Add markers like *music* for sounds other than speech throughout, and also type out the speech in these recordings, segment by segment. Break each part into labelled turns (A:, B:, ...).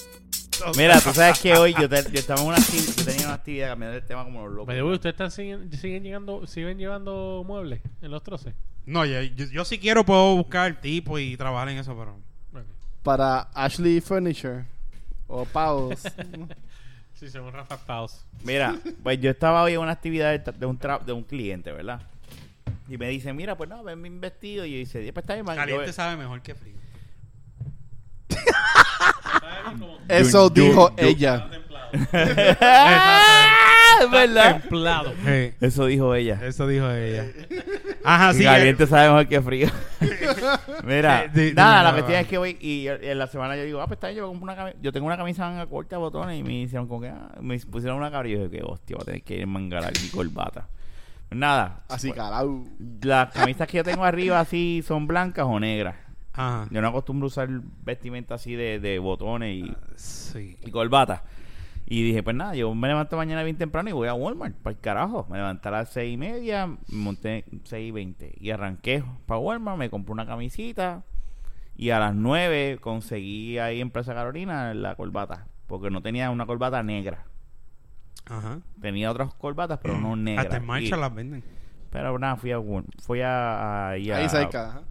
A: eso.
B: Mira, tú sabes que hoy yo, te- yo estaba en una acti- yo tenía una actividad cambiando el tema como los locos.
C: By the way, ¿ustedes están, siguen, siguen llegando, siguen llevando muebles en los troces?
A: No, yo, yo, yo si quiero puedo buscar el tipo y trabajar en eso, pero.
C: Ok.
D: Para Ashley Furniture
A: *laughs*
D: o Paus.
C: Sí, según Rafa Paus.
B: Mira, pues yo estaba hoy en una actividad de, tra- de un, tra- de un cliente, ¿verdad? Y me dice, mira, pues no, ven mi vestido. Y yo dice, "Yeah, pues está bien, man. Yo-
A: Caliente sabe mejor que frío.
D: Eso
B: Yo- yo-
D: dijo
B: yo-
D: ella.
B: *laughs* Ah, es ¿Verdad?
C: Templado.
B: Eso dijo ella.
A: Eso dijo ella. Ajá, sí.
B: caliente sabe mejor que frío. Mira,
A: Eh, di-
B: nada,
A: dime,
B: la
A: va,
B: cuestión
A: va.
B: es que hoy, y yo- en la semana yo digo, ah, pues está bien, yo, compro una cami- yo tengo una camisa manga corta, botones, y me hicieron con que, ah, me pusieron una cabra y yo dije, que hostia, voy a tener que ir en manga aquí, corbata. Nada.
D: Así,
B: pues,
D: carau.
B: Las camisas que yo tengo arriba así son blancas o negras.
A: Ajá.
B: Yo no acostumbro usar vestimenta así de, de botones y,
A: Sí.
B: y corbata. Y dije, pues nada, yo me levanto mañana bien temprano y voy a Walmart, para el carajo. Me levanté a las seis y media, me monté seis y veinte. Y arranqué para Walmart, me compré una camisita. Y a las nueve conseguí ahí en Plaza Carolina la corbata. Porque no tenía una corbata negra.
A: Ajá.
B: Tenía otras corbatas, pero no negras.
A: Ah, Hasta en marcha
B: Y-
A: las venden.
B: Pero nada, fui a Walmart. Fui a... ahí a-
D: Ahí cerca. ajá.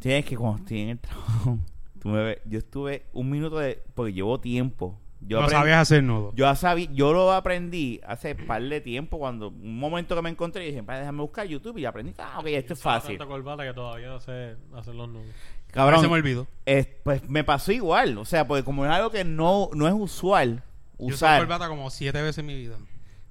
B: Sí, es que cuando estoy en el trabajo, *laughs* tú me ves- yo estuve un minuto de... Porque llevo tiempo. Yo
A: no
B: aprendí-
A: sabías hacer nudo.
B: Yo, ya sabí- yo lo aprendí hace par de tiempo, cuando un momento que me encontré y dije, "Pa, déjame buscar YouTube y aprendí, ah, ok, esto es fácil.
C: Tanta corbata que todavía no sé hacer los nudos.
A: Ahora se me
B: Cabrón,
A: olvidó.
B: es- pues me pasó igual, o sea, porque como es algo que no, no es usual
A: Yo usé
B: usar,
A: corbata como siete veces en mi vida.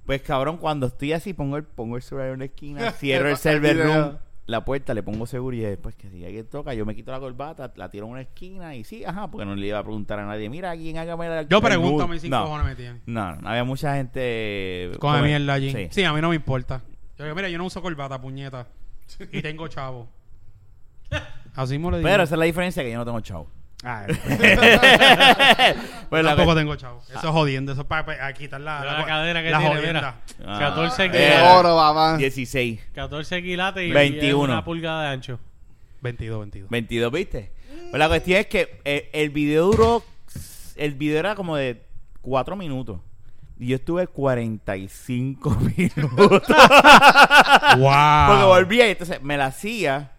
B: pues cabrón, cuando estoy así, pongo el, pongo el celular en una esquina, cierro el
D: Te pasa el
B: server
D: video.
B: room, la puerta, le pongo seguridad, después que si alguien toca, yo me quito la corbata, la tiro en una esquina y sí, ajá, porque no le iba a preguntar a nadie, mira, ¿quién haga la
A: Yo
B: el
A: pregunto
B: nudo?"
A: a mis cinco
B: no,
A: cojones me tienen.
B: no, no, había mucha gente...
A: Come
B: come-
A: mierda allí.
B: sí.
A: Sí. a mí no me importa. Yo digo, mira, yo no uso corbata, puñeta. Y tengo
B: *laughs*
A: chavo. Así mismo le digo.
B: Pero esa es la diferencia que yo no tengo
A: *laughs*
B: chavo. *laughs*
A: Ah,
B: pues la
A: tampoco
B: cu-
A: tengo chavo. Eso es jodiendo. Eso es para, para quitar Ah, la,
C: Mira la cadera que
A: la
C: tiene,
A: jodienda.
C: mira.
B: Ah,
C: 14
B: eh,
D: De
C: quilates.
D: oro, mamá.
B: 16.
C: 14 quilates y
B: 21.
C: una pulgada de ancho.
A: 22, 22.
B: 22, ¿viste? Pues la cuestión es que eh, el video duró. El video era como de 4 minutos. Y yo estuve 45 *laughs* minutos.
A: *laughs* ¡Wow!
B: Porque volvía y entonces me la hacía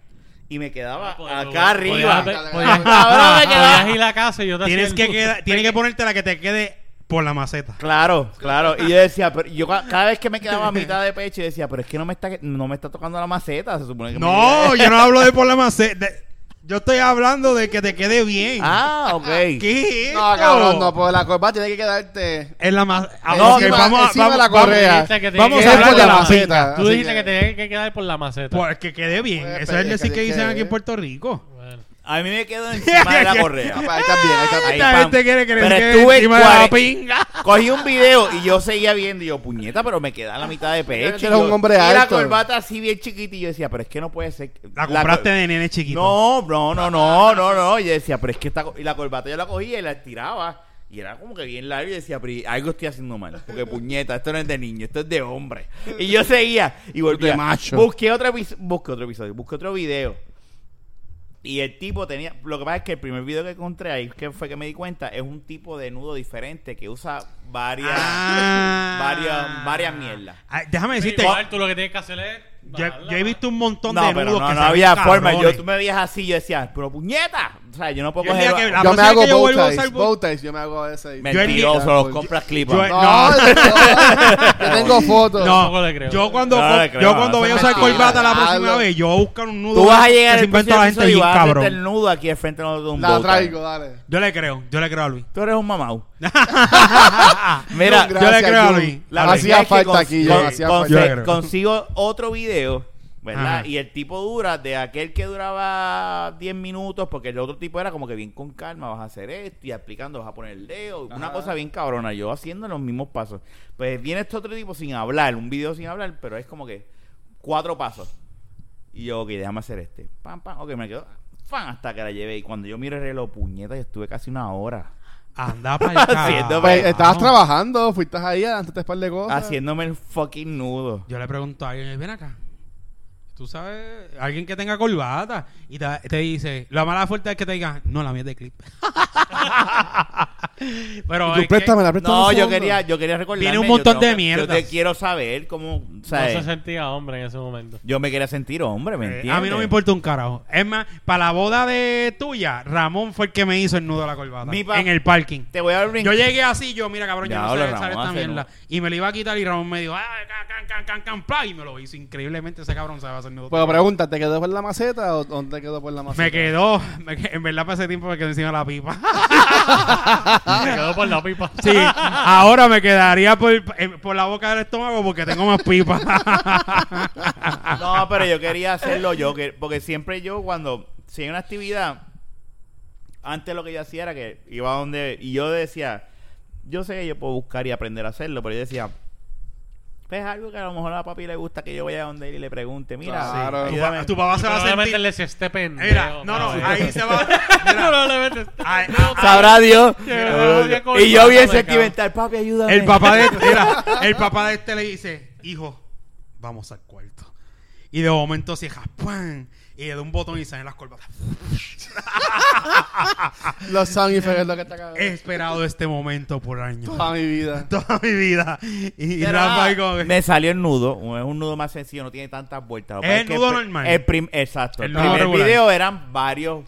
B: y me quedaba acá arriba.
D: pues,
C: Podías,
B: Ah, cabrón,
C: pues,
B: me quedaba-
C: podías ir a casa y yo te hacía
A: Tienes
C: el
A: que,
C: nudo.
A: queda- tienes que ponerte la que te quede por la maceta.
B: Claro, claro. Y yo decía, pero yo ca- cada vez que me quedaba a mitad de pecho, yo decía, pero es que no me está, no me está tocando la maceta, se supone que me
A: No, yo no hablo de por la maceta. De- Yo estoy hablando de que te quede bien.
B: Ah, ok.
A: ¿Qué? es
D: No,
A: esto?
D: cabrón, no, pues la corbata tiene que quedarte.
A: En la maceta.
D: No, encima- encima de la correa.
C: Dijiste que te
A: Vamos
C: quedaba
A: a hablar
C: por
A: de la
C: maceta.
D: maceta,
C: Tú
D: así
C: dijiste
D: que-
C: que tenías que quedar por la maceta.
A: Porque quede bien.
D: Pues,
A: Eso es el
D: pero es
A: decir
D: que
A: que
D: sí
A: dicen
D: que-
A: aquí en Puerto Rico.
C: Bueno.
B: A mí me quedo encima
A: *laughs*
B: de la
D: Ah,
B: correa.
D: pues ahí también, ahí también.
B: Ahí,
A: Esta
B: pam.
A: gente quiere que le
B: Pero
A: quede
B: estuve
A: encima de la
B: cuare-
A: pinga.
B: Cogí un video y yo seguía viendo y yo, puñeta, pero me queda la mitad de pecho.
D: Eres
B: Y yo-
D: un hombre
B: y la
D: alto.
B: corbata así bien chiquita y yo decía, pero es que no puede ser. que-
A: La compraste
B: cor-
A: de nene chiquito.
B: No, no, no, no, no, no. Y yo decía, pero es que esta... co- Y la corbata yo la cogía y la estiraba. Y era como que bien larga y decía, pero y- algo estoy haciendo mal. Porque puñeta, esto no es de niño, esto es de hombre. Y yo seguía y volvía.
D: De macho.
B: Busqué otro, episo- busqué otro episodio, busqué otro video. Y el tipo tenía. Lo que pasa es que el primer video que encontré ahí, que fue que me di cuenta, es un tipo de nudo diferente que usa varias.
A: Ah.
B: varias, varias mierdas.
A: Ay, déjame
C: Sí,
A: decirte.
C: igual tú lo que tienes que hacer es...
A: Yo,
C: bajarla,
A: yo he visto un montón
B: No,
A: de
B: pero
A: nudos
B: no,
A: que
B: no
A: se ven
B: había forma. Yo,
A: cabrones.
B: tú me veías así y yo decía, pero puñeta. O sea, yo no puedo
A: Yo el
B: coger.
A: día que
B: a-
A: la
D: Yo me
A: próxima
D: hago
A: que yo
D: bow
A: vuelvo a usar
D: ties,
A: bow-
D: bow ties, yo me hago ese.
A: yo el día-
B: Mentiroso, los compras
A: yo-
B: clipas.
A: no,
D: No, no,
A: *laughs*
D: yo tengo fotos.
A: No,
C: Tampoco le creo.
A: yo cuando,
B: No le creo,
A: yo cuando
B: no,
A: voy a
B: eso
A: usar
B: es mentira.
A: corbata la próxima
D: Hazlo.
A: vez, yo voy a buscar un nudo
B: Tú vas a llegar
A: que se
B: al
A: inventa la
B: próximo
A: gente
B: episodio y
A: bien
B: vas a hacerte el
A: cabrón.
B: nudo aquí al frente de nosotros un
D: La
B: bow tie.
D: traigo, dale.
A: Yo le creo, yo le creo a Luis.
B: Tú eres un
A: *laughs*
B: mamau. Mira,
D: No,
A: yo le creo a
D: Jun.
A: Luis.
B: La
D: hacía
B: verdad es que
D: falta
B: cons-
D: aquí, yo
B: con-
D: hacía
B: conse-
A: Yo
D: falta.
A: creo.
B: Consigo otro video, ¿verdad?
A: Ajá.
B: Y el tipo dura de aquel que duraba 10 minutos, porque el otro tipo era como que bien con calma, vas a hacer esto y explicando, vas a poner el dedo, una
D: Ajá.
B: cosa bien cabrona, yo haciendo los mismos pasos. Pues viene este otro tipo sin hablar, un video sin hablar, pero es como que cuatro pasos. Y yo, ok, déjame hacer este. Pam, pam, ok, me quedo. Fan, hasta que la llevé. Y cuando yo miro el reloj, puñeta, yo estuve casi una hora *laughs*
A: Anda para allá.
B: Haciendo-
D: Pues,
B: Ah,
D: estabas trabajando, fuiste ahí, antes par de cosas.
B: haciéndome el fucking nudo.
A: Yo le pregunto a alguien, ven acá. Tú sabes, alguien que tenga corbata y te, te dice, la mala fuerte es que te diga, no, la mía es de clip. *laughs* Pero
D: Tú
A: es que-
D: préstamela, préstamela.
B: No,
D: un
B: yo
D: segundo.
B: quería, yo quería recordar.
A: Tiene un montón de
B: Yo te
A: mierdas.
B: quiero saber cómo,
C: No
B: ¿sabes?
C: se sentía hombre en ese momento.
B: Yo me quería sentir hombre, ¿me
A: Eh,
B: entiendes?
A: a mí no me importa un carajo. Es más, para la boda de tuya, Ramón fue el que me hizo el nudo de la corbata.
B: Mi pa-
A: En el parking.
B: Te voy a abrir.
A: Yo llegué así, yo, mira, cabrón, yo no sé
B: Diablo,
A: besar
B: Ramón,
A: esta
B: hace
A: mierda.
B: nu-
A: Y me lo iba a quitar y Ramón me dijo, ah, can, can, can, can, can, pla", y me lo hizo. Increíblemente ese cabrón sabe hacer nudo.
B: Pues,
D: Pero pregunta, ¿te quedó por la maceta o dónde quedó por la maceta?
A: me quedó, me que- en verdad para ese tiempo me quedó encima de
B: *laughs*
A: la pipa.
C: Se quedó por la pipa.
A: Sí, ahora me quedaría por, eh, por la boca del estómago porque tengo más
B: *laughs*
A: pipa.
B: Ah, No, pero yo quería hacerlo yo, que- porque siempre yo cuando si hay una actividad, antes lo que yo hacía era que iba a donde y yo decía, yo sé que yo puedo buscar y aprender a hacerlo, pero yo decía, pues algo que a lo mejor a papi le gusta que yo vaya a donde él y le pregunte, mira,
D: Claro.
A: Tu
B: ayúdame".
A: pa- tu papá se va a
C: Probablemente
A: sentir...
C: le decía este pendejo.
A: Mira, no, no, ahí se va... Mira,
C: *laughs* Probablemente.
A: ahí- ah, ah,
B: sabrá Dios.
C: Mira,
B: y yo bien
C: me
B: sentimental, papi, ayúdame.
A: El papá de mira, el papá de este le dice, hijo, vamos al cuarto. Y de momento se ¡pam! Y le da un botón y salen las corbatas.
D: Los sound effects es lo que está cagando.
A: He esperado este momento por años.
D: Toda mi vida.
A: Toda mi vida. Y, y
B: Pero,
A: Rafa
B: ah,
A: ahí como que-
B: me salió el nudo. Es un nudo más sencillo, no tiene tantas vueltas. Lo que
A: Es
B: pasa
A: el
B: que
A: nudo
B: pri-
A: normal.
B: el prim- exacto. El,
A: El nudo
B: primer
A: regular.
B: video eran varios.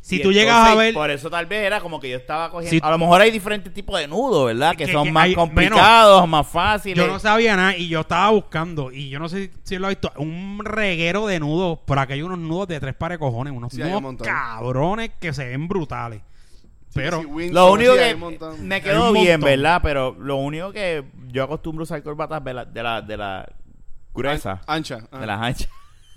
A: Si
B: Y
A: tú llegas a ver-
B: Por eso tal vez era como que yo estaba cogiendo.
A: Si-
B: a lo mejor hay diferentes tipos de nudos, ¿verdad? Que,
A: Que-
B: son
A: que
B: más
A: hay-
B: complicados, más fáciles.
A: yo no sabía nada y yo estaba buscando. Y yo no sé si lo has visto. Un reguero de nudos. Por acá hay unos nudos de tres pares de cojones. Unos
D: Sí, hay un
A: nudos
D: montón.
A: cabrones que se ven brutales. Pero.
D: Sí, Winston,
B: Lo único
D: sí, hay
B: que
D: un montón.
B: me
A: Hay
B: quedó
A: un
B: bien,
A: montón.
B: ¿verdad? Pero lo único que yo acostumbro usar corbatas de la, de la, de la gruesa,
D: Ancha. ah.
B: de las anchas.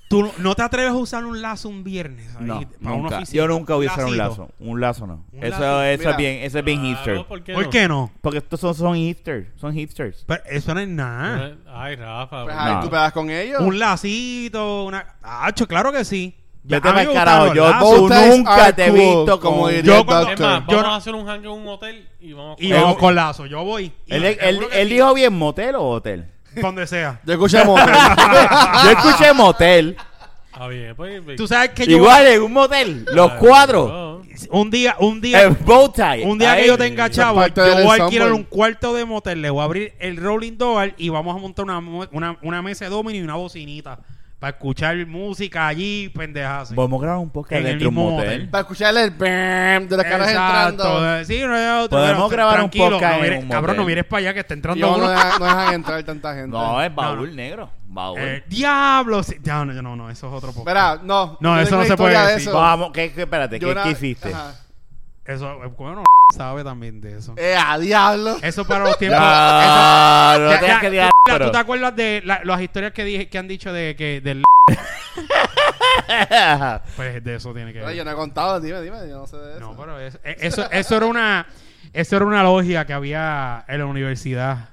A: Tú no- no te atreves a usar un lazo un viernes. ahí,
B: No,
A: para una
B: nunca.
A: oficina.
B: Yo nunca voy a usar un
A: Lacito.
B: lazo. Un lazo no.
A: Un
B: Eso,
A: lazo.
B: eso
D: Mira.
B: es bien, eso es bien hipster.
C: Claro, ¿por qué
A: ¿Por
C: no?
A: qué no?
B: Porque estos son, son hipsters, son hipsters.
A: Pero eso no es nada.
C: Ah. Ay, Rafa.
D: Pues
C: güey.
D: ahí
B: No.
D: tú pegas con ellos.
A: Un lacito, una. ¡Acho, claro que sí! Ya,
B: Vete
A: a mí
B: pa'l
A: me
B: carajo,
A: gustaban
B: yo
A: los lazos.
B: voy- Tú
D: Ustedes
B: nunca
D: are
B: te he visto como
D: diría
A: Yo
D: el
A: cuando-
C: Es
D: doctor.
C: más,
A: Yo
C: vamos
A: no-
C: a hacer un hangar en un hotel y vamos
A: Y
B: Él-
A: vamos con lazo, yo voy. Y
B: Él, él-
A: seguro que
B: él
A: sí,
B: dijo bien motel o hotel.
A: Donde sea.
D: Yo escuché
A: *laughs*
D: motel.
B: *laughs* Yo escuché *laughs* motel.
C: Ah, bien, pues.
A: Tú sabes que yo.
B: Igual en un motel, los cuatro.
C: no.
A: Un día, un día.
B: El bow tie.
A: Un día
B: Ahí.
A: que yo tenga chavo,
D: parte
A: yo
D: del
A: voy a alquilar
D: ensamble.
A: un cuarto de motel, le voy a abrir el rolling door y vamos a montar una, mu- una, una mesa de domino y una bocinita para escuchar música allí, pendejas.
B: Vamos a grabar un podcast
A: En el
B: dentro de un
A: mismo
B: motel.
D: Para escucharle el bam de las caras entrando.
A: eh, Sí, no hay otro,
B: Podemos
A: pero,
B: grabar un
A: tranquilo,
B: podcast
A: no mires-
B: en un
A: Cabrón,
B: motel.
A: no mires para allá que está entrando
D: Dios,
A: uno.
D: no, deja- no dejan entrar tanta gente.
B: No, eh. es baúl
A: No,
B: negro. Baúl.
A: Eh, diablo, sí. Ya, no, no, no, eso es otro podcast.
D: Verá, no.
A: No,
D: yo
A: eso no
D: tengo una
A: se puede
D: historia de
A: decir.
D: eso.
B: Vamos, ¿qué, qué- espérate,
D: Yo
B: ¿qué,
D: una-
B: qué hiciste?
D: ajá.
A: Eso, eh, bueno, sabe también de eso.
D: Eh, a diablo.
A: Eso para
D: *laughs*
A: los tiempos.
B: Ya,
A: eso-
B: no
A: ya,
B: tengas
A: ya,
B: que
A: tú-
B: tirar,
A: mira,
B: pero-
A: ¿Tú te acuerdas de la- las historias que dije que han dicho de que del
B: *laughs*
A: pues de eso tiene que
D: Verá, Yo
A: ver.
D: no he contado, dime, dime, yo no sé de eso.
A: No, pero es- eh, eso, eso era una eso era una logia que había en la universidad.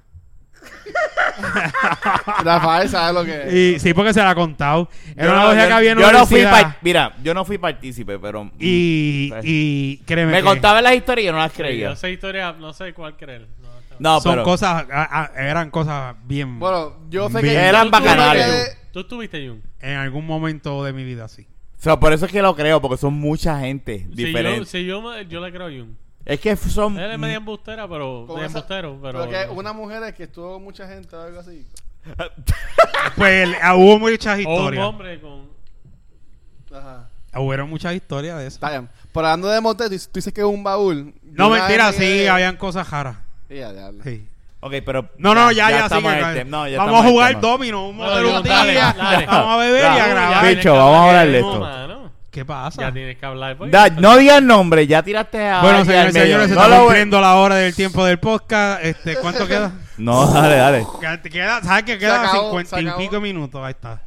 D: Rafael sabe lo que es.
A: Y sí, porque se la ha contado. Era
B: Yo
A: una
B: no-
A: logia
B: yo-
A: que había en la
B: yo no fui
A: universidad.
B: par- Mira, yo no fui partícipe, pero.
A: y,
B: Mm,
A: y créeme
B: Me
A: que
B: contaban las historias y yo no las
C: Yo
B: creía.
C: sé historia, no sé cuál creer. No, está-
B: No,
A: son
B: pero.
A: cosas a- a- eran cosas bien
D: Bueno, yo sé
A: Bien.
D: que.
B: Eran
D: yo me
B: bacanales.
D: quedé-
C: Tú estuviste, Jun.
A: en algún momento de mi vida sí.
B: O sea, por eso es que lo creo, porque son mucha gente
C: Si
B: diferente.
C: yo, si yo, me- yo le creo a Jun.
B: Es que son.
C: Él es media embustera, pero.
D: con
C: media
D: esa-
C: embustero, pero.
D: Porque una mujer es que estuvo con mucha gente o algo así.
A: Pues eh, hubo
C: *laughs* O
A: muchas
C: un
A: historias.
C: hombre con.
D: Ajá.
A: Hubieron muchas historias de eso.
D: Está bien. Pero hablando de motel, tú, tú dices que es un baúl. Yo
A: No,
D: una
A: mentira,
D: vez me
A: sí,
D: quedé-
A: habían cosas raras.
D: Sí, a diablo.
A: Sí.
B: Ok, pero.
A: No, no, ya, ya, sí.
B: estamos en el
A: que-
B: tema. No, ya
A: vamos
B: estamos
A: a
B: en el
A: jugar
B: tema.
A: domino, un
C: Bueno,
A: modelo
C: Jun,
A: un
C: dale,
A: día.
C: dale.
A: *laughs* Vamos a beber y
B: Ya,
A: a
B: ya,
A: grabar.
B: Bicho, vamos a hablar de esto.
C: esto.
A: ¿Qué pasa?
C: Ya tienes que hablar. pues. porque-
B: Da- no digas nombre, ya tiraste a.
A: Bueno,
B: al
A: señores,
B: medio.
A: señores, se
B: no,
A: está
B: lo voy-
A: cumpliendo la hora del tiempo del podcast. Este,
B: *laughs*
A: ¿Cuánto queda?
B: no, dale, dale.
A: Queda- queda ¿Sabes qué? Queda
D: acabó,
A: cincuenta
D: se
A: y
D: acabó.
A: pico minutos. Ahí está.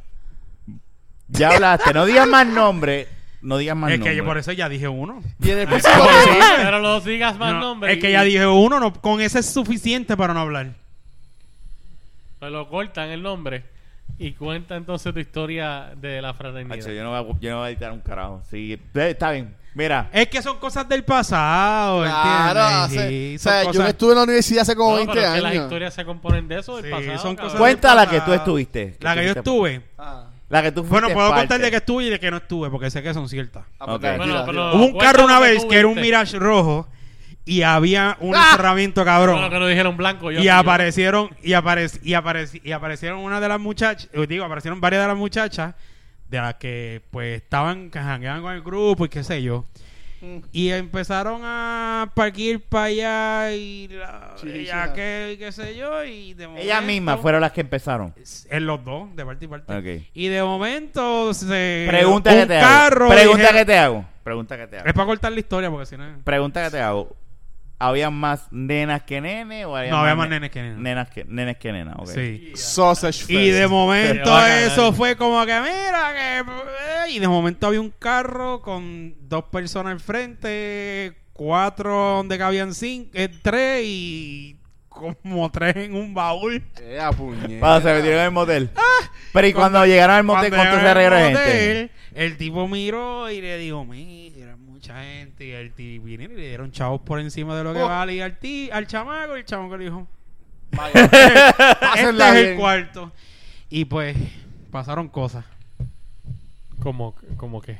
B: Ya hablaste, no digas más nombre. No digas más
A: es
B: nombre.
A: que yo por eso ya dije
B: *laughs*
A: uno.
D: Y en el
A: ¿Cómo
D: próximo.
A: así?
C: Pero no digas más
A: No,
C: nombres.
A: es que
C: y-
A: ya dije uno, no, con ese es suficiente para no hablar.
C: Pues lo cortan el nombre y cuenta entonces tu historia de la fraternidad.
B: Hacho, yo, no voy a, yo no voy a editar un carajo. Sí, eh, está bien. Mira,
A: Es que son cosas del pasado,
D: Claro,
A: ¿entiendes?
D: hace-
A: Sí,
D: o
A: son
D: sea, yo
A: cosas-
D: estuve en la universidad hace como
C: No, pero
D: 20
C: es que las
D: años.
C: historias se componen de eso, del
A: sí,
C: pasado.
A: son cosas
C: cabrón.
A: del
B: Cuenta la que
A: pasado.
B: tú estuviste.
A: La que yo
B: fuiste-
A: estuve.
D: Ah,
B: La que tú fuiste.
A: Bueno, puedo
B: parte.
A: contar de que estuve y de que no estuve, porque sé que son ciertas.
D: ah, pues
B: Ok.
D: dale,
C: Bueno,
D: tira,
C: pero-
D: tira.
A: Hubo un
C: cuenta
A: carro
C: lo
A: una
C: que
A: vez
C: tú
A: que era un
C: viste.
A: Mirage rojo y había un
D: ¡Ah!
A: encerramiento
C: No, no, que
A: cabrón.
C: no dijeron blanco. yo-
A: Y
C: yo-
A: aparecieron, y, aparec- y, aparec- y aparecieron una de las muchachas, eh, digo, aparecieron varias de las muchachas de las que pues estaban, que jangueaban con el grupo y qué sé yo.
B: Mm.
A: Y empezaron a parquear para allá y la,
D: Sí,
A: y
D: sí,
A: a
D: sí.
A: qué, qué sé yo. Y de
B: Ellas
A: momento-
B: mismas fueron las que empezaron.
A: En los dos, de parte y parte.
B: Ok.
A: Y de momento se.
B: Pregunta
A: Eh, un
B: que te
A: carro
B: hago. Pregunta
A: dijeron-
B: que te hago. Pregunta que te hago.
A: Es para cortar la historia porque si no.
B: Pregunta que te hago. ¿Habían más nenas que nenes o había
A: No, había más
B: ne-
A: nenes que nenas.
B: Nenas que, nenes que nenas, ok.
A: Sí.
D: Sausage
A: Y de
C: Pero
A: momento
C: va a ganar.
A: eso fue como que, mira, que... eh, Y de momento había un carro con dos personas al frente, cuatro donde cabían cinco, eh, tres y como *laughs* tres en un baúl.
D: Eh, puñeta.
B: Cuando se metieron en el motel. Pero y cuando,
A: Cuando-
B: llegaron al motel, ¿cuánto
A: llegaron
B: se regresó
A: al
B: gente?
A: motel, El tipo miró y le dijo, mira, mucha gente. Y el tipo vinieron y le dieron chavos por encima de lo que
D: Oh.
A: valía al, ti- al chamaco. Y el chamaco
B: *laughs*
A: le dijo,
D: Vaya.
A: *laughs* este
D: Pásenla
A: es el
D: bien.
A: cuarto. Y pues pasaron cosas.
C: Como, como que.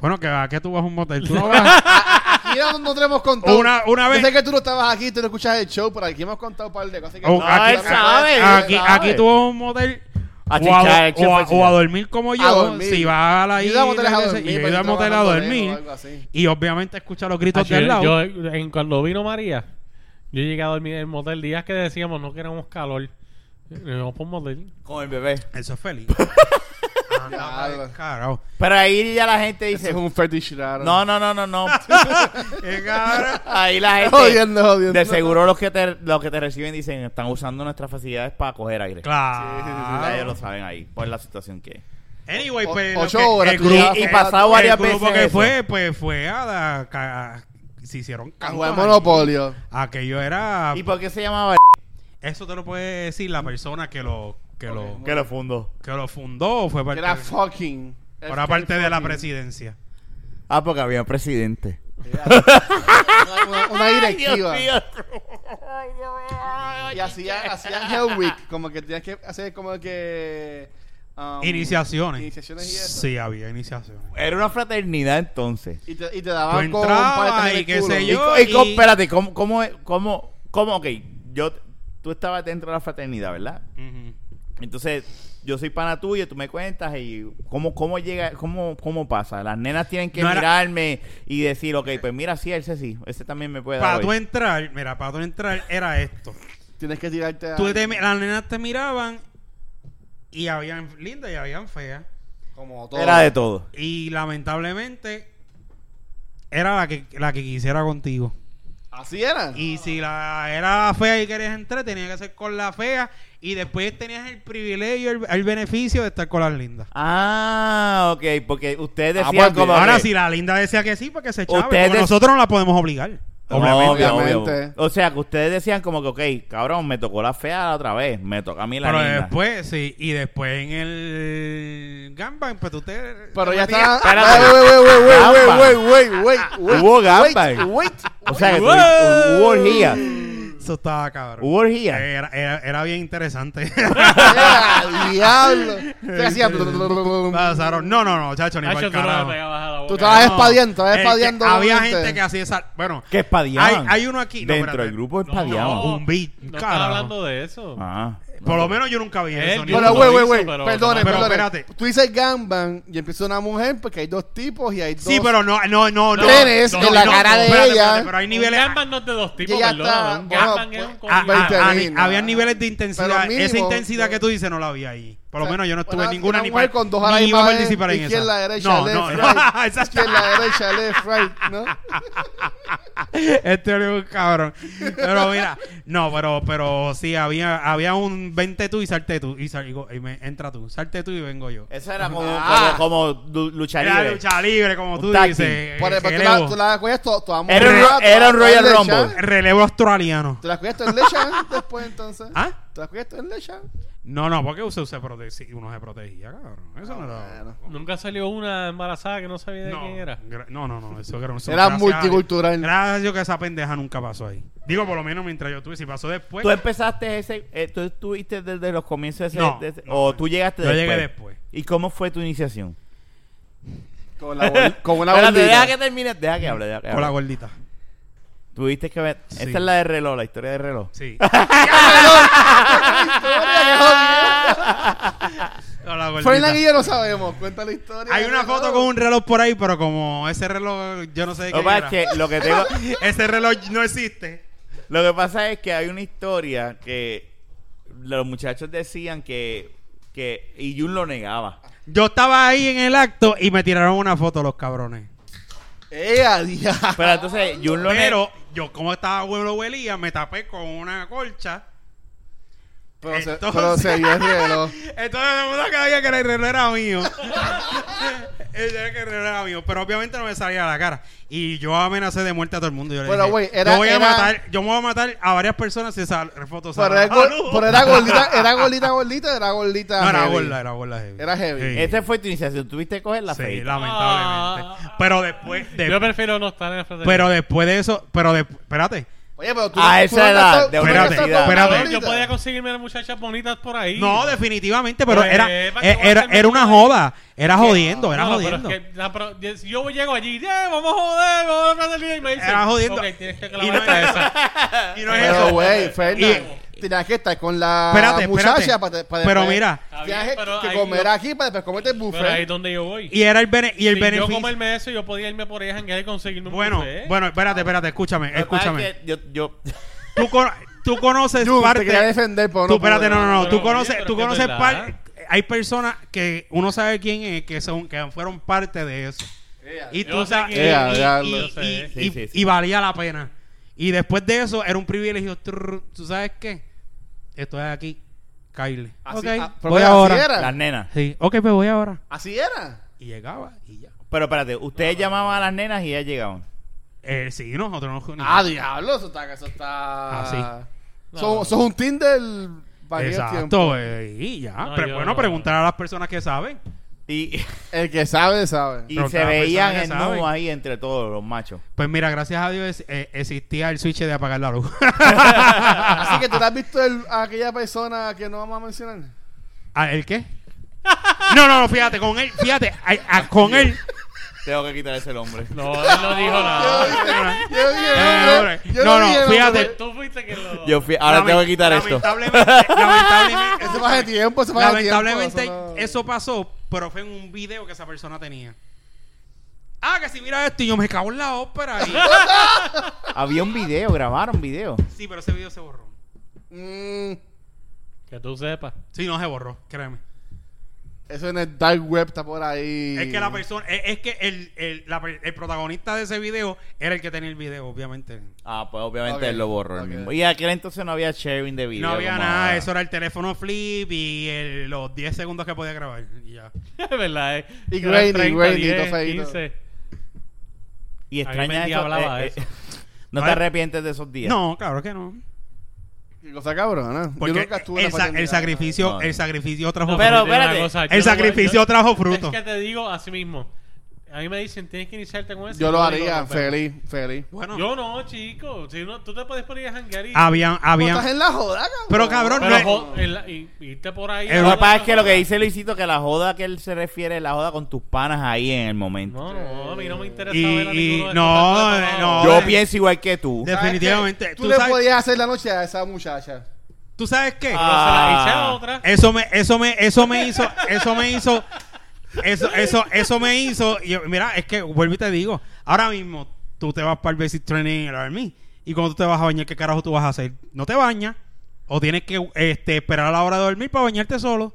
A: Bueno, que a qué tú vas a un motel.
B: *laughs*
A: Tú no vas.
D: Aquí no, no tenemos contado.
A: Una- una
D: Yo
A: vez-
D: sé que tú no estabas aquí, tú no escuchas el show, pero aquí hemos contado un par de cosas. así Que
A: Oh,
D: No,
A: aquí,
B: él sabe, él
A: aquí,
B: sabe.
A: aquí tú vas a un motel.
B: A
A: o, a,
B: chichar,
A: o a-
B: chichar,
A: o a
B: chichar.
A: dormir como yo,
D: dormir.
A: si vas a la
D: Yo
A: isla
D: iba a moteles a
A: y yo
D: dormir, para
A: iba a
D: ir
A: motel a
D: trabajando lejos o
A: dormir
D: algo así.
A: y obviamente escucha los gritos
C: Hacho,
A: del
C: Ah, yo,
A: lado.
C: yo, en, cuando vino María, yo llegué a dormir en el motel. Días que decíamos no queremos calor. Nos Vamos por un motel.
B: Con el bebé.
A: Eso es
D: *laughs*
A: feliz.
D: Ya,
A: Anda, carajo.
B: Pero ahí ya la gente
D: Ese
B: dice,
D: es un fetish raro.
B: *laughs* no, no, no, no, no.
A: Eh, cabrón.
B: Ahí la gente...
D: Jodiendo, jodiendo.
B: De seguro los que te, los que te reciben dicen, están usando nuestras facilidades para coger aire. Ya ellos
A: Claro.
B: lo saben ahí, por la situación que es.
A: Anyway,
D: O-
A: pues.
D: ocho
A: lo que-
D: horas
A: El
D: tú
A: grupo,
D: llevas.
B: Y, y
A: el-
B: pasado
A: el
B: varias veces.
A: grupo que
B: eso.
A: fue, pues fue a la. ca- a- se hicieron
D: A
A: cantos
D: jugar
A: allí.
D: Monopolio.
A: Aquello era.
B: ¿Y por qué se llamaba
A: Eso te lo puede decir la persona que lo. Que lo,
B: el- Que lo fundó.
A: que lo fundó fue
D: Que
A: parte,
D: era fucking.
A: era parte de la presidencia.
B: Ah, porque había presidente.
D: *laughs* Una, una directiva.
B: Ay, Dios mío.
D: Y hacía, hacía Hell Week. Como que tenías que hacer como que. um,
A: Iniciaciones.
D: Iniciaciones y eso.
A: Sí, había iniciaciones.
B: Era una fraternidad entonces.
D: Y te, y te
A: Tú
D: daban con
A: entrabas
D: paletas en
A: y
D: el
A: qué
D: culo.
A: sé
B: Y,
A: yo.
B: co- y co-
A: y-
B: espérate, ¿cómo, cómo, es- cómo, cómo, ok, yo, tú estabas dentro de la fraternidad, ¿verdad?
A: Ujú.
B: Entonces, yo soy pana tuyo, tú me cuentas y cómo, cómo llega, cómo, cómo pasa. Las nenas tienen que
A: No era-
B: mirarme y decir, ok, pues mira, sí, ese sí, ese también me puede
A: Para
B: dar.
A: tú
B: hoy.
A: entrar, mira, para tú entrar era esto.
D: Tienes que tirarte a.
A: Tú te- las nenas te miraban y habían lindas y habían feas.
D: Como todo.
B: Era de todo.
A: Y lamentablemente era la que, la que quisiera contigo.
D: Así era.
A: Y si la era fea y querías entrar, tenía que ser con la fea. Y después tenías el privilegio, el, el beneficio de estar con las lindas.
B: Ah, ok, porque ustedes
D: Ah,
B: decían
D: porque
B: como
A: Ahora,
B: que-
A: si la linda decía que sí, porque se echaba.
B: Ustedes-
A: porque Nosotros no la podemos obligar.
B: Obviamente.
D: Obviamente.
B: O sea, que ustedes decían como que, ok, cabrón, me tocó la fea la otra vez, me toca a mí la
A: Pero
B: linda.
A: después, sí. Y después en el Gangbang, pues tú te.
D: Pero
A: te
D: ya
A: metías.
D: estaba.
B: Espérate. Gamba.
D: Wait, wait, wait, wait, wait, wait,
B: Hubo
D: wait,
B: gamba.
D: Wait,
B: O sea, que
A: ¡Wow!
B: tuvi- hubo orgía.
A: Eso estaba cabrón.
B: Hubo orgía.
A: Era, era, era bien
D: *laughs*
A: interesante. *laughs*
D: Ah, diablo. Te hacía-
A: Pasaron- No, no, no, chacho, ni
C: Hacho,
A: para el
C: tú no le
A: carajo.
C: pegabas a la boca.
D: Tú estabas
A: No.
D: espadeando, estabas
A: El que-
D: espadeando.
A: Había
D: obviamente.
A: gente que hacía esa. Bueno,
B: Que
A: hay,
B: espadeaban.
A: hay uno aquí. no,
B: Dentro
A: espérate.
B: del grupo
C: No,
B: espadeaban.
A: Un beat,
C: No
A: carajo.
C: estaba hablando de eso.
B: Ah.
A: Por lo menos yo nunca vi
C: Eh,
A: eso. ni
C: yo
D: Bueno,
A: uno.
C: lo
D: güey, güey,
C: hizo,
D: güey.
C: pero-
D: Perdone,
A: pero
D: perdone.
A: espérate.
D: Tú dices gangbang y empieza una mujer porque hay dos tipos y hay dos.
A: Sí, pero no, no, no. no
D: Trenes
A: no,
D: en la
A: no,
D: cara
A: no,
D: de
A: espérate,
D: ella.
A: espérate, Pero hay
C: Un
A: niveles.
C: gangbang no es de dos tipos,
D: Ya está,
C: perdona. Un
D: bueno,
C: gangbang es un
D: pues,
A: Ah,
C: coño.
A: ah,
D: 20
A: ah,
D: mil,
A: ni- había
D: ¿no?
A: niveles de
D: Pero
A: intensidad.
D: mínimo,
A: Esa intensidad
D: pero-
A: que tú dices no la vi ahí. Por lo
D: O sea,
A: menos yo no estuve
D: una-
A: en ninguna
D: una
A: ni,
D: mujer
A: par-
D: con dos alas
A: ni
D: y
A: iba a
D: más,
A: participar en
D: izquierda,
A: esa.
D: derecha,
A: no,
D: left,
A: no, *laughs* no.
D: right.
A: Esa-
D: Izquierda, derecha, left, right, ¿no?
A: *laughs* este era un cabrón. Pero mira, no, pero pero sí, había había un vente tú y salte tú. Y, sal- y go- y me, entra tú, salte tú y vengo yo.
B: Eso era como,
D: Ah.
B: como, como lu- lucha
A: Era
B: Eh, libre.
A: lucha libre, como
B: Un
A: tú
B: tag
A: dices.
B: team.
A: *laughs* eh,
D: Por ejemplo, tú la-
A: relevo,
D: tú la coges toda
B: Era un ro- era un Royal Rumble.
A: relevo australiano.
D: ¿Te las cogías en
A: *laughs*
D: lecha después entonces?
A: ¿Ah?
D: ¿Te las cogías en lecha?
A: No, no, porque usted se protege, uno se protegía, cabrón. Eso no era.
D: bueno.
C: Nunca salió una embarazada que no sabía de quién era.
A: gra- No, no, no, eso era un
D: Era multicultural.
A: Gracias a Dios que esa pendeja nunca pasó ahí. Digo, por lo menos mientras yo estuve, si pasó después.
B: Tú empezaste ese, eh, tú estuviste desde los comienzos de ese,
A: No,
B: de ese-
A: no.
B: o tú llegaste
A: Yo
B: después.
A: llegué después.
B: ¿Y cómo fue tu iniciación?
D: Con, la bol- con una
B: Espérate,
D: bolita.
B: deja que termine, deja que hable, deja que
A: Con la
B: hable.
A: gordita.
B: Tuviste que ver.
A: Sí.
B: Esta es la de reloj, la historia de reloj.
A: Sí. *laughs* Hola, gordita.
D: Froilán y yo no sabemos. Cuenta la historia.
A: Hay una foto con un reloj por ahí, pero como ese reloj, yo no sé de
B: Lo
A: qué
B: que pasa
A: era.
B: es que lo que tengo.
A: Ese reloj no existe.
B: Lo que pasa es que hay una historia que los muchachos decían que, que y Jun lo negaba.
A: Yo estaba ahí en el acto y me tiraron una foto los cabrones.
D: ¡Eh, adiós!
A: *laughs*
B: Pero entonces Jun lo negó.
A: Pero yo como estaba huelo huelía, me tapé con una colcha.
D: Pero se,
A: Entonces-
D: pero se vio
A: *laughs*
D: el reloj.
A: Entonces todo el mundo sabía que el reloj era mío. *laughs* Él sabía que el reloj era mío, pero obviamente no me salía a la cara. Y yo amenacé de muerte a todo el mundo. Yo le
D: Pero,
A: dije,
D: güey, era-
A: yo voy a
D: era-
A: matar, yo me voy a matar a varias personas si esa foto sale.
D: Pero era, gol-
A: *laughs*
D: pero era gordita, era gordita, gordita, era gordita.
A: no, era
D: heavy.
A: gorda, era gorda heavy.
D: Era heavy.
A: Sí.
B: Esa fue tu iniciación. Tuviste que coger la
A: sí,
B: feita.
A: lamentablemente.
C: Ah.
A: Pero después, de-
C: Yo prefiero no estar en la fraternidad.
A: pero después de eso, pero de- espérate.
D: Oye, pero tú.
B: A
D: tú
B: esa
D: no
B: edad,
D: estás-
B: de
D: tú no
A: Espérate,
D: estás
B: espérate.
D: tan
A: Espérate.
D: gordita.
C: Yo podía conseguirme muchachas bonitas por ahí.
A: No, definitivamente, pero
C: Pues,
A: era,
C: ¿para qué
A: eh,
C: voy a
A: era,
C: hacerme
A: era una
C: joder?
A: joda. Era jodiendo, era
C: No, pero
A: jodiendo.
C: es que, no, pero yo- si yo llego allí, "Yeah, vamos a joder, vamos a fraternidad", y me dicen,
A: Era jodiendo.
C: "Ok, tienes que
A: Y no es-
C: clavarte
A: *laughs*
C: esa".
A: Y no es
D: Pero,
A: eso.
D: güey, Fernan,
A: Y-
D: tenías que estar con la
A: Espérate,
D: muchacha
A: espérate.
D: para,
A: Pero mira.
C: Está bien,
D: Tienes que,
C: pero
D: que
C: ahí
D: comer
C: yo-
D: aquí para después comerte el buffet.
C: Pero ahí es donde yo voy.
A: Y era el, bene- y el
C: si yo
A: beneficio.
C: comerme eso, yo podía irme por ahí a janguear y conseguirme un
A: Bueno,
C: buffet.
A: bueno, espérate, espérate, escúchame,
B: Lo que pasa
A: escúchame.
B: es que Yo,
A: *laughs*
B: yo,
A: Tú, cono- tú conoces
D: Jun,
A: parte.
D: te quería defender, pero no
A: tú, espérate,
D: pude.
A: no, no, no.
C: Pero,
A: Tú
C: oye,
A: conoces,
C: pero
A: tú
C: es que es
A: conoces
C: verdad.
A: par- Hay personas que uno sabe quién es, que son, que fueron parte de eso.
D: Eh,
A: Y
C: Yo
A: tú
C: sé
A: sabes.
C: quién
A: y-
D: es. Ya,
A: y-
D: ya,
A: y-
C: lo sé.
A: y-
B: Sí, sí, sí.
A: Y valía la pena. Y después de eso, era un privilegio. Trrr, ¿Tú sabes qué? Estoy aquí. Kyle.
D: Así,
A: ok,
D: ah, pero
A: voy
D: así
A: ahora.
D: era.
B: las nenas.
A: Sí, ok, pues voy ahora.
D: Así era.
A: Y llegaba y ya.
B: Pero espérate, ustedes llamaban a las nenas y ellas llegaban.
A: Eh, sí, nosotros nos unimos.
D: Ah, diablo, eso está. Eso está...
A: Ah,
D: Sos sos un Tinder varios tiempos.
A: Exacto, eh, y ya.
C: No,
A: Pero
C: yo
A: bueno,
C: no.
A: preguntar a las personas que saben.
B: Y, *laughs*
D: El que sabe, sabe.
B: y
A: Pero
B: se
A: cada
B: veían
A: persona
B: en
A: que
B: nu
A: sabe.
B: ahí entre todos los machos.
A: Pues mira, gracias a Dios eh, existía el switch de apagar
C: *laughs*
A: la luz.
D: Así que tú le has visto el- a aquella persona que no vamos a mencionar.
A: ¿A Ah, ¿El qué? No, no, no, fíjate, con él, fíjate, a- a- con él.
B: Tengo que quitar ese nombre.
C: No, él no
A: *laughs*
C: dijo nada.
D: Yo no dije
A: Eh,
D: nombre,
A: hombre.
D: yo
A: No, no,
D: dije nombre.
A: fíjate.
C: Tú fuiste que
B: *laughs*
C: lo...
B: Yo fui- ahora tengo que quitar esto.
A: lamentablemente, Lamentablemente,
D: Eso fue hace tiempo, eso fue hace tiempo.
A: lamentablemente
D: no-
A: eso pasó, pero fue en un video que esa persona tenía. Ah, que si mira esto y yo me cago en la ópera.
D: *laughs*
A: y-
B: Había un video, grabaron video.
A: sí, pero ese video se borró.
D: Mm,
C: Que tú sepas. *laughs*
A: Sí, no se borró, créeme.
D: eso en el dark web está por ahí.
A: Es que la persona, es, es que el, el, la per- el protagonista de ese video era el que tenía el video, obviamente.
B: Ah, pues obviamente
D: Ok,
B: él lo borró
D: ok.
B: el mismo. Y aquel entonces no había sharing de video.
A: no había
B: como
A: nada,
B: ahora.
A: eso era el teléfono flip y el- los 10 segundos que podía grabar. Y ya.
C: Es verdad, eh.
D: Y
C: Eran
D: grainy,
C: 30,
D: grainy,
C: 10,
D: todo feíto.
C: 15.
B: Y
C: A mí me
B: extraña eso.
C: endiablaba
B: eh,
C: eso.
B: eh, no te
A: Ahora-
B: arrepientes de esos días.
A: No, claro que no.
D: Qué cosa cabrona. Yo
A: Porque
D: nunca estuve
A: el,
D: en la
A: sa-
D: paternidad.
A: el sacrificio,
B: No, no.
A: el sacrificio trajo
C: No,
B: Pero,
C: yo te digo una
B: espérate.
A: El
C: yo no
A: sacrificio trajo fruto.
C: Es que te digo así mismo. A mí me dicen, tienes que iniciarte con eso.
D: Yo lo
C: Yo digo,
D: haría,
C: no, pero-
D: feliz, feliz.
A: Bueno,
C: Yo no, chico. Si no, tú te puedes poner a janguear y...
A: habían,
D: Pues ¿Estás
A: habían.
D: en la joda, cabrón?
A: Pero, cabrón,
C: Pero
A: no es-
C: jo- en la- y- irte por ahí...
A: El
B: Lo que
A: papá
B: pasa es que lo que dice Luisito, que la joda que él se refiere es la joda con tus panas ahí en el momento.
C: No, no, a mí no me interesa
A: Y-
C: ver a ninguno de
A: y- no,
C: estos tantos
A: eh,
C: mamados.
A: no.
B: Yo
A: Joder.
B: pienso igual que tú.
A: De-
D: ¿Sabes qué?
A: definitivamente.
D: Tú,
A: Tú
D: le
A: sabes-
D: podías hacer la noche a esa muchacha.
A: ¿Tú sabes qué?
B: Ah.
C: Pero se la hice a otra.
A: Eso me, eso me, eso me hizo, eso me hizo, eso, eso, eso me hizo. y yo- mira, es que vuelvo y te digo, ahora mismo tú te vas para el basic training en el army y cuando tú te vas a bañar, ¿qué carajo tú vas a hacer? No te bañas o tienes que este, esperar a la hora de dormir para bañarte solo.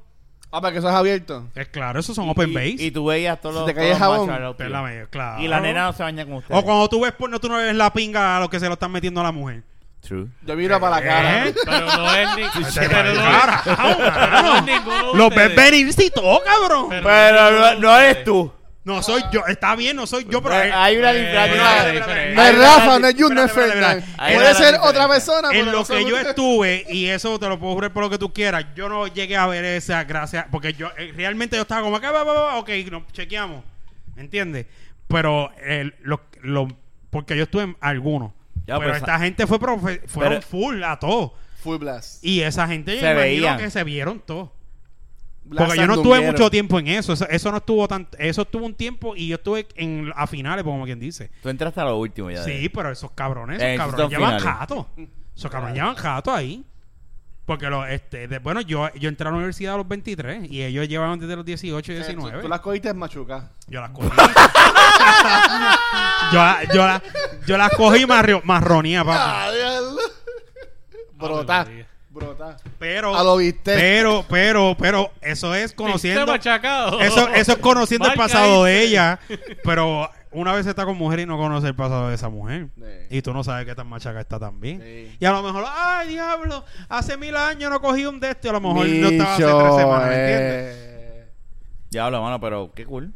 D: Ah, para que eso es abierto.
A: Es claro, esos son open
B: y,
A: base.
B: Y tú veías todos
D: Si
B: los.
D: te caía
B: todos los
D: jabón.
B: machos al lado tuyo.
A: Espérame, claro.
B: Y la nena no se baña con ustedes.
A: O cuando tú ves porno, tú no ves la pinga a lo que se lo están metiendo a la mujer.
B: True.
D: Yo miro para la cara.
A: ¿Eh?
C: Pero no es ni... pero no es-
A: Carajo,
C: *laughs* no es
A: mano.
C: ninguno de
A: Los ves
C: ustedes.
A: venir si todo, cabrón.
C: Pero-
B: Pero no, no eres tú.
A: No soy yo, está bien, no soy yo, pero
B: Hay una
C: Eh,
B: diferencia.
D: No
A: eh, espérate,
D: es
B: Hay una
D: Rafa, no es
B: diferencia.
D: Jun, no es
A: espérate, espérate,
D: Fernan.
A: espérate.
B: Ahí
D: Puede
B: era la
D: ser otra
B: diferencia.
D: persona. pero
A: en lo que
D: nosotros-
A: yo estuve, y eso te lo puedo jurar por lo que tú quieras, yo no llegué a ver esa gracia, porque yo eh, realmente yo estaba como acá, va, va, va, ok, nos chequeamos, ¿me entiendes? Pero el- lo, lo- porque yo estuve en algunos,
B: Ya,
A: pero
B: pues,
A: esta gente fue profe- fueron
B: pero-
A: full a todo,
D: Full blast.
A: y esa gente yo
B: Se
A: imagino
B: veían.
A: que se vieron todos. Porque yo no tuve mucho tiempo en eso. Eso, eso no estuvo tan. Eso estuvo un tiempo y yo estuve en, a finales, como quien dice.
B: Tú entraste a lo último ya.
A: Sí, pero esos cabrones,
B: Eh,
A: esos
B: esos
A: cabrones
B: son
A: llevan
B: finales.
A: jato. Esos cabrones llevan jato ahí. Porque los, este, de- bueno, yo, yo entré a la universidad a los 23 y ellos llevaban desde los 18 y 19.
D: Tú, tú las cogiste en Machuca.
A: Yo las cogí. *laughs* yo, la- yo, la- yo las cogí marrio- marronía, papá.
D: Ah,
A: Ah,
D: Brota.
C: María.
D: Brota.
A: Pero,
D: A lo viste.
A: pero, pero, pero, eso es
C: Viste
A: conociendo.
C: machacado. *laughs*
A: Eso, eso es conociendo el
C: Marca
A: pasado
C: ahí.
A: de ella.
C: *laughs*
A: Pero una vez está con mujer y no conoce el pasado de esa mujer.
D: Sí.
A: Y tú no sabes qué tan machaca está también.
D: Sí.
A: Y a lo mejor, ay, diablo, hace mil años no cogí un de este. y A lo mejor
D: Micho,
A: no estaba hace tres semanas, ¿me entiendes?
D: eh.
B: Diablo, mano, pero qué cool.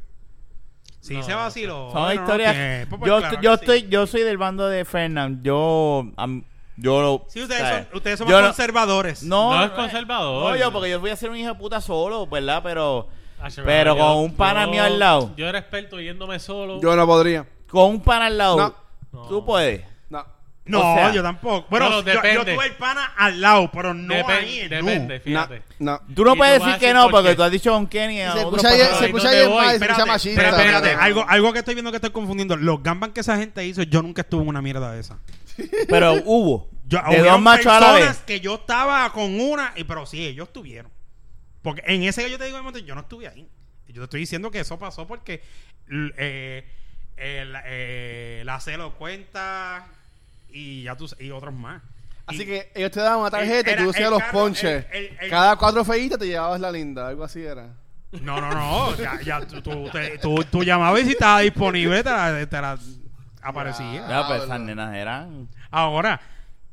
A: Sí,
C: No,
A: se vaciló.
B: Son
A: Bueno, no
B: historias.
A: tiempo, pues
B: yo
A: claro
B: yo
A: que sí.
B: estoy, yo soy del bando de Fernand. Yo, am- yo lo.
A: Sí, ustedes
B: ¿sabes?
A: son, ustedes son
B: Yo
A: más
B: no-
A: conservadores.
B: No, eh,
C: No es conservador.
B: No, yo, porque yo voy a ser un hijo de puta solo, ¿verdad? Pero.
C: Ah, che,
B: Pero
C: yo-
B: con un pana
C: yo-
B: mío al lado.
C: Yo era experto yéndome solo.
D: Yo no podría.
B: Con un pana al lado.
C: No.
B: Tú puedes.
D: No.
A: No,
B: o sea-
A: yo tampoco. Bueno,
C: No,
A: yo- yo,
C: depende.
A: tuve el pana al lado, pero no
C: Depen-
A: ahí en nu.
C: depende, fíjate.
D: No.
B: Tú no
C: Y
B: puedes
C: tú
B: decir
C: vas a
B: que
C: decir
B: no,
C: por
B: porque
C: qué.
B: tú has dicho con Kenny. a
D: Se
B: otro
D: escucha,
B: pana.
D: se
C: Ay,
D: escucha
C: ¿dónde
D: bien
C: voy?
D: mal, se
A: Espérate,
D: escucha machista.
A: espérate, espérate.
D: cabrón.
A: Algo, ah, algo que estoy viendo que estoy confundiendo. Los gambas que esa gente hizo, yo nunca estuve en una mierda de esa.
B: Pero hubo.
A: Yo,
B: de
A: hubieron
B: dos machos a la
A: personas
B: vez.
A: que yo estaba con una, y, pero sí, ellos estuvieron. Porque en ese que yo te digo, de momento, yo no estuve ahí. Yo te estoy diciendo que eso pasó porque l- eh, eh, la, eh, la Celo cuenta y ya tú, y otros más.
D: Así
A: Y-
D: que ellos te daban una tarjeta
A: Era
D: y tú
A: el
D: hacías los
A: carro,
D: ponches.
A: el- el- el-
D: Cada cuatro feitas te llevabas la linda, algo así era.
A: No, no, no. *laughs* Ya, ya tú, tú, te- tú- tú llamabas y si estaba disponible, te la, te la aparecía.
B: Ya, pues esas
D: Diablo.
B: nenas eran.
A: Ahora,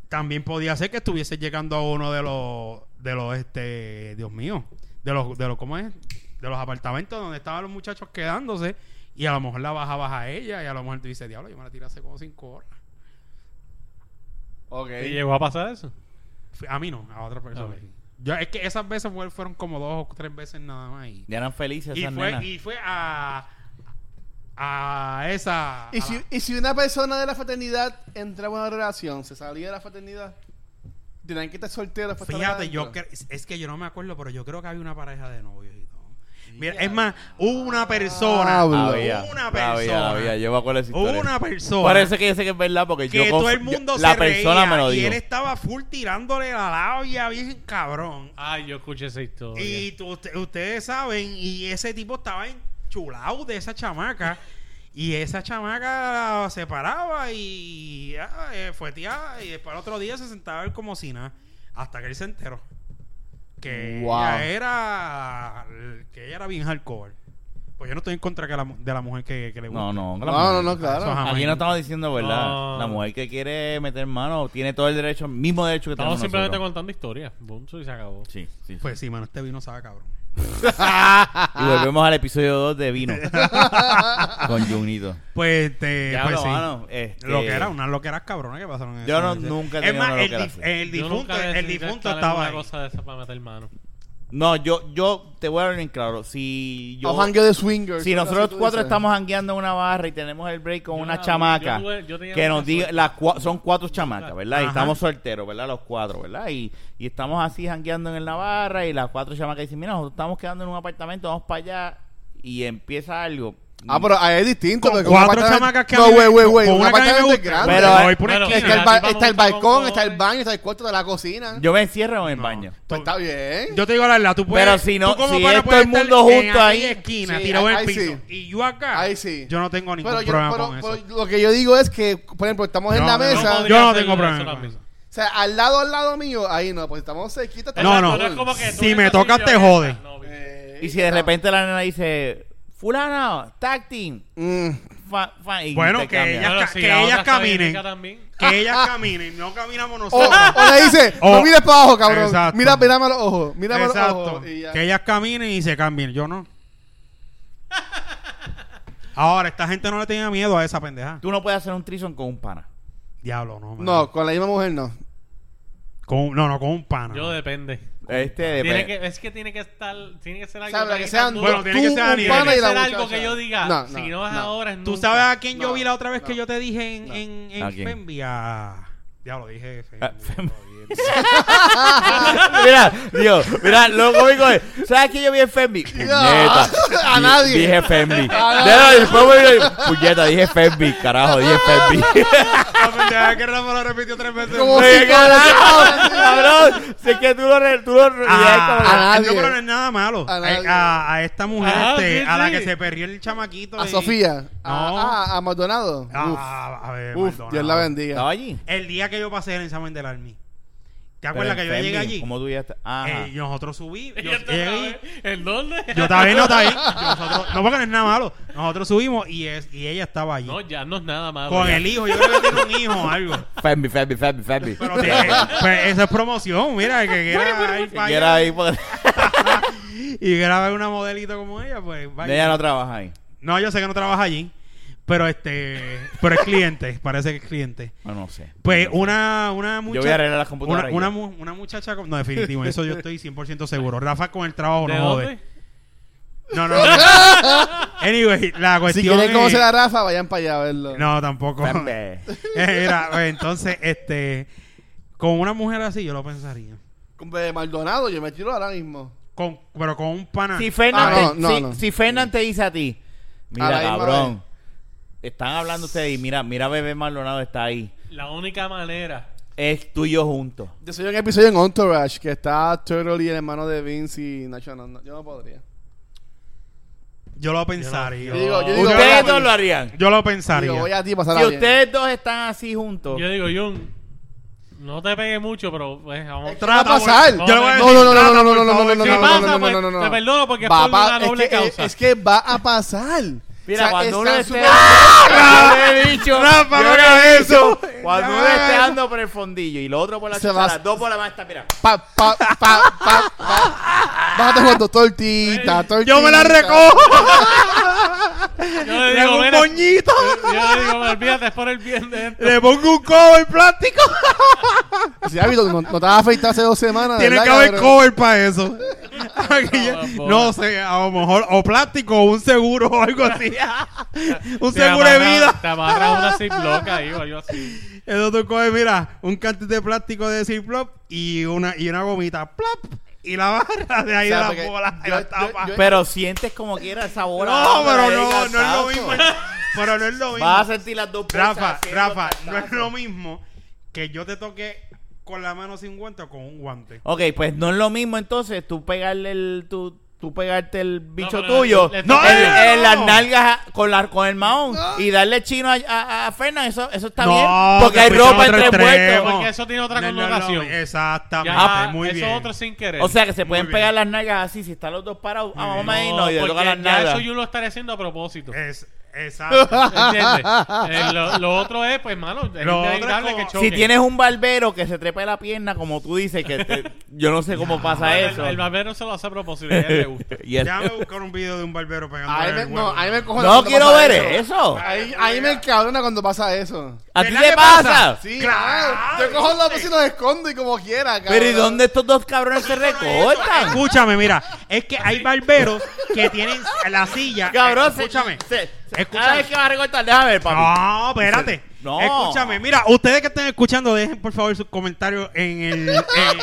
A: también podía ser que estuviese llegando a uno de los, de los, este, Dios mío, de los, de los, ¿cómo es? De los apartamentos donde estaban los muchachos quedándose y a lo mejor la bajabas a ella y a lo mejor tú dices, diablo, yo me la tiré hace como cinco horas.
D: Ok.
C: ¿Te llegó a pasar eso?
A: Fui- A mí no, a otra persona.
C: Ok.
A: Yo, es que esas veces fue- fueron como dos o tres veces nada más y,
B: Ya eran felices
A: y
B: esas
A: fue,
B: nenas.
A: y fue a, a esa...
D: ¿Y
A: a la-
D: si, y si una persona de la fraternidad entraba en una relación, se salía de la fraternidad, tenían que estar solteros. para estar
A: Fíjate, yo
D: adentro?
A: cre- es- es que yo no me acuerdo, pero yo creo que había una pareja de novios y todo. Mira, es más, hubo una persona,
D: Diablo.
B: Había,
A: una
B: la había, la
A: persona,
B: había. Yo me acuerdo de esa
A: hubo
B: historia.
A: una persona
B: Parece que yo sé que es verdad porque yo
A: que todo
B: conf-
A: el mundo
B: yo-
A: se
B: la persona
A: reía
B: me lo
A: y
B: dijo.
A: él estaba full tirándole la labia bien cabrón.
C: Ay, yo escuché esa historia.
A: Y tú- usted- ustedes saben, y ese tipo estaba enchulado de esa chamaca. Y esa chamaca se paraba y ah, eh, fue tía. Y después al otro día se sentaba él como si nada. Hasta que él se enteró. Que
D: Wow.
A: ella era. Que ella era bien hardcore. Pues yo no estoy en contra que la mu- de la mujer que, que le gusta.
B: No, no, la mujer.
D: No, no, no,
A: Eso, ajá.
D: claro.
B: Aquí no estamos diciendo verdad.
C: No.
B: La mujer que quiere meter mano tiene todo el derecho, mismo derecho que
C: Estamos
B: tenemos
C: simplemente
B: nosotros.
C: contando historias. Punto, y se acabó.
B: Sí, sí. sí.
A: Pues sí, mano, este vino sabe cabrón. Ah,
B: Y volvemos al episodio 2 de
A: *laughs*
B: Vino. con Junito.
A: Pues te.
B: Ya
A: pues,
B: lo,
A: sí.
B: mano, este-
A: Lo que era, unas loqueras cabronas que pasaron en
B: Yo
A: esa
B: no-
A: noche.
B: nunca he
A: Es
B: tenido
A: más,
B: una
A: el,
B: loquera
A: dif-
B: así.
A: el
C: Yo
A: difunto,
C: nunca
A: el
C: decidí
A: difunto
C: estar en
A: estaba
C: una
A: ahí.
C: cosa de esa para meter mano.
B: No, yo, yo te voy a hablar bien claro. Si yo.
D: O jangueo de swingers.
B: Si
D: algo así
B: nosotros
D: tú
B: cuatro
D: dices.
B: estamos hangueando en una barra y tenemos el break con
C: Yo
B: una
C: la-
B: chamaca,
C: yo tuve- yo tenía
B: que
C: mucha
B: nos diga,
C: suerte.
B: las cua- son cuatro chamacas, ¿verdad? Y
A: Ajá.
B: estamos solteros, ¿verdad? Los cuatro, ¿verdad? Y, y estamos así jangueando en la barra y las cuatro chamacas dicen, mira, nosotros estamos quedando en un apartamento, vamos para allá y empieza algo.
D: Ah, pero ahí es distinto.
A: Con
D: porque
A: cuatro
D: un apartamento-
A: chamacas que a
D: No,
A: mí-
D: güey, güey, güey.
A: con
D: Un
A: una que a mí me
D: apartamento es
A: gusta,
D: grande.
B: Pero-
A: me voy por una
C: Bueno,
A: esquina.
D: está, el
C: Así
D: ba-
C: vamos
D: está el
C: un poco
D: balcón, está el
C: mejor.
D: baño, está el cuarto de la cocina.
B: Yo me encierro en el
A: No.
B: baño.
D: Pues está bien.
A: Yo te digo la verdad, tú puedes.
B: Pero si no-
A: tú como
B: si
A: pana
B: es todo
A: puedes
B: el
A: estar
B: mundo
A: en
B: junto
A: aquella
B: ahí.
A: esquina,
D: Sí,
A: tirado en el
D: ahí
A: piso.
D: sí.
A: Y yo acá.
D: Ahí sí.
A: Yo no tengo ningún
D: Pero yo-
A: problema
D: pero-
A: con
D: pero
A: eso.
D: lo que yo digo es que, por ejemplo, estamos en
A: No, no,
D: la mesa.
A: no, yo no tengo problema
C: problema
A: con eso.
D: O sea, al lado, al lado mío, ahí no, pues estamos cerquita.
A: No,
D: estamos-
A: no. Si me tocas, te jode.
D: Eh,
B: Y si de
D: no.
B: repente la nena dice, fulano, tag team,
D: Mm.
B: *laughs* fa- fa- y
A: Bueno,
B: te
A: que
B: cambia.
A: ella- que ellas caminen.
C: También,
A: *laughs* Que ellas caminen, no caminamos
D: O, *laughs*
A: nosotros.
D: o le dice,
A: *laughs* O-
D: no mires para abajo, cabrón.
A: Exacto.
D: Mira, mírame a los ojos. Mírame a los
A: Exacto.
D: ojos. Y ya.
A: Que ellas caminen y se cambien. Yo no. Ahora, esta gente no le tenía miedo a esa pendeja.
B: Tú no puedes hacer un trison con un pana.
A: Diablo, no. man.
D: No, con la misma mujer no.
A: Con un- no, no, con un pana.
C: yo depende.
B: Este
C: Tiene
B: depende.
C: que, es que tiene que estar, tiene que ser
D: O
C: algo
D: sea, para que
C: tan
D: sean
C: duro.
A: Bueno,
D: dos,
A: tiene que
D: tú,
A: ser
D: un
A: Daniel.
D: pana y
C: Tiene que
D: la
C: ser algo
D: muchacha.
C: que yo diga,
D: No,
C: si no es
D: no.
C: ahora es
A: ¿Tú
C: nunca.
A: sabes
C: *laughs*
A: a quién yo
D: No,
A: vi la otra vez que
D: no.
A: yo te dije en, en, en
B: ¿A quién?
A: Fembi? A- Diablo, dije Fembi.
B: Ah, Fembi.
A: *laughs* todavía.
B: *laughs* mira, Dios, mira, lo cómico es. ¿Sabes que yo vi en Fembi?
D: *laughs*
B: Puñeta.
D: A
B: Di-
D: nadie.
B: Dije Fembi.
D: A
B: No, no, después me vino y, Puñeta, dije Fembi, carajo, dije
D: *laughs*
B: *laughs* Fembi.
A: La pendeja que Rafa lo repitió tres veces. Ah,
D: Como
A: Oye,
D: cinco
B: cabrón,
D: veces.
B: cabrón, si es que tú lo. re- Tú lo re-
A: Ah,
B: ya, cabrón.
D: a nadie.
A: No, pero no es nada malo.
D: A
A: A,
D: nadie.
A: a- a esta mujer,
C: Ah,
A: este,
C: sí,
A: a la
C: sí.
A: que se perdió el chamaquito.
D: A
A: y-
D: Sofía.
A: No.
D: A, a, a Maldonado.
A: Ah, a ver,
D: Uf. Uf,
A: Maldonado.
D: Dios la bendiga.
B: Estaba allí.
A: El día que yo pasé el examen del Army. ¿Te acuerdas que yo llegué allí?
B: Como tú ya estás. Ajá.
A: Eh, y nosotros subí.
B: *laughs*
A: Yo,
C: Ella está
A: llegué
C: otra vez. ¿En dónde?
A: y- *laughs* yo estaba bien, no estaba bien. Nosotros, no porque no es nada malo. Nosotros subimos y, es, y ella estaba allí.
C: No, ya no es nada malo.
A: con
C: ya.
A: el hijo. Yo creo que tiene un hijo o algo.
B: Fembi, Fembi, Fembi, Fembi.
A: Pero
B: *laughs*
A: te- pues eso es promoción. Mira, que quiera ir para
B: Y
A: allá
B: era ahí porque-
A: y grabar una modelito como ella, pues vaya.
B: Ella no trabaja ahí.
A: No, yo sé que no trabaja allí, pero este, pero es cliente, parece que es cliente.
B: Bueno, Ah, no sé.
A: Pues una, una
B: voy a
A: muchacha.
B: arreglar las computadoras
A: Una, una,
B: yo.
A: mu- una muchacha. con- No, definitivo, eso yo estoy 100% seguro. Rafa con el trabajo
C: ¿De
A: no
C: dónde?
A: jode. No, no, no.
B: *laughs*
A: anyway, la
D: Si
A: cuestión.
D: quieren
A: es-
D: conocer a Rafa, vayan para allá a verlo.
A: No, tampoco. *laughs*
B: Fembi.
A: Eh, Mira, pues, entonces, este. Con una mujer así, yo lo pensaría.
D: Con de Maldonado, yo me tiro ahora mismo.
A: Con, pero con un pana.
B: *laughs* Si Fernan,
D: Ah,
B: te,
D: no, no,
B: si,
D: no.
B: si Fernan te dice a ti,
D: A
B: mira
D: la misma
B: cabrón, están hablando ustedes y mira, mira bebé Maldonado está ahí.
C: La única manera.
B: Es tuyo juntos.
D: Yo soy un episodio en Entourage que está Turtle y el hermano de Vince y Nacho. No, no, yo no podría.
A: Yo lo pensaría.
D: Yo
A: Yo,
D: digo, yo digo,
B: Ustedes
D: voy a-
B: dos lo harían.
A: lo pensaría.
D: digo,
A: *laughs*
D: voy a ti pasar
B: Si ustedes dos están así juntos,
C: Yo digo, Jun, no te pegues mucho, pero pues, vamos.
D: va a
A: Trata,
D: pasar.
A: bueno, yo le voy a
D: No,
A: decir,
D: no, no,
A: trata,
D: no, no,
A: por
D: no, no,
A: favor.
D: no, no,
A: Sí,
D: no,
A: va.
C: pasa,
D: no, no,
C: pues,
D: no, no, no.
C: te perdono porque es
D: Va
C: por
D: pa-
C: una doble
A: eh,
D: es que,
C: causa.
D: Es que va a pasar.
B: mira,
D: O sea,
B: cuando uno
D: están
B: esté.
D: *laughs* super-
B: Yo le he dicho,
A: Rafa,
B: yo
A: no
B: le he
A: hagas eso.
B: dicho, Cuando uno
D: Ya.
B: esté dando por el fondillo y lo otro por la
D: Se va-
B: chuchara, dos por la maestra, mira.
D: Pa, pa, pa, pa, pa. Bájate cuando tortita, tortita.
A: Yo me la recojo.
C: yo le
A: Le
C: digo,
A: hago un
C: mira,
A: moñito.
D: eh".
C: yo le digo, olvídate, es por el bien de esto.
A: *laughs* Le pongo un cover
D: *laughs*
A: plástico.
D: Si hábito, no, no te vas a afeitar hace dos semanas.
A: Tiene
D: ¿verdad,
A: que haber
D: cabrón?
A: cover para
D: *laughs*
A: eso. Aquí ya-
C: No,
A: no sé, a lo mejor o plástico o un seguro *laughs* o algo así. un
C: Te
A: seguro de
C: amarras-
A: vida.
C: Te amarras una
A: *laughs*
C: ciploca ahí o algo así.
A: Eso tú coges, mira, un cartel de plástico de Ziploc y una, y una gomita. Plop. Y la barra de ahí
D: O sea,
A: de
D: porque
A: la bola. y
D: yo-
A: la tapa.
D: yo-
B: Pero sientes como quiera esa bola.
A: no, pero
B: dándole
A: no,
B: el
A: no es lo
B: cantazo.
A: mismo. Pero no es lo mismo.
B: Vas a sentir las dos bolsas
A: Rafa,
B: haciendo
A: Rafa,
B: cantazo.
A: no es lo mismo que yo te toque con la mano sin guante o con un guante.
B: Ok, pues no es lo mismo entonces tú pegarle el tú, tú pegarte el bicho
C: pero
B: tuyo
C: le- le-
A: ¡No,
B: en,
A: no,
B: en
A: no!
B: las nalgas a- con la con el maón y darle chino a, a, a Fernan, eso eso está
A: No,
B: bien porque
A: que
B: hay
A: fuiste
B: ropa
A: otro
B: entre
A: extremo.
B: muertos.
C: Porque eso tiene otra
A: No, no, no,
C: connotación.
A: exactamente,
C: Ya,
A: muy
C: eso
A: bien.
C: otro sin querer.
B: O sea que se pueden
A: bien.
B: pegar las nalgas así si están los dos parados, ah, vamos a
C: No,
B: irnos y le
C: porque
B: tocan las
C: ya
B: nalgas.
C: eso yo lo estaré haciendo a propósito.
A: Es, exacto.
C: *laughs*
A: *laughs*
C: ¿Entiendes? Eh, lo, lo otro es, pues, mano, es
A: Lo otro es
C: inevitable
A: como-
C: que choque.
B: Si tienes un barbero que se trepe la pierna como tú dices que te- yo no sé cómo pasa
C: el,
B: eso.
C: el barbero se lo hace a propósito y a él le
A: *laughs*
C: gusta.
B: *laughs* Y es-
A: Déjame buscar un video de un barbero pegando
D: Ahí me,
A: el huevo.
D: no, ahí me cojo
B: No quiero ver eso.
D: Ahí, ahí me encabrona cuando pasa eso.
B: ¿A ti
A: ¿Verdad
B: te
A: que
B: pasa?
A: pasa?
D: Sí,
A: Claro,
D: claro. Yo cojo la voz y los escondo y como quiera, cabrón.
B: Pero ¿y dónde estos dos cabrones se recortan?
A: Escúchame, mira, es que hay barberos que tienen la silla.
B: Cabrón, se-
A: escúchame.
B: se- se-
A: Escúchame.
B: Cada vez que vas a recortar, déjame ver, papi.
A: No, espérate.
B: No.
A: Escúchame, mira, ustedes que estén escuchando, dejen por favor sus comentarios en el. eh,
D: *laughs*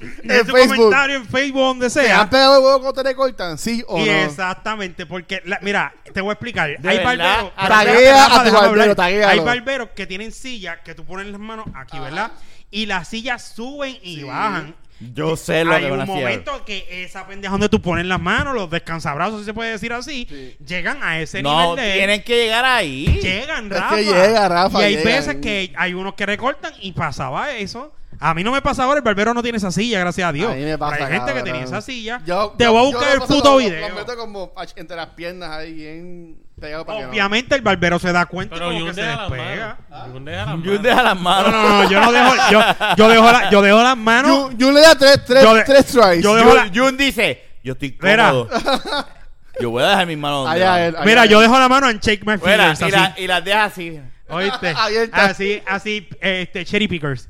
D: En
A: dejen su
D: Facebook.
A: comentario en Facebook, donde
D: ¿Te
A: sea.
D: han pegado el huevo cuando te recortan? ¿Sí o no?
A: Y Exactamente, porque, la- mira, te voy a explicar.
B: De
A: hay
B: verdad,
A: barberos.
B: a-
A: Rafa,
D: Taguea
A: Rafa,
D: a tu
A: déjame
D: barbero,
A: hablar.
D: taguéalo.
A: Hay barberos que tienen sillas que tú pones las manos aquí, ¿verdad? Y las sillas suben y bajan.
B: Yo sé lo
A: Hay
B: que van a
A: un
B: hacer.
A: momento que esa pendeja donde tú pones las manos, los descansabrazos, si se puede decir así,
D: Sí.
A: llegan a ese
B: No,
A: nivel de.
B: tienen que llegar ahí.
A: Llegan,
D: Es que
A: Rafa.
D: llega, Rafa,
A: Y hay
D: llega.
A: veces que hay unos que recortan y pasaba eso. A mí no me pasa ahora, el barbero no tiene esa silla, gracias a Dios.
D: A mí me pasa,
A: Pero hay gente
D: cabrón.
A: que tenía esa silla.
D: Yo-
A: Te
D: yo-
A: voy a
D: yo
A: buscar
D: lo
A: el
D: paso,
A: puto
D: lo-
A: video.
D: Lo meto como ach- entre las piernas ahí, bien pegado para
A: Obviamente el barbero se da cuenta
C: Pero
A: como
C: Jun
A: que se
C: deja las manos.
A: despega.
C: Jun deja las
B: Yo
C: manos.
B: deja las
A: No,
B: manos.
A: no, no, yo no dejo, yo, yo dejo, la- yo dejo las
D: que no.
A: manos.
D: Yo, yo le da tres, tres,
A: Yo de-
D: tres tries.
A: yo de-
B: Jun-
A: dejo la-
B: Jun dice, yo estoy
A: Mira.
B: cómodo. Yo voy a dejar mis manos donde
D: Allá
B: van.
D: él.
A: Mira, yo dejo la mano en Shake My
B: Fuera,
A: Fingers.
B: y,
A: así.
B: la- y las deja así.
D: *laughs*
A: ¿Oíste?
D: Abierta.
A: Así,
D: *laughs*
A: así, este, cherry pickers.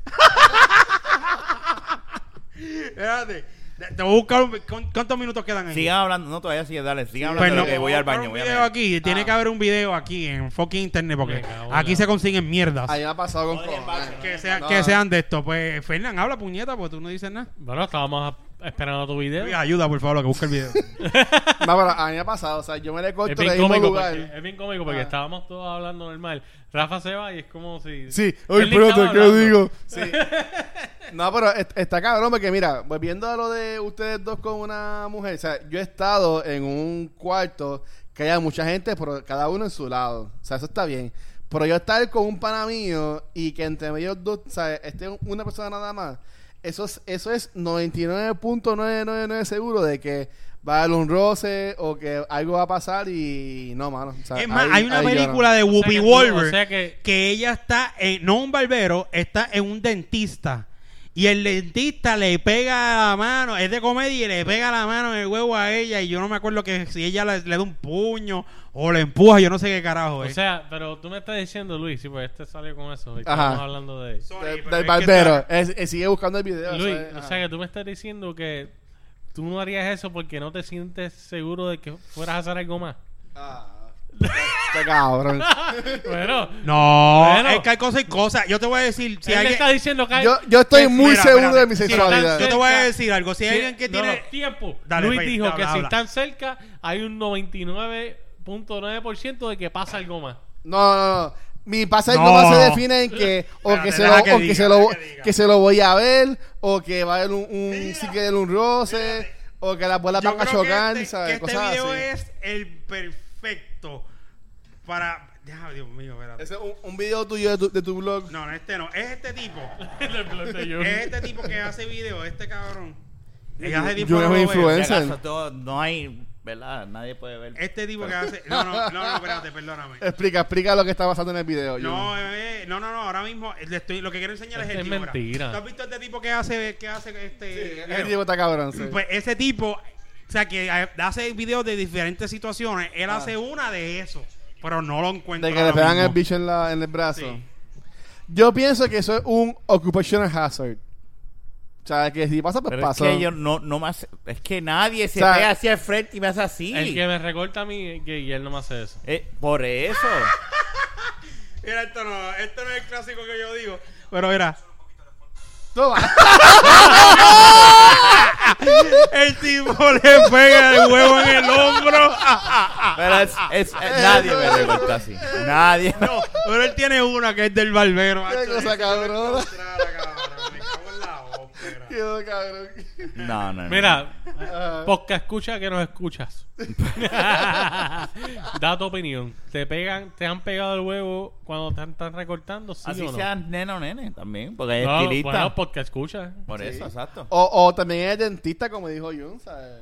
A: Espérate. Te te voy a buscar un- ¿cuán- ¿Cuántos minutos quedan ahí?
B: Sigan hablando, no, todavía sigue, dale, sigan
A: Pues
B: hablando.
A: no, Ah.
B: de lo que voy al baño,
A: un
B: voy al
A: video
B: baño.
A: aquí. Tiene que haber un video aquí en fucking internet porque
C: Me cago en
A: aquí
C: la-
A: se consiguen mierdas.
D: Ahí me ha pasado con
B: Joder,
D: cojones.
B: Paco,
A: Que, sea-
D: No,
A: que
D: no.
A: sean de esto. Pues, Fernán, habla puñeta porque tú no dices nada.
C: Bueno, estábamos a- esperando tu video.
A: Mira, Ayuda, por favor, que busque el video.
D: No, pero a mí me ha pasado. O sea, yo me le
C: Es
D: corto en
C: bien,
D: el mismo
C: cómico
D: lugar.
C: porque, es bien cómico porque
D: Ah.
C: estábamos todos hablando normal. Rafa se va y es como si.
D: Sí,
C: Él
D: hoy
C: ni
D: pronto,
C: estaba
D: ¿qué lo
C: hablando.
D: digo? Sí. *laughs* No, pero est- está cabrón porque mira, volviendo a lo de ustedes dos con una mujer, o sea, yo he estado en un cuarto que haya mucha gente, pero cada uno en su lado. O sea, eso está bien. Pero yo estar con un pana mío y que entre ellos dos, o sea, esté un- una persona nada más, eso es, eso es 99.999 seguro de que va a haber un roce o que algo va a pasar y no, mano. o sea,
A: *laughs* Es más,
D: ahí-
A: hay una
D: ahí yo no.
A: película de
C: O sea
A: Whoopi
C: que tú-
A: Wolver
C: O sea que.
A: que ella está en, no un barbero, está en un dentista. Y el dentista le pega la mano, es de comedia y le pega la mano en el huevo a ella. Y yo no me acuerdo que si ella le, le da un puño o le empuja, yo no sé qué carajo
C: O
A: es.
C: sea, pero tú me estás diciendo, Luis, sí, pues este salió con eso. Y
D: Ajá.
C: Estamos hablando de.
A: Sorry,
D: De-
A: pero
D: del
A: es que
D: barbero.
A: está-
D: Es- es- sigue buscando el video. ah.
C: Luis,
D: ¿sabes?
C: o
D: Ajá.
C: sea que tú me estás diciendo que tú no harías eso porque no te sientes seguro de que fueras a hacer algo más.
D: Ah,
A: *laughs*
D: este cabrón.
A: Ah.
C: *laughs* Bueno,
A: No,
C: Bueno.
A: es que hay cosas y cosas. Yo te voy a decir, si
C: él le
A: alguien...
C: está diciendo que hay-
D: Yo, yo estoy
A: Mira,
D: muy
A: mira,
D: seguro
A: mira.
D: de mi
A: Sí,
D: sexualidad.
A: Yo te voy a decir algo. Si hay alguien que
C: No,
A: tiene...
C: no, tiempo.
A: Dale,
C: Luis
A: Fey,
C: dijo
A: habla,
C: que si
A: habla.
C: están cerca hay un 99.9% de que pasa algo más.
D: No, no, no. Mi pase no.
A: No.
D: más se define
A: *laughs*
D: en que o
A: Espérate,
D: que se
A: deja
D: lo
A: que
D: o
A: diga,
D: que se lo
A: deja que diga.
D: que se lo voy a ver o que va a haber un, un sí que un roce o que las bolas
A: Yo
D: van a
A: creo que
D: chocar,
A: este-
D: ¿sabes?
A: que este
D: Cosas
A: video
D: así.
A: es el perfecto para... Ya, Dios mío, espérate.
D: Ese es un, un video tuyo de tu, de tu blog.
A: No, no, este no. Es este tipo.
C: El blog de Jun.
A: Es este tipo que hace videos, este cabrón. Es hace tipo no
D: Jun es un
A: lo veo.
D: influencer.
B: Si acaso, todo- no hay, ¿verdad? Nadie puede ver.
A: Este tipo que hace. No, no, no, no, espérate, perdóname.
D: Explica, explica lo que está pasando en el video.
A: No,
D: Jun.
A: eh, no, no, no, ahora mismo le estoy, lo que quiero enseñar es
C: Este
A: el
C: es
A: tipo. ahora.
C: mentira.
A: ¿Tú has visto este tipo que hace, que hace este?
D: Ese
A: video?
D: tipo está cabrón. sí.
A: Pues ese tipo, o sea, que eh, hace videos de diferentes situaciones. Él hace una de eso, pero no lo encuentro.
D: De que le
A: ahora
D: pegan el
A: mismo.
D: bicho en, la, en el brazo.
A: Sí.
D: Yo pienso que eso es un occupational hazard. O sea, que si pasa, pues
B: Pero
D: pasa.
B: es que yo no, no me hace- Es que nadie se
D: O sea,
B: pega hacia el frente y me hace así.
C: El que me recorta a mí que y él no me hace eso.
B: Eh, por eso.
A: Mira, esto no, esto no es el clásico que yo digo. Pero mira,
B: *laughs*
D: Toma. *laughs*
A: el tipo *laughs* le pega el huevo en el hombro. *laughs*
B: Pero es, es- eh, nadie me recorta así. Nadie.
A: No, pero él tiene una que es del barbero.
D: Qué
A: macho.
D: cosa
A: Eso
D: cabrona.
A: me encontrara, cabrón. Me cago en la ópera.
D: Qué cabrón.
B: No, no, no.
C: Mira,
D: Ah.
C: Posca escucha que nos escuchas. da tu opinión. ¿Te pegan, te han pegado el huevo cuando te están recortando? ¿sí
B: Así
C: o no?
B: sean nene o nene también, porque hay
C: No,
B: estilistas.
C: bueno, pues, porque escucha.
B: por
D: Sí.
B: eso, exacto.
C: Oh,
D: O, o también es dentista, como dijo Jun, ¿sabes?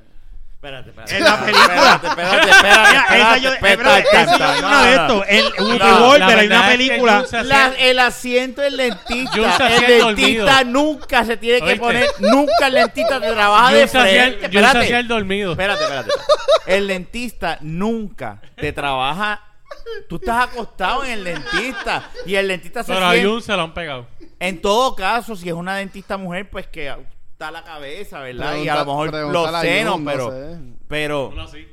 B: Espérate, espérate.
A: En la película.
B: Espérate, espérate, espérate.
A: Mira, esa yo, eh,
B: espérate,
A: bro, esa
B: espérate.
A: yo vi
B: No,
A: una de
B: no.
A: esto. El
B: No,
A: Whoopi
B: la
A: Wolver, hay una
C: verdad es que
A: película.
C: Jun se hace-
B: La- el asiento del
C: Jun se
B: dentista.
C: hacía
B: El
C: el dormido.
B: dentista nunca se tiene que
C: ¿Oíste?
B: poner. Nunca el dentista te trabaja de
C: Jun se hacía el-
B: frente.
C: Jun se
B: Ah, Espérate.
C: hacía el dormido.
B: Espérate, espérate. El dentista nunca te trabaja. Tú estás acostado en el dentista. Y el dentista se
C: Pero a
B: sienta-
C: Jun se lo han pegado.
B: En todo caso, si es una dentista mujer, pues que está la cabeza, ¿verdad? y a lo
D: Pregunta-
B: mejor
D: preguntar a
B: los senos,
D: Jun, no
B: pero.
D: sé.
B: Pero.
C: Uno así.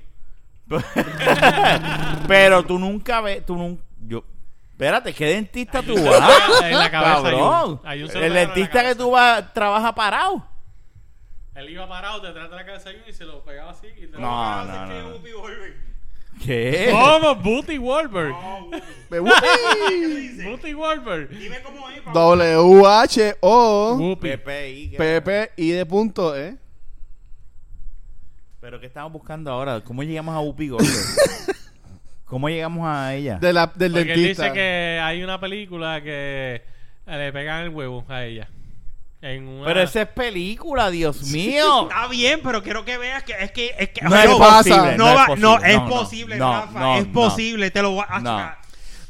B: *laughs* pero tú nunca ves, tú nunca, yo, espérate, ¿qué dentista tú
C: se
B: vas?
C: lo pega en la cabeza,
B: Cabrón.
C: hay un- hay un se lo
B: el
C: pega en la
B: dentista que
C: cabeza.
B: tú vas trabaja parado.
C: Él iba parado detrás de la cabeza de Jun y se lo pegaba así. Y te lo
B: No.
A: Ah, sí, que
B: no.
A: Whoopi Goldberg.
B: ¿Qué?
C: ¿Cómo? Booty Wahlberg.
A: No, Whoopi.
B: *laughs*
D: Me- ¡Uy!
C: Booty Wahlberg.
A: Dime cómo es. pa-
B: Uh.
D: W-H-O
C: Whoopi.
B: PPI, ¿qué?
D: P-P-I de punto, ¿eh?
B: Pero qué estamos buscando ahora? ¿Cómo llegamos a Whoopi Goldberg? ¿Cómo llegamos a ella?
D: De la, del
C: Porque él
D: dentista.
C: dice que hay una película que le pegan el huevo a ella. En una...
B: Pero esa es película, Dios mío.
A: Está bien, pero quiero que veas que es que es que
B: Eh, No es
A: Yo-
B: posible,
A: No, va- no,
B: posible,
A: es
B: no, no,
A: posible,
B: no,
A: Rafa,
B: no,
A: es
B: no.
A: posible, te lo voy a
B: No.
A: ah,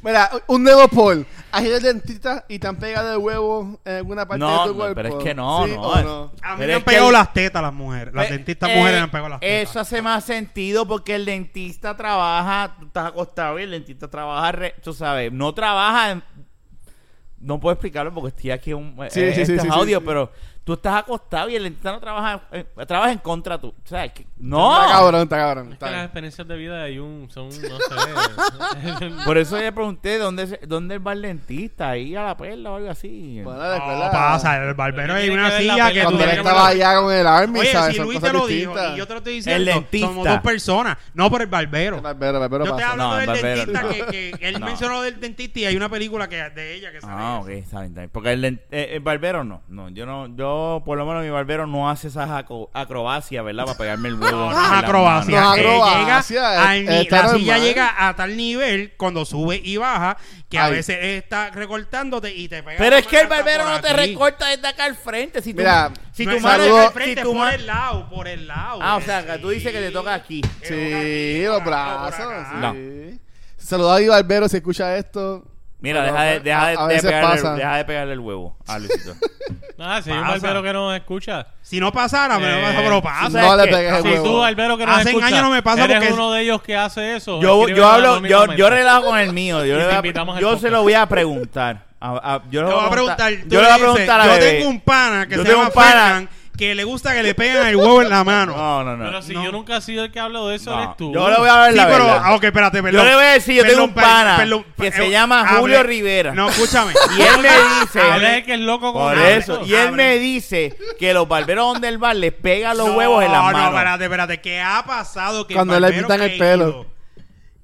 D: Mira, un nuevo poll. Has ido al dentista y te han pegado el huevo en alguna parte
B: No,
D: de tu
B: no,
D: cuerpo.
B: pero es que no,
D: ¿Sí
B: no,
D: o
B: es-
D: no?
A: A mí
B: Pero
A: me
B: es
A: han pegado
B: que-
A: las tetas las mujeres, las
B: Eh,
A: dentistas
B: eh,
A: mujeres me han pegado las tetas.
B: Eso hace más sentido porque el dentista trabaja, tú estás acostado y el dentista trabaja, re- tú sabes, no trabaja en- No puedo explicarlo porque estoy aquí en un
D: Sí,
B: eh,
D: sí, sí,
B: este
D: sí, sí,
B: audio,
D: sí.
B: pero Tú estás acostado y el dentista no trabaja, eh, trabaja en contra tú. O sea, que- no.
D: Está cabrón, está cabrón.
C: Es que
D: está
C: las
D: bien.
C: experiencias de vida de Jun son, no
B: *laughs*
C: sé. *laughs*
B: Por eso le pregunté dónde, se- dónde va el dentista, ahí a la perla o algo así.
D: Bueno,
A: No
D: la escuela-
A: pasa, el barbero
C: Pero
A: hay
C: tiene
A: una
C: que ver la
A: silla que
C: película.
A: tú
D: Cuando él
A: tienes que
D: estaba allá con el Army,
A: Oye,
D: ¿sabes?
A: si
D: Son
A: Luis te
D: cosas
A: lo
D: distintas.
A: dijo y yo te lo estoy diciendo,
B: dentista.
A: somos dos personas, no por el barbero.
D: El barbero, el barbero
A: yo te
D: pasa.
B: hablo-
A: hablo
B: No, el
A: del
B: barbero.
A: dentista que, que
B: *laughs*
A: él
B: No.
A: mencionó del dentista y hay una película que de ella que sale.
B: Ah, ok, está bien, está bien. Porque el, dent- eh, el barbero no. No, yo no, yo por lo menos mi barbero no hace esas aco- acrobacias, ¿verdad? Para pegarme el huevo.
A: No, no
B: en la
A: es acrobacia.
B: mano. Eh,
D: No es
A: que
D: acrobacia, eh,
A: llega al
D: es-
A: ni-
D: está
A: la silla
D: normal.
A: llega a tal nivel cuando sube y baja que a
D: Ay.
A: veces está recortándote y te pega.
B: Pero
A: la
B: es que el
A: mano hasta
B: barbero
A: por
B: no te
A: aquí.
B: recorta desde acá al frente. Si tú,
D: Mira,
B: si
A: No,
B: tu
A: es
B: mano-
A: por el
D: saludo-
A: frente,
B: si tu
A: por
B: mano-
A: el lado, por el lado.
B: Ah, o sea, que tú dices que te toca aquí.
A: Te toca aquí,
D: Sí,
A: por
D: los
A: acá, por
D: brazos.
A: acá.
B: No.
D: sí. Saluda a Di Barbero si escucha esto.
B: Mira,
D: Pero,
B: deja de, deja, de,
D: a- a
B: de
D: veces
B: pegarle,
D: pasa.
B: deja de pegarle el huevo a Luisito.
C: Nada, si hay un
A: Pasa.
C: barbero que no escucha.
A: Si no pasara, me
C: Eh,
A: lo pasa, pero pasa.
B: ¿sabes
D: no le
B: qué?
D: pegues el
C: Si tú,
D: huevo.
C: barbero que no
A: Hace
C: escucha,
A: años no me pasa
C: eres
A: porque-
C: uno de ellos que hace eso.
B: *laughs* yo,
C: escríbeme
B: yo hablo,
C: anónimamente.
B: yo, yo relajo con el mío. Yo,
C: Y
B: le
C: te
B: voy a-
C: invitamos al
B: yo se
C: podcast.
B: lo voy a preguntar. A- a- yo le
A: Te voy a preguntar. tú
B: Yo le voy
A: le
B: a
A: dices,
B: preguntar a
A: Yo
B: Bebé.
A: tengo un pana que
B: Yo
A: se
B: tengo
A: llama
B: un pana.
A: Fernan que le gusta que le peguen el huevo en la mano.
B: No, no, no.
C: Pero si
A: No.
C: yo nunca he sido el que hablo de eso,
B: No,
C: eres tú.
B: Yo le voy a ver
A: Sí,
B: la
A: pero,
B: verdad.
A: ah, ok, espérate, perdón.
B: Yo le voy a decir, yo
A: Perdón,
B: tengo un
A: per-
B: pana
A: perdón,
B: que
A: per-
B: se
A: eh,
B: llama
A: hable-
B: Julio Rivera.
A: No, escúchame.
B: *laughs* Y él
A: *laughs*
B: me dice,
C: Él es el que es loco con
B: por
C: hablar.
B: eso, y él
A: Abre.
B: me dice que los barberos donde él va les pega los
A: No,
B: huevos en las
A: No,
B: manos.
A: espérate, espérate. ¿Qué ha pasado? Que
D: Cuando le
A: barbero
D: pitan el
A: que he
D: pelo.
A: ido?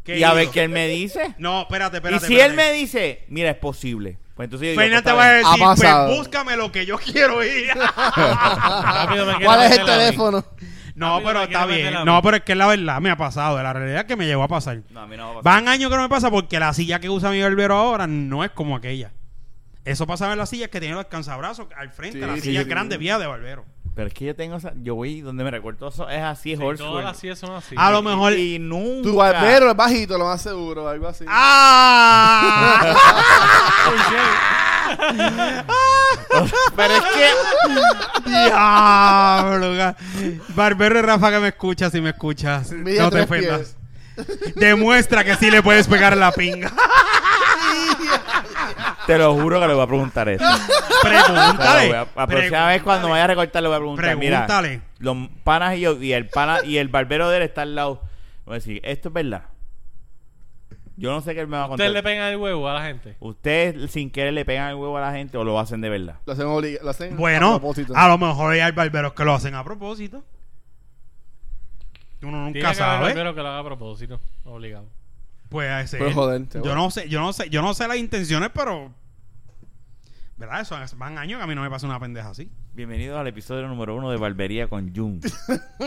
A: Que he
B: Y a
A: ido?
B: ver qué él me dice.
A: No, espérate, espérate.
B: y si
A: espérate.
B: él me dice, mira, es posible. Pues entonces yo digo,
A: Fernan
B: pues,
A: te
B: está
A: va a
B: bien.
A: decir,
D: Ha pasado.
A: pues búscame lo que yo
B: *laughs*
A: quiero ir.
C: Ah, Rápido me quiero
D: ¿Cuál es
C: meter
D: el
C: la ley.
D: teléfono?
A: no,
C: Rápido,
A: pero
C: me
A: está
C: quiero meter la
A: bien.
C: mano.
A: No, pero es que la verdad me ha pasado. La realidad es que me llegó a pasar.
B: No, a mí no me va a pasar.
A: Van años que no me pasa porque la silla que usa mi barbero ahora no es como aquella. Eso pasaba en las sillas que tienen los alcanzabrazos al frente,
D: Sí,
A: las
D: sí,
A: sillas
D: sí.
A: grandes viejas de barbero.
B: Pero es que yo tengo esa- Yo voy donde me recuerdo eso. Es así, es
C: Sí,
B: Horseshoe.
C: todas las sillas son así.
A: A lo mejor.
B: Y nunca.
D: Tu barbero es bajito, lo más seguro, algo así. *laughs*
A: ¡Ah!
B: *laughs* Pero es que.
A: ¡Diablo! ga- Barbero y Rafa que me escuchas si me escuchas.
D: Mide
A: no te
D: tres
A: ofendas. Demuestra que sí le puedes pegar
B: *laughs*
A: la pinga.
B: Te lo juro que le voy a preguntar eso. Te
A: Pregúntale.
B: lo voy a- La próxima vez cuando vaya a recortar le voy a preguntar.
A: Pregúntale.
B: Mira, los panas y yo, y el pana, y el barbero de él está al lado. Voy a decir, esto es verdad. Yo no sé qué él me va a
C: Ustedes le
B: contar.
C: pegan el huevo a la gente.
B: Ustedes sin querer le pegan el huevo a la gente o lo hacen de verdad.
D: Lo hacen oblig- lo hacen a
A: Bueno, ah,
D: propósito.
A: a lo mejor hay barberos que lo hacen a propósito. Uno
C: Tiene
A: nunca
C: que haber
A: sabe.
C: barbero que lo haga a propósito. Obligado.
A: Pues a ese.
D: Pero joder, te
A: yo
D: voy.
A: no sé, yo no sé, yo no sé las intenciones, pero ¿verdad? Eso es- van años que a mí no me pasa una pendeja así.
B: Bienvenidos al episodio número uno de Barbería con Jun.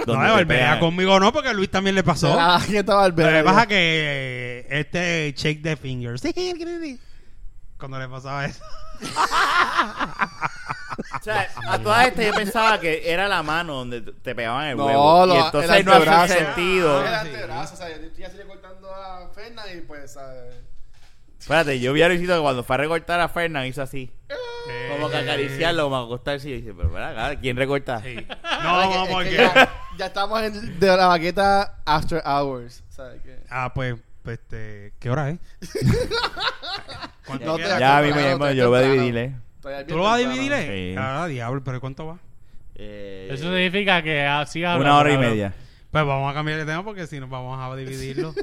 A: No, de barbería conmigo no, porque a Luis también le pasó.
D: Ah, aquí está
A: Lo
D: barbero.
A: que pasa que eh, este shake the fingers. Cuando le pasaba
D: *laughs*
A: eso.
B: O sea, a todas estas yo pensaba que era la mano donde te pegaban el
D: No,
B: huevo.
D: lo-
B: y
D: el
B: entonces no hace
D: antebrazo.
B: sentido.
D: Ah, el antebrazo, o sea, yo estoy así cortando a Fernan y pues, ¿sabes?
B: Espérate, yo vi a Luisito que cuando fue a recortar a Fernan hizo así. Como que
A: Eh,
B: acariciarlo, como acostarse. Y yo dije, pero ¿verdad? acá, ¿quién recorta?
D: *laughs*
A: sí.
D: Es que-
A: No,
D: es que
A: porque.
D: ya,
A: *laughs*
D: ya estamos en de la baqueta after hours, ¿sabes qué?
A: Ah, pues, pues, este, ¿qué
D: *laughs*
A: hora es? ¿Cuánto
D: No
A: queda?
D: te-
B: Ya, a mí me
D: temprano,
B: llamo,
D: estoy
B: yo lo voy a
D: temprano.
B: dividir, ¿eh?
D: Estoy ahí
A: ¿Tú
D: bien
A: lo vas a
D: temprano.
A: dividir?
B: Sí.
A: eh? Ah, diablo, pero ¿cuánto va?
B: Eh,
C: Eso significa que ah, así hablan,
B: una hora y
C: hablan.
B: media.
A: Pues vamos a cambiar de tema porque si no vamos a
D: *laughs*
A: dividirlo.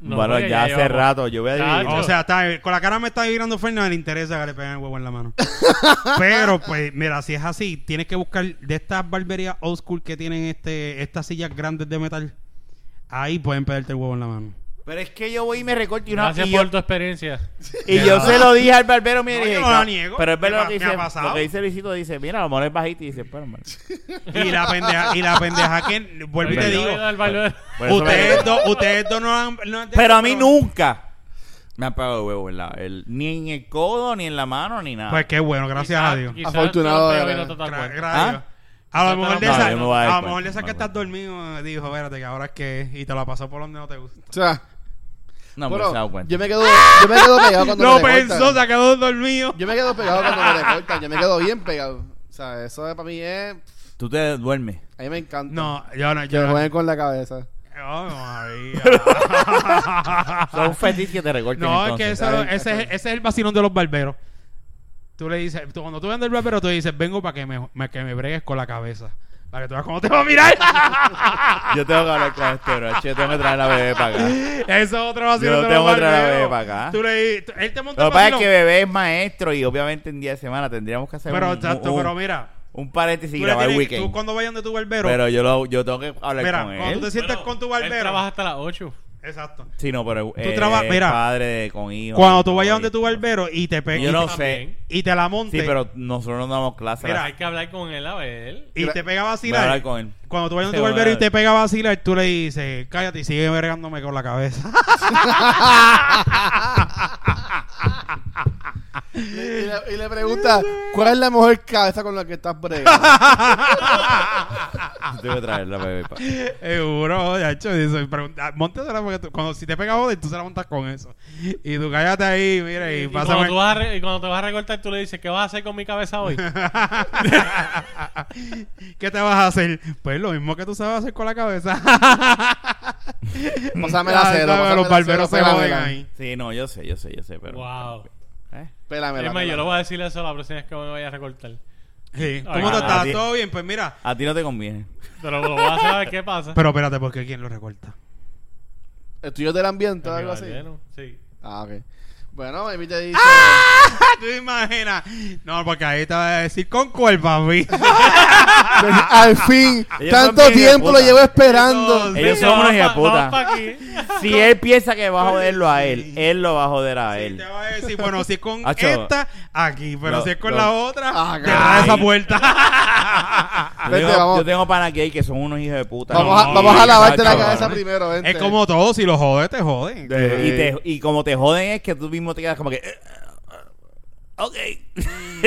C: No,
B: bueno,
C: porque
B: ya hace
C: llevamos-
B: rato, yo voy a
C: Ya,
B: dividir.
A: o sea, está- con la cara me está vibrando Fernando, le interesa que le peguen el huevo en la mano. *laughs* Pero, pues, mira, si es así, tienes que buscar de estas barberías old school que tienen este, estas sillas grandes de metal. Ahí pueden pegarte el huevo en la mano.
B: Pero es que yo voy y me recorto y una
C: Gracias
B: y
C: por
B: yo-
C: tu experiencia.
B: Y yo se lo dije al barbero, mire,
A: No,
B: dije,
A: yo no la
B: "Cab-
A: niego.
B: Pero es
A: Me
B: verdad
A: ha-
B: lo que
A: me
B: dice,
A: ha pasado.
B: lo que dice Luisito, dice, mira, a lo mejor es bajito y dice, pero hermano.
A: Y la pendeja, y la pendeja que, vuelvo y te
C: Yo
A: digo,
C: he ido al barbero.
B: Por eso me-
A: ustedes dos, ustedes dos no han... no han-
B: Pero a mí nunca me han pagado el huevo, ¿verdad? El- ni en el codo, ni en la mano, ni nada.
A: Pues qué bueno, gracias
C: Quizás-
A: a Dios.
C: quizás
D: Afortunado
C: te lo
D: de-
C: pego y no te das
A: Gra-
C: cuenta.
A: gracias
B: ¿Ah?
A: a Dios. A lo
C: No,
A: mejor de
C: no,
A: esa,
C: yo me
B: voy a dar
A: a lo
B: cuenta,
A: mejor de esa
B: me
A: que
B: voy a
A: estás dormido, dijo, espérate, que ahora es que es", y te la pasó por donde no te gusta.
D: O sea,
B: no me he
D: bueno,
B: dado cuenta.
D: yo me quedo, yo me quedo
A: *laughs*
D: pegado cuando
A: Lo
D: me recortan.
A: pensó, se pues, quedó dormido.
D: Yo me quedo pegado cuando me recortan, yo me quedo bien pegado. O sea, eso para mí es,
B: Tú te duermes.
D: a mí me encanta.
A: No, yo no,
D: que
A: yo
D: me
A: no.
D: jueguen con la cabeza.
B: *laughs*
A: Oh, María.
B: Son fetiches que te recorten
A: *laughs* no, es
B: entonces.
A: que eso-
D: Ay,
A: ese, es-
D: cacho.
A: ese es el vacilón de los barberos. tú le dices, tú- cuando tú vendes el barbero, tú le dices, vengo para que me, me- que me bregues con la cabeza. Para que tú veas cómo te va
B: *laughs*
A: a mirar.
B: Yo tengo que hablar con este broche. Yo tengo que traer la bebé para acá.
A: Eso es otra vacío.
B: Yo tengo que traer a Bebé para acá.
A: Tú le, tú- él te monta
B: Lo que
A: el
B: pasa es
A: vacilón.
B: que bebé es maestro y obviamente en día de semana tendríamos que hacer
A: Pero,
B: un,
A: exacto,
B: un-
A: pero mira.
B: un paréntesis y
A: tú, le
B: grabar el
A: tienes-
B: weekend.
A: tú cuando vayan de tu barbero.
B: pero yo, lo, yo tengo que hablar
A: mira,
B: con
A: cuando tú te
B: él.
A: sientas
C: Bueno,
A: con tu
C: Él
A: barbero.
C: trabaja hasta las 8.
A: Exacto.
B: Sí, no, pero él
A: traba-
B: es
A: mira,
B: padre de- con hijos.
A: Cuando
B: con
A: tú vayas
B: todo
A: donde tu
B: y-
A: barbero y te pe-
B: Yo
A: y,
B: no
A: te-
B: sé.
A: y te la monte.
B: Sí, pero nosotros no damos clases.
A: Mira,
B: Voy
C: Hay que hablar con él a ver.
A: Y te pega a
B: a
A: vacilar.
B: hablar con él.
A: Cuando tú vayas a
B: Sí,
A: tu
B: voy a
A: barbero y
B: hablar.
A: te pega a vacilar, tú le dices, cállate y sigue vergándome con la cabeza.
D: Y le, y le pregunta, ¿cuál es la mejor cabeza con la que estás
A: *laughs*
D: bregando?
A: Ah,
B: Yo tengo que traer la bebé para
A: Seguro, ya hecho eso. Montesela porque tú- cuando si te pega joder, tú se la montas con eso. Y tú cállate ahí, mira, y,
C: Y cuando,
A: pásame. *laughs*
C: tú vas a re- y cuando te vas a recortar, tú le dices, ¿qué vas a hacer con mi cabeza hoy?
A: ¿Qué te vas a hacer? Pues lo mismo que tú sabes hacer con la
D: *laughs*
A: cabeza.
D: Pásame la
A: Ya, sabes,
D: cero. pásame
A: Los
D: la
A: barberos
D: cero,
A: se joden
D: pélamela.
A: ahí.
B: Sí, no, yo sé, yo sé, yo sé, pero...
C: wow.
B: ¿Eh?
D: Pélamela,
C: Es más, yo
D: pélamela.
C: le voy a decir eso la próxima vez que me vaya a recortar.
A: Sí.
C: Ay,
A: ¿Cómo te
C: ah,
A: estás?
B: sí.
A: ¿Todo bien? Pues mira.
B: A ti no te conviene.
C: Pero lo voy a hacer a ver qué
D: *laughs*
C: pasa.
A: Pero espérate, porque ¿quién lo recorta? *laughs*
D: ¿El tuyo es del ambiente o
C: Porque
D: algo así?
C: valieron, Sí.
D: Ah, ok. Bueno, baby te dice...
A: ¡Ah! ¿Tú te imaginas? No, porque ahí te va a decir con cuerpo, papi.
D: Al fin,
B: Ellos
D: tanto
B: son bien
D: tiempo lo
B: putas.
D: llevo esperando.
A: Ellos-
B: Ellos
C: Sí,
B: son
C: vamos
B: unos
C: pa-
B: hijaputas.
C: vamos pa'
A: *laughs*
C: aquí.
B: Si él piensa que va a joderlo a él, él lo va a joder a
A: Sí,
B: él.
A: te va a decir, bueno, si es con
B: *laughs* Acho.
A: esta, aquí. Pero
B: Lo-
A: si es con
B: lo-
A: la otra,
D: Ah,
A: te va a
B: caray.
A: esa
D: *laughs*
A: puerta.
B: Yo
D: Vente,
B: tengo,
D: vamos.
B: yo tengo panas gay que son unos hijos de puta.
D: Vamos a,
B: No,
D: vamos a
B: no,
D: lavarte la
B: chaval.
D: cabeza primero, vente.
A: es como todo, si lo jodes, te joden.
B: Eh, Y, te, y como te joden es que tú mismo te quedas como que... eh, eh, Ok.
A: Mm.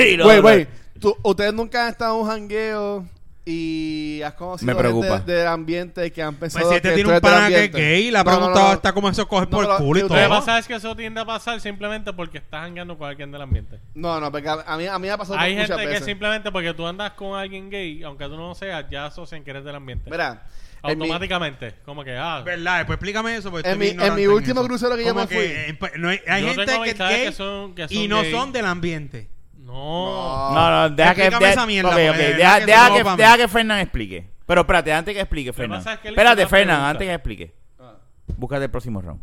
B: *laughs* Y no,
D: Güey,
B: no.
D: güey, tú- ustedes nunca han estado en un jangueo y has conocido
B: Me preocupa.
D: gente del ambiente que han pensado
A: Pues si este
D: que tú
A: tiene un
D: eres del
A: pana que es
D: ambiente.
A: gay, la
D: No, no,
A: pregunta
D: no, no.
A: está como eso coger
D: No,
A: por
D: no,
A: el culo y
D: yo-
A: todo.
C: Lo que
D: Pero-
C: pasa es que eso tiende a pasar simplemente porque estás jangueando con alguien del ambiente.
D: No, no, porque a mí, a mí me ha pasado
C: Hay
D: muchas
C: gente
D: veces.
C: que simplemente porque tú andas con alguien gay, aunque tú no lo seas, ya asocian que eres del ambiente.
D: Mira, en mi-
C: Automáticamente. Como que, ah,
A: ¿Verdad? Pues explícame eso. Porque
D: En
A: estoy muy
D: mi- en
A: ignorante
D: mi último
A: eso.
D: crucero que yo
A: Como
D: me fui.
A: eh, pues, no hay hay
C: Yo
A: gente
C: tengo
A: que es
C: amistades
A: gay
C: que son- que
A: y
C: son
A: no
C: gay.
A: son del ambiente.
C: no.
D: No.
B: No, no, deja que...
A: Ah. Explícame
B: deja-
A: esa mierda,
B: ok,
A: porque
B: ok,
A: de verdad
B: deja,
A: que
B: deja
A: se
B: que,
A: copan.
B: deja que Fernan explique. Pero espérate, antes que explique, Fernan.
C: pasa es que él hizo
B: Espérate,
C: una
B: Fernan,
C: pregunta.
B: antes que explique. Búscate el próximo round.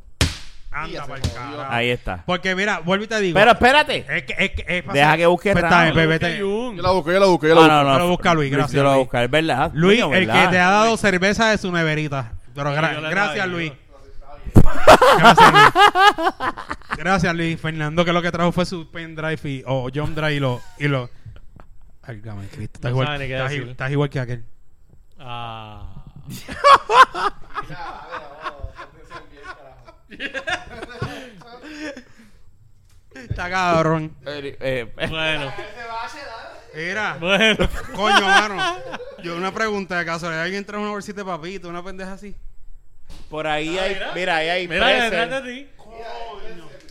D: Y
A: Anda,
D: ya se
A: pa'l
D: jodió.
A: carajo.
B: Ahí está.
A: Porque mira, vuelvo y te digo.
B: Pero espérate.
A: es que, es que, es fácil.
B: Deja que busque
A: Pues
B: Ramos.
A: está bien, pues,
C: Porque
A: vete.
C: hay un-
D: Yo la busco, yo la busco, yo la
B: No, no,
D: busco.
B: no.
A: Pero busca a Luis, gracias,
B: Yo lo voy a
A: Luis.
B: buscar, ¿verdad?
A: Luis,
B: Coño,
A: el
B: ¿verdad?
A: que te ha dado cerveza de su neverita. Pero gra-
C: Yo le
A: gracias,
C: traigo.
A: Luis. Gracias, Luis. Gracias, Luis. Fernando, que lo que trajo fue su pendrive y, o John Drive y lo. Y lo... Álgame, Cristo. Estás,
C: No
A: igual,
C: sabe ni qué
A: estás,
C: decir.
A: i- estás igual que aquel.
C: Ah.
A: Está cabrón.
B: Eh, eh, eh, *laughs*
C: Bueno,
A: Mira,
D: *laughs*
C: bueno.
A: coño, mano. Yo una pregunta de casualidad. ¿Alguien trae una bolsita de papito, una pendeja así?
B: Por ahí
A: Ah,
B: hay. Mira, ahí hay.
C: Mira,
B: pretzel.
C: detrás de ti.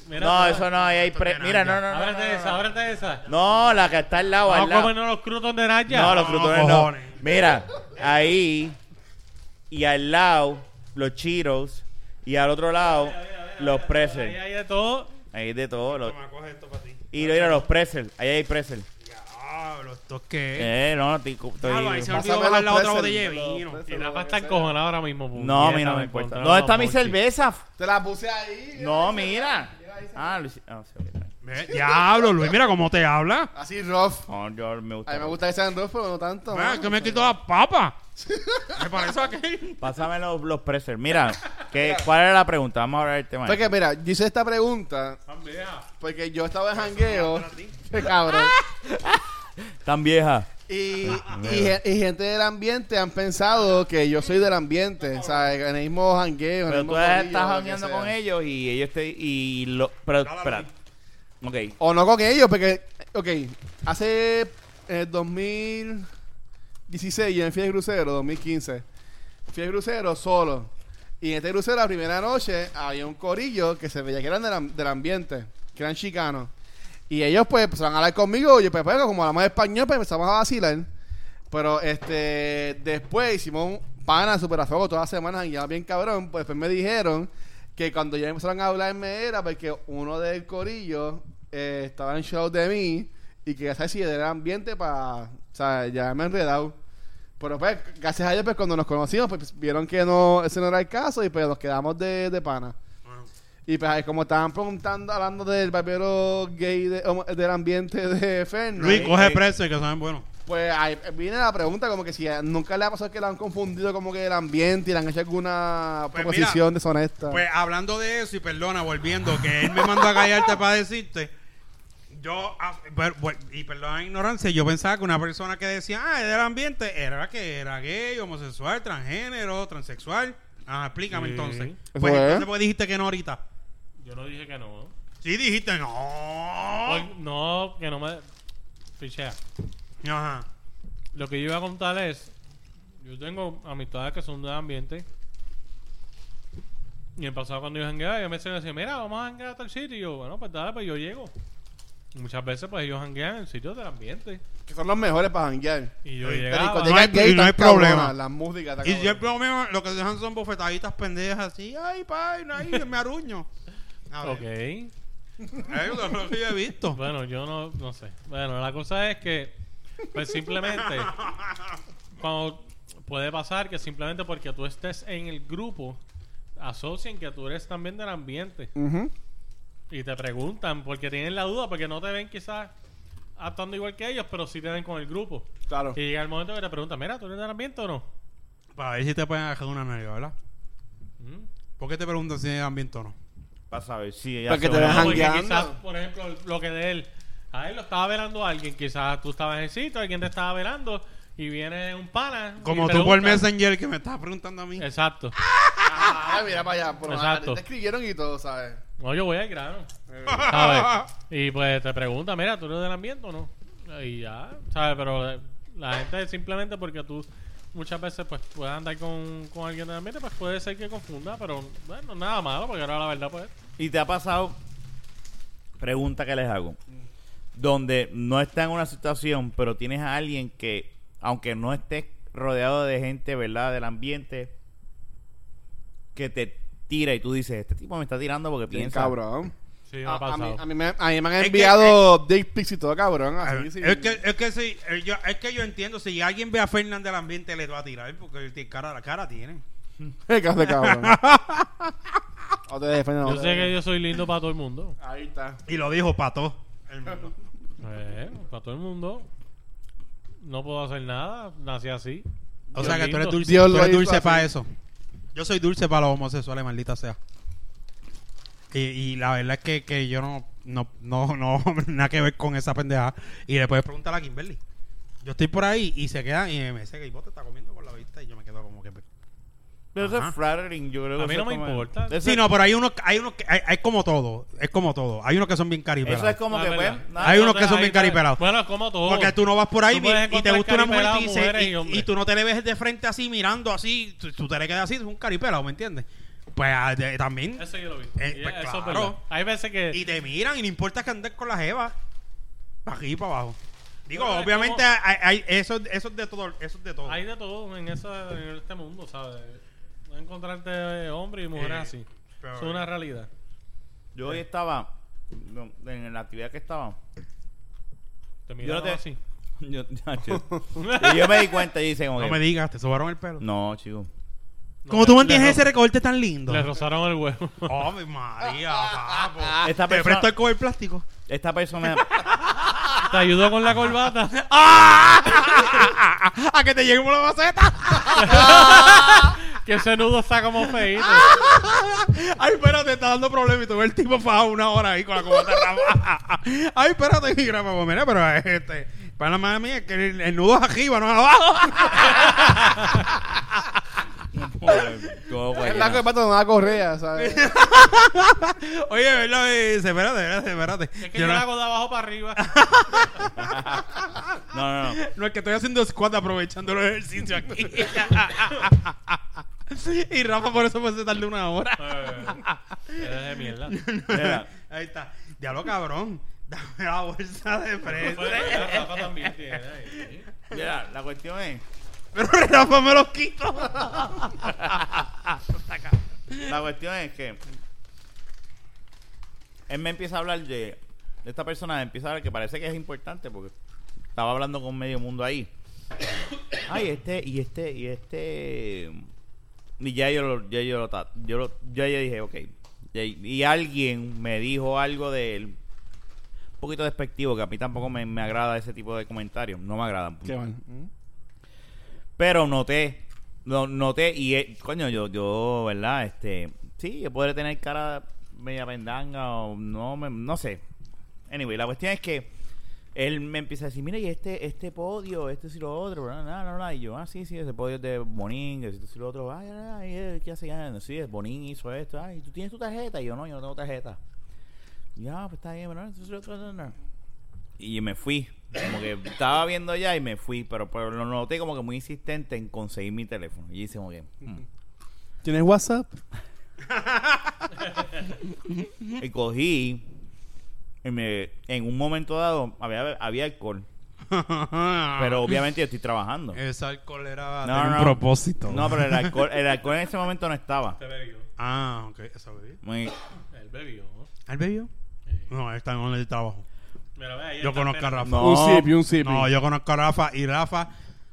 C: Mira,
B: No, eso no, ahí hay. pre-
A: Esto es
B: Mira, no,
A: naranja.
B: no, no.
C: Ábrete esa, ábrete esa.
B: No, la que está al lado, al
C: Vamos a
B: lado.
C: comernos los crutos de Naya.
B: No, los
A: No,
B: frutones no.
A: cojones.
B: Mira, ahí. Y al lado, los chiros. Y al otro lado, los
C: Ahí
B: pretzels.
C: hay de todo.
B: Ahí hay de todo. los-
A: coge esto para ti.
B: Y mira, los pretzels. Ahí hay pretzels.
A: Diablo, ¿esto qué es?
B: Eh, no, estoy. estoy-
A: Diablo, ahí se
D: Pásame
A: olvidó bajar la
D: los
A: otra
D: pretzels,
A: botella de
D: los
A: vino.
C: Y
D: pretzels, lo
C: Rafa
D: que
C: está
D: sea.
C: encojonada ahora mismo.
B: No, a
C: puñeta,
B: mí no
C: me
B: me importa.
C: encontraron
B: ¿Dónde está
C: los
B: mi
C: monchis.
B: cerveza?
D: Te la puse ahí. mira,
B: No,
D: ahí se-
B: mira.
D: mira, ahí se-
B: Ah, Luis. ah, sí, ok.
A: Ve, Diablo, Luis, mira cómo te habla.
D: Así rough.
B: No, yo me gusta.
D: A mí me gusta que sean rough, pero no tanto.
A: Mira,
D: mano.
A: que me quitó las papas. Me parece aquel.
B: Pásame los, los pretzels.
D: *laughs*
B: Mira, ¿qué, ¿cuál era la pregunta? Vamos a hablar del tema.
D: Porque, mira, yo hice esta pregunta porque yo estaba en jangueo. *laughs* Qué cabrón.
B: Tan vieja.
D: Y, y, gen- y gente del ambiente han pensado que yo soy del ambiente, o sea, en el mismo jangueo, en
B: Pero
D: el mismo
B: tú
D: corillo,
B: estás
D: lo que
B: jangueando
D: sea.
B: con ellos y ellos te... Y lo, pero, espera. Ok.
D: O no con ellos, porque, ok, hace eh, en el 2016 yo me fui de crucero, 2015, fui de crucero solo. Y en este crucero, la primera noche, había un corillo que se veía que eran del, am- del ambiente, que eran chicanos. Y ellos, pues, empezaron a hablar conmigo. Y yo, pues, bueno, como hablamos español, pues empezamos a vacilar. Pero, este, después hicimos un pana super a fuego todas las semanas, y ya bien cabrón. Pues después me dijeron que cuando ya empezaron a hablarme era porque uno del corillo eh, estaba en show de mí. y que ¿sabes? si era ambiente para. O sea, ya me he enredado. Pero pues, gracias a ellos, pues cuando nos conocimos, pues vieron que no, ese no era el caso y pues nos quedamos de, de pana. Y pues ahí como estaban preguntando, hablando del barbero gay de- homo- del ambiente de Fernández.
A: Luis, coge preso y que saben bueno.
D: Pues ahí viene la pregunta, como que si a- nunca le ha pasado que la han confundido como que el ambiente y le han hecho alguna
A: Pues
D: proposición deshonesta.
A: Pues hablando de eso, y perdona, volviendo, que él me mandó a callarte para decirte. Yo, ah, per- bueno, y perdona la ignorancia, yo pensaba que una persona que decía, ah, era ambiente, era que era gay, homosexual, transgénero, transexual. Ah, explícame
C: Sí.
A: entonces.
D: Eso
A: Pues
D: es.
A: entonces pues, dijiste que no ahorita.
C: Yo no dije que no.
A: Sí, dijiste no.
C: Pues, no, que no me. Fichea.
A: Ajá.
C: Lo que yo iba a contar es. Yo tengo amistades que son de ambiente. Y el pasado cuando yo jangueaba, yo me decía, mira, vamos a janguear a tal sitio. Y yo, bueno, pues dale, pues yo llego. Y Muchas veces, pues ellos janguean en sitios del ambiente.
D: que son los mejores para janguear.
C: Y yo
D: Pero
C: llegaba.
D: cuando
A: no
D: llega
A: hay-
D: el gay,
A: y no
D: tan
A: hay problema.
D: cabrona, La música está
A: Y
D: cabrona.
A: siempre lo mismo, lo que dejan son bofetaditas pendejas así, ay, pay, no, ay, me aruño. A ver,
C: Ok.
A: eso es lo que yo he visto.
C: Bueno, yo no, no sé. Bueno, la cosa es que, pues simplemente, cuando puede pasar que simplemente porque tú estés en el grupo, asocien que tú eres también del ambiente
D: Ujú.
C: y te preguntan porque tienen la duda, porque no te ven quizás actuando igual que ellos, pero sí te ven con el grupo.
D: Claro.
C: Y llega el momento que te preguntan, mira, ¿tú eres del ambiente o no?
A: Para ver si te pueden dejar una nalga, ¿verdad?
C: Mm.
A: ¿Por qué te pregunto si es ambiente o no?
B: Para saber si ella
D: Para que
B: se
D: te
B: va-
D: vean
C: No, porque
D: jangueando.
C: quizás, por ejemplo, lo que de él, a él lo estaba velando alguien, quizás tú estabas en el sitio, alguien te estaba velando y viene un pana. y
A: Como tú
C: pregunta-
A: por Messenger que me estás preguntando a mí.
C: Exacto.
D: Ah, mira para allá. Por
C: Exacto.
D: Te escribieron y
A: *laughs*
D: todo, ¿sabes?
C: No, yo voy al *laughs* grano. ¿Sabes? Y pues te pregunta, mira, ¿tú eres del ambiente o no? Y ya, ¿sabes? Pero eh, la gente simplemente porque tú muchas veces pues puedes andar con, con alguien del ambiente, pues puede ser que confunda, pero bueno, nada malo, porque ahora la verdad pues...
B: Y te ha pasado, pregunta que les hago, donde no está en una situación, pero tienes a alguien que, aunque no estés rodeado de gente, ¿verdad? Del ambiente, que te tira y tú dices, este tipo me está tirando porque
D: Bien
B: piensa...
D: cabrón.
C: Sí, me
D: A,
C: ha
D: a mí,
C: pasado.
D: a mí me, a mí me han
A: Es que-
D: enviado dick pics y todo, cabrón. Así, sí.
A: Es que, es que sí, eh, yo, es que yo entiendo, si alguien ve a Fernández del ambiente le va a tirar, porque él tiene cara, la cara tiene.
D: *laughs* ¿Qué
A: *laughs*
D: hace, cabrón? O te defienden, o
C: Yo
D: te
C: sé que
D: defienden.
C: yo soy lindo para todo el mundo.
D: Ahí está.
A: Y lo dijo Pato.
D: *laughs*
C: Eh, para todo el mundo. No puedo hacer nada, nací así.
A: O
C: Dios
A: sea que tú eres
C: lindo.
A: dulce,
D: Dios
A: tú
D: lo
A: eres
D: hizo
A: dulce
D: así.
A: para eso. Yo soy dulce para los homosexuales, maldita sea. Y, y la verdad es que, que yo no, no, no, no, *laughs* nada que ver con esa pendeja. Y le puedes preguntar a Kimberly. Yo estoy por ahí y se quedan y me dice que vos te está comiendo por la vista y yo me quedo como que... pues.
B: Pero eso
A: Ajá.
B: es flattering, yo creo que
C: A mí
B: eso
C: no
B: es
C: me
B: como-
C: importa.
B: Eso,
A: Sí, no, pero hay unos, hay unos que, hay, hay como todo, es como todo. Hay unos que son bien
B: eso es
A: caripelados.
B: como
C: Ah,
B: que,
C: verdad.
B: pues,
A: Hay uno- unos
C: Entonces,
A: que son
C: ahí
A: bien
C: está.
A: caripelados.
C: Bueno, como todo.
A: Porque tú no vas por ahí
C: Tú puedes
A: y- y te gusta una mujer y,
C: encontrar
A: te dice-
C: caripelados,
A: y-
C: mujeres y
A: y, tú
C: hombres.
A: no te le ves de frente así mirando así, tú, tú te le quedas así, es un caripelado, ¿me entiendes? Pues ah, de- también...
C: Eso yo lo vi.
A: Eh,
C: Y
A: pues,
C: eso es
A: claro.
C: verdad. Hay veces que.
A: Y te miran y no importa que andes con la jeva. Pa' aquí para abajo. Digo,
C: Pero eh, es
A: obviamente
C: como-
A: hay, hay- eso, eso es de todo, eso es de todo.
C: Hay de todo en, esa, en este mundo, ¿sabes? Vas a encontrarte hombres y mujeres
A: Eh,
C: así.
A: pero-
C: es una realidad.
B: yo hoy estaba, no, en la actividad que estaba,
C: Te
B: yo no
C: miraron
B: te...
C: así.
B: *laughs* Yo, y yo me di cuenta y dice como
A: no
B: que,
A: me digas, te sobaron el pelo.
B: No, chico.
A: Como tú mantienes
C: Le ro-
A: ese recorte tan lindo.
C: Le rozaron el huevo. *laughs*
A: Oh, mi
B: *laughs*
A: María, papo.
B: Esta
A: Ah, Te
B: persona-
A: presto el cover
B: *laughs*
A: plástico.
B: Esta
A: *laughs*
B: persona...
C: te ayudó con la corbata. *laughs*
A: ¡A que te llegue por la maceta!
C: que ese nudo está como feíto.
A: Ah. Ay, espérate, está dando problemas y tuve el tipo para una hora ahí con la cubata rama. *laughs* Ay, espérate, mi grama. Pues, mira, pero este, para la madre mía, es que el, el nudo es arriba, no es abajo.
B: Todo
D: Es
A: Pues
B: guayana.
D: la que pata de una correa, ¿sabes?
A: *laughs* Oye, ¿verdad? Eh, Dice, espérate, espérate, espérate.
C: Es que yo
A: Yo no-
C: la hago de abajo para
A: *laughs*
C: arriba. *laughs*
B: No, no, no.
A: No es que estoy haciendo squat aprovechando los ejercicios aquí. *laughs* y Rafa por eso puede tarde una *laughs* hora.
C: Eres de mierda.
B: Mira,
A: Ahí está. Diablo cabrón. Dame la bolsa de frente.
C: Rafa también tiene ahí.
B: mira, la cuestión es...
A: *laughs* Pero Rafa me los quito.
B: La cuestión es que él me empieza a hablar de esta persona empieza a ver que parece que es importante porque estaba hablando con medio mundo ahí. *coughs* Ay, este, y este, y este. Y ya yo lo, ya yo lo, ta- yo lo- ya yo dije, ok. Y, y alguien me dijo algo del un poquito despectivo, que a mí tampoco me, me agrada ese tipo de comentarios. No me agradan. punto.
D: Qué mal.
B: Pero noté, no, noté y eh, coño, yo, yo, ¿verdad? Este, sí, yo podré tener cara media pendanga o no, me- no sé. Anyway, la cuestión es que él me empieza a decir, mira, y este, este podio, este y lo otro, bla, bla, bla, bla. Y yo, ah, sí, sí, ese podio es de Bonín, este y lo otro, ay, ay, ay, ¿qué hace? ya? Sí, es Bonín hizo esto, ay, ¿tú tienes tu tarjeta? Y yo, no, yo no tengo tarjeta. Ya, pues está bien, bla, bla, bla, bla, bla. Y me fui. Como que estaba viendo ya y me fui. Pero, pero lo noté como que muy insistente en conseguir mi teléfono. Y hice como que. mm.
D: ¿Tienes WhatsApp?
B: Y cogí. Y me, en un momento dado había, había
A: *laughs*
B: alcohol. Pero obviamente yo estoy trabajando.
A: Ese alcohol era
B: No,
A: de Eh, un
B: no.
A: propósito.
B: No, pero el alcohol, el alcohol en ese momento no estaba.
C: Este bebió.
A: Ah, ok. ¿Eso bebió?
B: Muy-
C: El bebió. ¿no?
A: ¿Él bebió?
C: Eh,
A: No, él está en el trabajo.
C: mira, ve, ahí
A: Yo
C: está
A: conozco a
C: Pedro.
A: Rafa.
B: No.
D: Un sipi, un sipi.
A: No, yo conozco a Rafa y Rafa,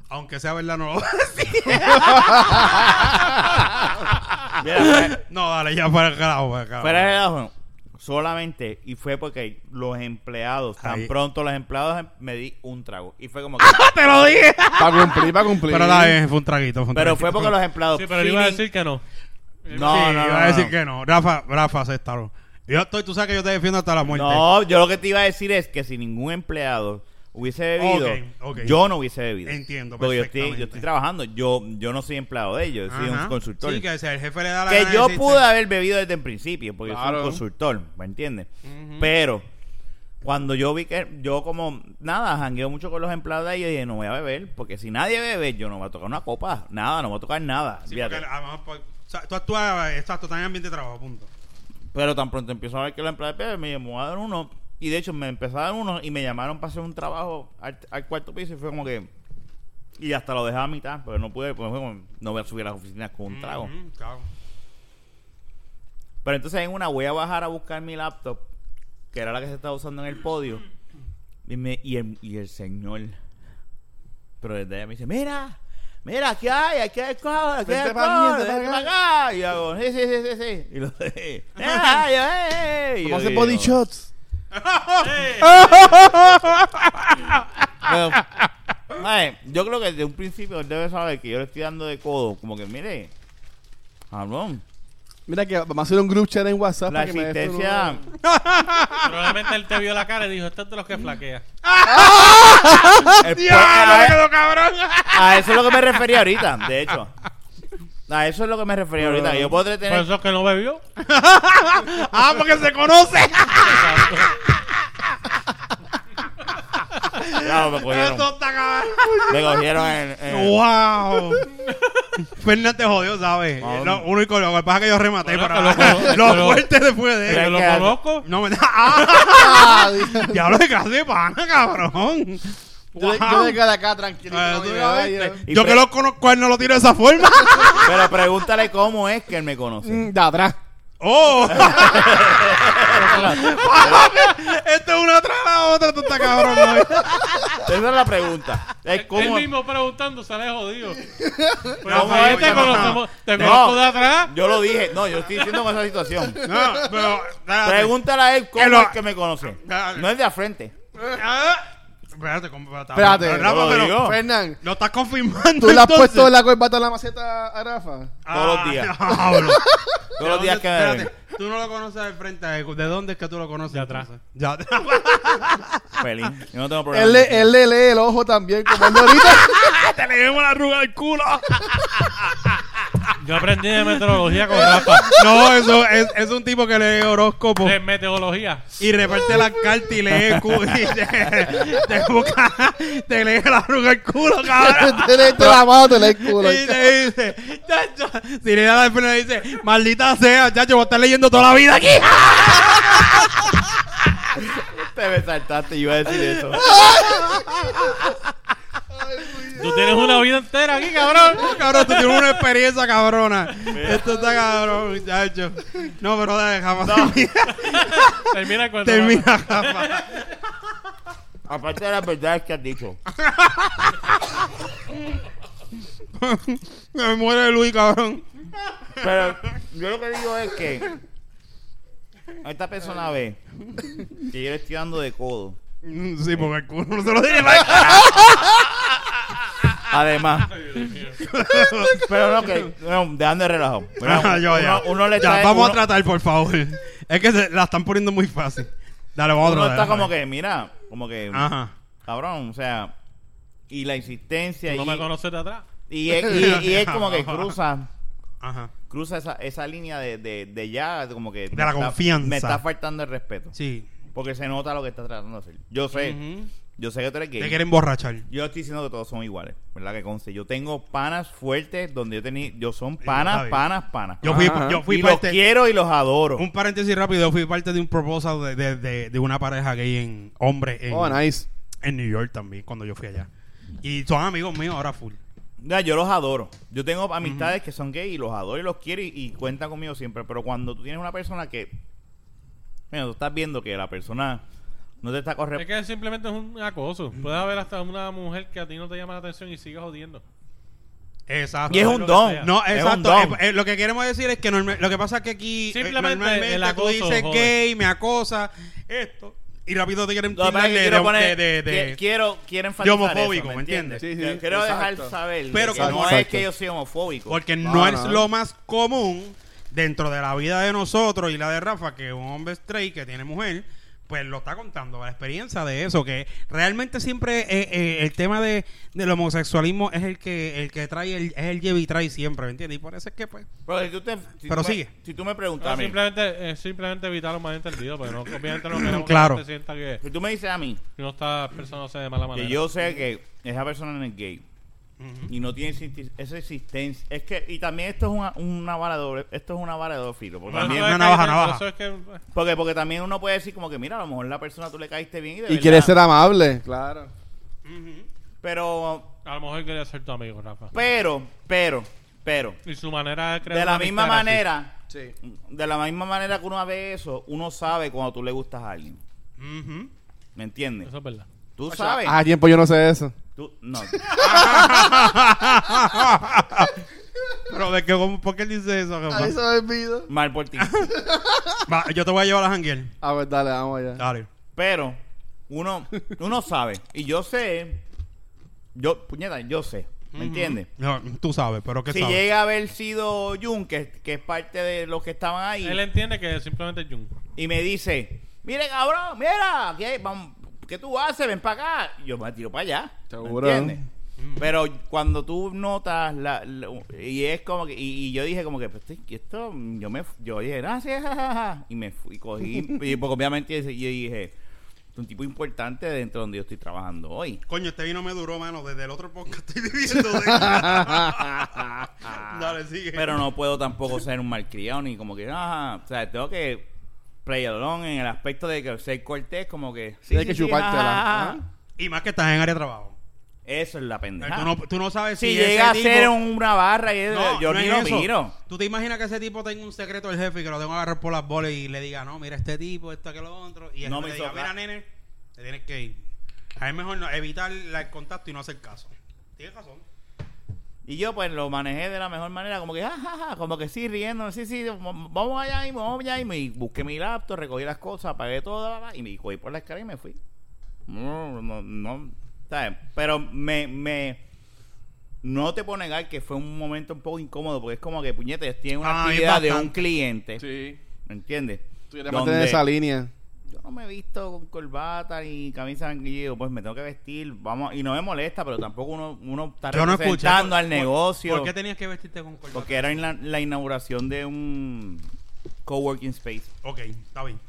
A: aunque sea verdad, no lo *laughs* va a decir. *laughs*
B: Mira, fue-
A: No, dale, ya para el carajo, para el carajo.
B: fuera de relajo, Solamente, y fue porque los empleados, tan
A: Ahí. ¡Ah,
B: pronto los empleados, em- me di un trago. Y fue
A: *laughs*
B: como que.
A: ¡Te lo dije!
D: Para cumplir, para cumplir.
A: Pero la vez fue un traguito. Fue un
B: Pero
A: traguito.
B: fue porque los empleados.
C: Sí, pero él iba a
B: feeling-
C: decir que no.
B: No,
A: Eh, Sí,
B: no, no,
A: iba a
B: no,
A: decir
B: no.
A: que no. Rafa, Rafa, acéptalo. Yo estoy, tú sabes que yo te defiendo hasta la muerte.
B: No, yo lo que te iba a decir es que si ningún empleado hubiese bebido,
A: Ok, ok.
B: yo no hubiese bebido.
A: Entiendo
B: Porque yo estoy, yo
A: perfectamente.
B: estoy trabajando, yo, yo no soy empleado de ellos, yo soy
A: Ajá.
B: un consultor.
A: Sí,
B: que
A: que si el jefe le da la gana
B: yo
A: de decirte-
B: pude haber bebido desde el principio, porque soy
D: Claro.
B: un consultor, ¿me entiendes? Pero cuando yo vi que yo como, nada, jangueo mucho con los empleados de ellos y dije, no voy a beber, porque si nadie bebe, yo no voy a tocar una copa, nada, no voy a tocar nada.
A: Sí,
B: fíjate.
A: porque a lo mejor, pues, o sea, tú actúas, exacto, estás en ambiente de trabajo, punto.
B: Pero tan pronto empiezo a ver que la empleada "Espérate, me llamó a dar uno. Y de hecho me empezó a dar uno y me llamaron para hacer un trabajo al, al cuarto piso y fue como que... Y hasta lo dejaba a mitad, pero no pude, pues, fue como, no voy a subir a las oficinas con un trago.
A: Ujú, claro.
B: Pero entonces en una voy a bajar a buscar mi laptop, que era la que se estaba usando en el podio. Y, me- y, el, y el señor... Pero desde allá me dice, mira, mira, aquí hay, aquí hay cosas, aquí hay
D: Vente pa'
B: cosas,
D: aquí, vente
B: vente
D: pa'
B: pa' acá. Y hago, sí, sí, sí, sí, sí. Y lo *laughs* dejé. "Ah, ya, eh". Y yo
D: Vamos a hacer
B: digo,
D: body shots.
B: Pero, mae, yo creo que desde un principio él debe saber que yo le estoy dando de codo. Como que, mire, cabrón,
D: Mira que vamos a hacer un group chat en WhatsApp.
B: la
D: para que me des tu *laughs*
B: existencia.
D: número.
C: Probablemente él te vio la cara y dijo, este es de los que flaquea.
B: el po-
A: ¡Ya! ¡Me
B: a,
A: quedo cabrón! *laughs*
B: a eso es lo que me refería ahorita, de hecho. A eso es lo que me refería ahorita. que Yo podré
C: Por
A: Pues,
B: tener.
C: Pues eso es que no bebió.
A: ¡Ah, porque
B: *laughs*
A: se conoce!
B: Claro, Ah, me cogieron.
A: Eso está cabrón.
B: Me cogieron en. en- *laughs*
A: ¡Wow! Fernández jodió, ¿sabes?
B: Ah,
A: Lo único, lo que pasa es que yo rematé,
C: Bueno,
A: *laughs* pero
C: pero-
A: lo
C: pero-
A: fuerte después de
C: Yo
A: él.
C: lo
B: que-
C: conozco.
A: No me *laughs* ¡Ah!
D: Ah, dice-
A: Ya lo de casi de pana, cabrón.
D: Yo le- yo
A: Wow.
D: me quedé acá tranquilo.
A: Ah,
D: no
A: tú
D: digo,
A: ya
D: ay,
A: viste.
D: yo-
B: Y
A: Yo
B: pre-
A: que lo conozco, a él no lo tiro de esa forma.
B: Pero pregúntale cómo es que él me conoce.
D: Mm, De atrás.
B: *laughs*
A: ¡Oh! Esto es una tras la otra, tú estás cabrón. ¿no?
B: Esa es la pregunta. Es
C: Él
B: cómo.
C: mismo preguntando sale jodido. Pero
B: No,
C: Fabián,
B: no,
C: te
B: no.
C: pues, conocemos, te
B: No.
C: conozco de atrás.
B: Yo lo dije. No, yo estoy diciendo con esa situación.
A: No, pero. espérate.
B: Pregúntale a él
A: Que
B: cómo
A: lo-
B: es que me conoce. No es de a frente.
A: Ah, Espérate, ¿cómo va a estar?
D: Espérate,
A: Pero, Rafa,
B: yo lo
A: pero-
D: Oh.
B: digo. No.
D: Fernán,
A: Lo estás confirmando.
D: ¿tú le has
A: entonces? Ah,
D: puesto la corbata a la maceta a Rafa?
B: Todos los días.
A: diablo.
B: Todos los días que me ven.
A: Espérate, tú no lo conoces de frente. a él. ¿De dónde es que tú lo conoces?
C: De atrás.
A: entonces? Ya *laughs* atrás.
B: Feliz. Yo no tengo problema.
D: Él le, él le lee el ojo también, como él *laughs* ahorita.
A: Te le vemos la arruga al culo.
C: Yo aprendí de meteorología con Rafa.
A: No, eso es, es un tipo que lee horóscopo
C: De meteorología.
A: y reparte las cartas y lee cu- y te, te busca, te lee la arruga al culo, cabrón.
D: te lee toda este la mano, *laughs* te lee el culo.
A: Y te dice, chacho, si le da la pena, dice, maldita sea, chacho, voy a estar leyendo toda la vida aquí. *laughs*
D: *laughs*
B: Te me saltaste y iba a decir eso.
A: Tú
C: tú tienes una vida entera aquí, cabrón.
A: Cabrón, tú tienes una experiencia cabrona. Esto está cabrón, muchacho. No, pero dale, jamás.
C: Termina cuando.
A: *laughs* Termina, jamás. *laughs*
B: Aparte de las verdades que has dicho.
A: Me muere Luis, cabrón.
B: Pero yo lo que digo es que a esta persona ve que yo le estoy dando de codo.
A: Mm, Sí, porque el culo no se lo tiene para
B: Además, pero no que no, dejando de relajo. Bueno,
A: Ah, *laughs* yo,
B: uno,
A: ya.
B: uno le
A: Ya,
B: trae-
A: vamos
B: uno-
A: a tratar, por favor. Es que se- la están poniendo muy fácil. Dale, vamos
B: uno
A: a tratar.
B: está como que, mira, como que,
A: Ajá.
B: cabrón, o sea, y la insistencia
C: No
B: y,
C: me conoces de atrás.
B: y, es-
A: *laughs*
B: y- y es como que cruza,
A: Ajá.
B: cruza esa, esa línea de, de, de ya, como que... me
A: la
B: está-
A: confianza.
B: Me está faltando el respeto.
A: Sí.
B: Porque se nota lo que está tratando de hacer. Yo sé,
A: Ujú.
B: yo sé Pues, que tú eres gay.
A: Te quieren borrachar.
B: Yo no estoy diciendo que todos son iguales, ¿verdad? Que conste. Yo tengo panas fuertes donde yo tenía. Yo son
A: está
B: panas,
A: bien.
B: panas, panas.
A: Yo fui,
D: Ajá.
A: yo fui
B: y los
A: parte.
B: quiero y los adoro.
A: Un paréntesis rápido, yo fui parte de un proposal de, de, de- de una pareja gay en hombre en,
D: Oh, nice.
A: en New York también, cuando yo fui allá. Y son amigos míos ahora full.
B: Ya, yo los adoro. Yo tengo amistades que son gay y los adoro y los quiero y, y cuentan conmigo siempre. Pero cuando tú tienes una persona que. Mira, tú estás viendo que la persona no te está
C: Es
B: corriendo.
C: que simplemente es un acoso. Puede haber hasta una mujer que a ti no te llama la atención y sigas jodiendo.
A: Exacto.
B: Y es un don.
A: No,
B: Es un
A: exacto.
B: don.
A: Eh, eh, lo que queremos decir es que norma- lo que pasa es que aquí eh,
C: Simplemente
A: normalmente
C: el
A: tú
C: acoso,
A: dices
C: joder.
A: gay, me acosa, esto, y rápido te quieren
B: Lo que pasa
A: tildar
B: es que
A: de-
B: quiero
A: de-
B: poner-
A: de- de-
B: qui- quiero, quiero enfatizar
A: de
B: eso,
A: homofóbico,
B: ¿me
A: ¿me entiendes?
B: entiendes?
D: Sí, sí,
B: quiero dejar
D: exacto.
B: saber
A: Pero
B: que
A: que
B: no
A: no-
B: es que yo soy homofóbico.
A: Porque no,
D: No,
A: es
D: no.
A: lo más común dentro de la vida de nosotros y la de Rafa que un hombre straight que tiene mujer, pues lo está contando, la experiencia de eso, que realmente siempre eh, eh, el tema de, del homosexualismo es el que el que trae, el, es el lleva y trae siempre, ¿me entiendes? Y por eso es que, pues,
B: Pero, si tú, te- si
A: Pero
B: tú me-
A: sigue. Ah,
B: si tú me preguntas.
C: No,
B: a mí,
C: simplemente, es simplemente evitar los malentendidos, pero no, obviamente no queremos
A: Claro.
C: que la gente sienta que
B: Si tú me dices a mí
C: que no está personándose de mala manera.
B: que yo sé que esa persona no es gay y no tiene existi- esa existencia, es que y también esto es una, una vara de doble, esto es una vara de dos filos, porque,
C: Pero
B: también,
C: eso es
A: una navaja,
C: que-
A: navaja.
C: Eso es que eh,
B: porque porque también uno puede decir como que mira, a lo mejor la persona tú le caíste bien y, de
D: Y
B: verdad,
D: quiere ser amable. Claro.
B: pero
C: a lo mejor quería ser tu amigo, Rafa.
B: pero pero pero
C: Y su manera de crear
B: de
C: una
B: la misma
C: amistad era así.
B: manera,
D: Sí.
B: de la misma manera que uno ve eso, uno sabe cuando tú le gustas a alguien. ¿Me entiendes?
C: Eso es verdad.
B: Tú sabes.
D: Ah, tiempo yo no sé eso.
B: Tú, no.
A: pero de que, ¿cómo- ¿por qué él dice eso? Rafa?
D: Ahí se me olvidó.
B: Mal por ti.
A: Va, yo te voy a llevar a Janguel.
D: A ver, dale, vamos allá.
A: Dale.
B: Pero uno, uno sabe. Y yo sé. Yo, puñeta, yo sé. ¿Me entiendes?
A: No, tú sabes, pero ¿qué
B: Si
A: sabes?
B: llega a haber sido Jun, que, que es parte de los que estaban ahí,
C: Él entiende que simplemente es Jung.
B: y me dice: Mire, cabrón, mira, ¿qué, vam- qué tú haces? Ven para acá. Yo me tiro para allá. ¿me
D: Seguro.
B: entiendes? Pero cuando tú notas la, la- y es como que y, y yo dije como que pues, sí, esto yo me yo dije gracias ja, ja, ja", y me fui cogí *laughs* y porque obviamente yo dije es un tipo importante dentro donde yo estoy trabajando hoy
A: Coño, este vino me duró, mano, desde el otro podcast
B: *laughs*
A: estoy viviendo de Dale, sigue.
B: Ah. Pero no puedo tampoco ser un malcriado ni como que, ah, o sea, tengo que play along en el aspecto de que ser cortés, como que.
D: Tienes que chupártela. Ah.
B: ajá,
D: Ajá.
A: Y más que estás en área de trabajo.
B: Eso es la
A: Eh,
B: pendeja.
A: Tú no, tú no sabes
B: si
A: si
B: llega a
A: ese tipo-
B: ser una barra y
A: No,
B: yo
A: no
B: ni
A: es
B: lo
A: eso.
B: miro.
A: ¿Tú te imaginas que ese tipo tenga un secreto del jefe y que lo tengo que agarrar por las bolas y le diga, no, mira este tipo, esto, que lo otro? Y el
B: No
A: jefe
B: me
A: le diga,
B: hizo
A: mira,
B: caso.
A: nene, te tienes que ir. A es mejor no- evitar la- el contacto y no hacer caso. Tienes razón.
B: Y yo pues lo manejé de la mejor manera, como que, ah, ja, ja", como que sí, riendo, sí, sí, vamos allá mismo, vamos allá mismo. Y busqué mi laptop, recogí las cosas, apagué todo, bla, bla, y me cogí por la escalera y me fui. No, no, no, ¿sabes? Pero me, me, no te puedo negar que fue un momento un poco incómodo, porque es como que, puñete, tiene una
A: Ah, es
B: actividad de un
A: bastante.
B: cliente,
D: Sí.
B: ¿me entiendes?
D: Tú quieres
B: Donde-
D: mantener esa línea.
B: yo no me he visto con corbata ni camisa y yo, pues me tengo que vestir, vamos, y no me molesta, pero tampoco uno, uno está
A: Yo no escuché,
B: representando
A: por-
B: al negocio.
A: ¿Por qué tenías que vestirte con corbata?
B: Porque era en la, la inauguración de un coworking space.
A: Ok, está bien.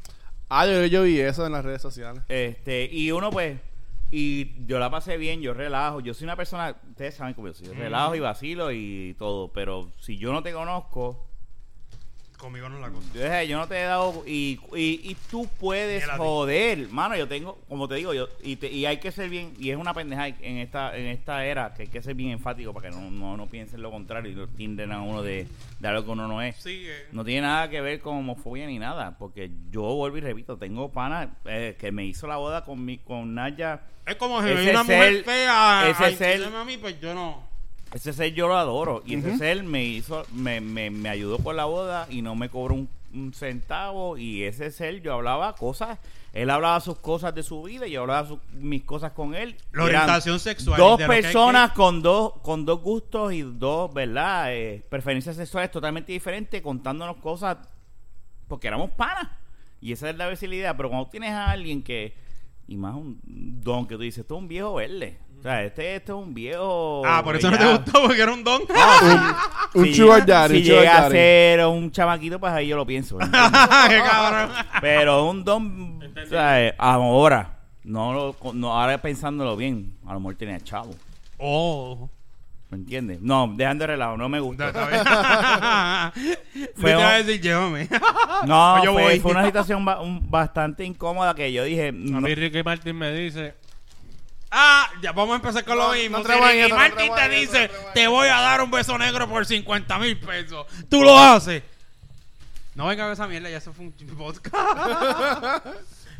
D: Ah, yo, yo vi eso en las redes sociales.
B: Este, y uno pues, y yo la pasé bien, yo relajo, yo soy una persona, ustedes
A: Mm.
B: saben cómo yo soy, yo relajo y vacilo y todo, pero si yo no te conozco,
A: Conmigo no es la cosa.
B: Yo dije, yo no te he dado. Y, y, y tú puedes
A: Mírate.
B: joder. Mano, yo tengo, como te digo, yo y, te- y hay que ser bien. Y es una pendeja en esta en esta era que hay que ser bien enfático para que no, no, no piensen lo contrario y lo tinden a uno de, de algo que uno no es.
A: Sigue.
B: No tiene nada que ver con homofobia ni nada, porque yo vuelvo y repito, tengo pana eh, que me hizo la boda con mi, con Naya.
A: Es como si
B: Ese
A: me una
B: es
A: mujer
B: el-
A: fea a-
B: ese
A: a
B: es el-
A: insultarme a mí, pues yo no.
B: Ese ser yo lo adoro. Y ese ser me hizo, me, me, me ayudó con la boda y no me cobró un, un centavo. Y ese ser yo hablaba cosas, él hablaba sus cosas de su vida y yo hablaba sus- mis cosas con él. Eran
A: La orientación sexual,
B: Dos
A: de lo que hay que-
B: personas con dos, con dos gustos y dos, ¿verdad? Eh, preferencias sexuales totalmente diferentes, contándonos cosas porque éramos panas. Y esa es la visibilidad. Pero cuando tienes a alguien que. Y más un don que tú dices, esto es un viejo verde. O sea, este, este es un viejo.
A: ah, por eso
B: que
A: no te
B: ya-
A: gustó, porque era un don.
D: *laughs* Ah. Un
B: si
D: sugar
B: llega-
D: daddy,
B: Si
D: un sugar
B: llega a
D: daddy.
B: ser un chamaquito, pues ahí yo lo pienso.
A: *laughs*
B: ¿entiendes?
A: ¡Qué cabrón!
B: Pero un don.
C: Entendí.
B: ¿sabes? Ahora. No, lo- no, ahora pensándolo bien, a lo mejor tenía chavo.
A: *laughs* Oh.
B: ¿Me entiendes? No, dejando de relajo, no me gusta.
A: Fue
B: Fue
A: te
B: un-
A: iba a decir, llévame.
B: No,
A: Pues yo
B: fue,
A: voy.
B: fue una situación ba- un- bastante incómoda que yo dije.
C: A
B: no-
C: mí Ricky Martin me dice,
A: Ah, ya vamos a empezar con lo
D: No,
A: mismo.
D: no
A: Si
D: te vayas,
A: Ricky
D: no te
A: Martin te
D: vayas, no te
A: dice,
D: vayas.
A: te voy a dar un beso negro por 50 mil pesos. Tú lo haces. No venga a esa mierda, ya eso fue un podcast.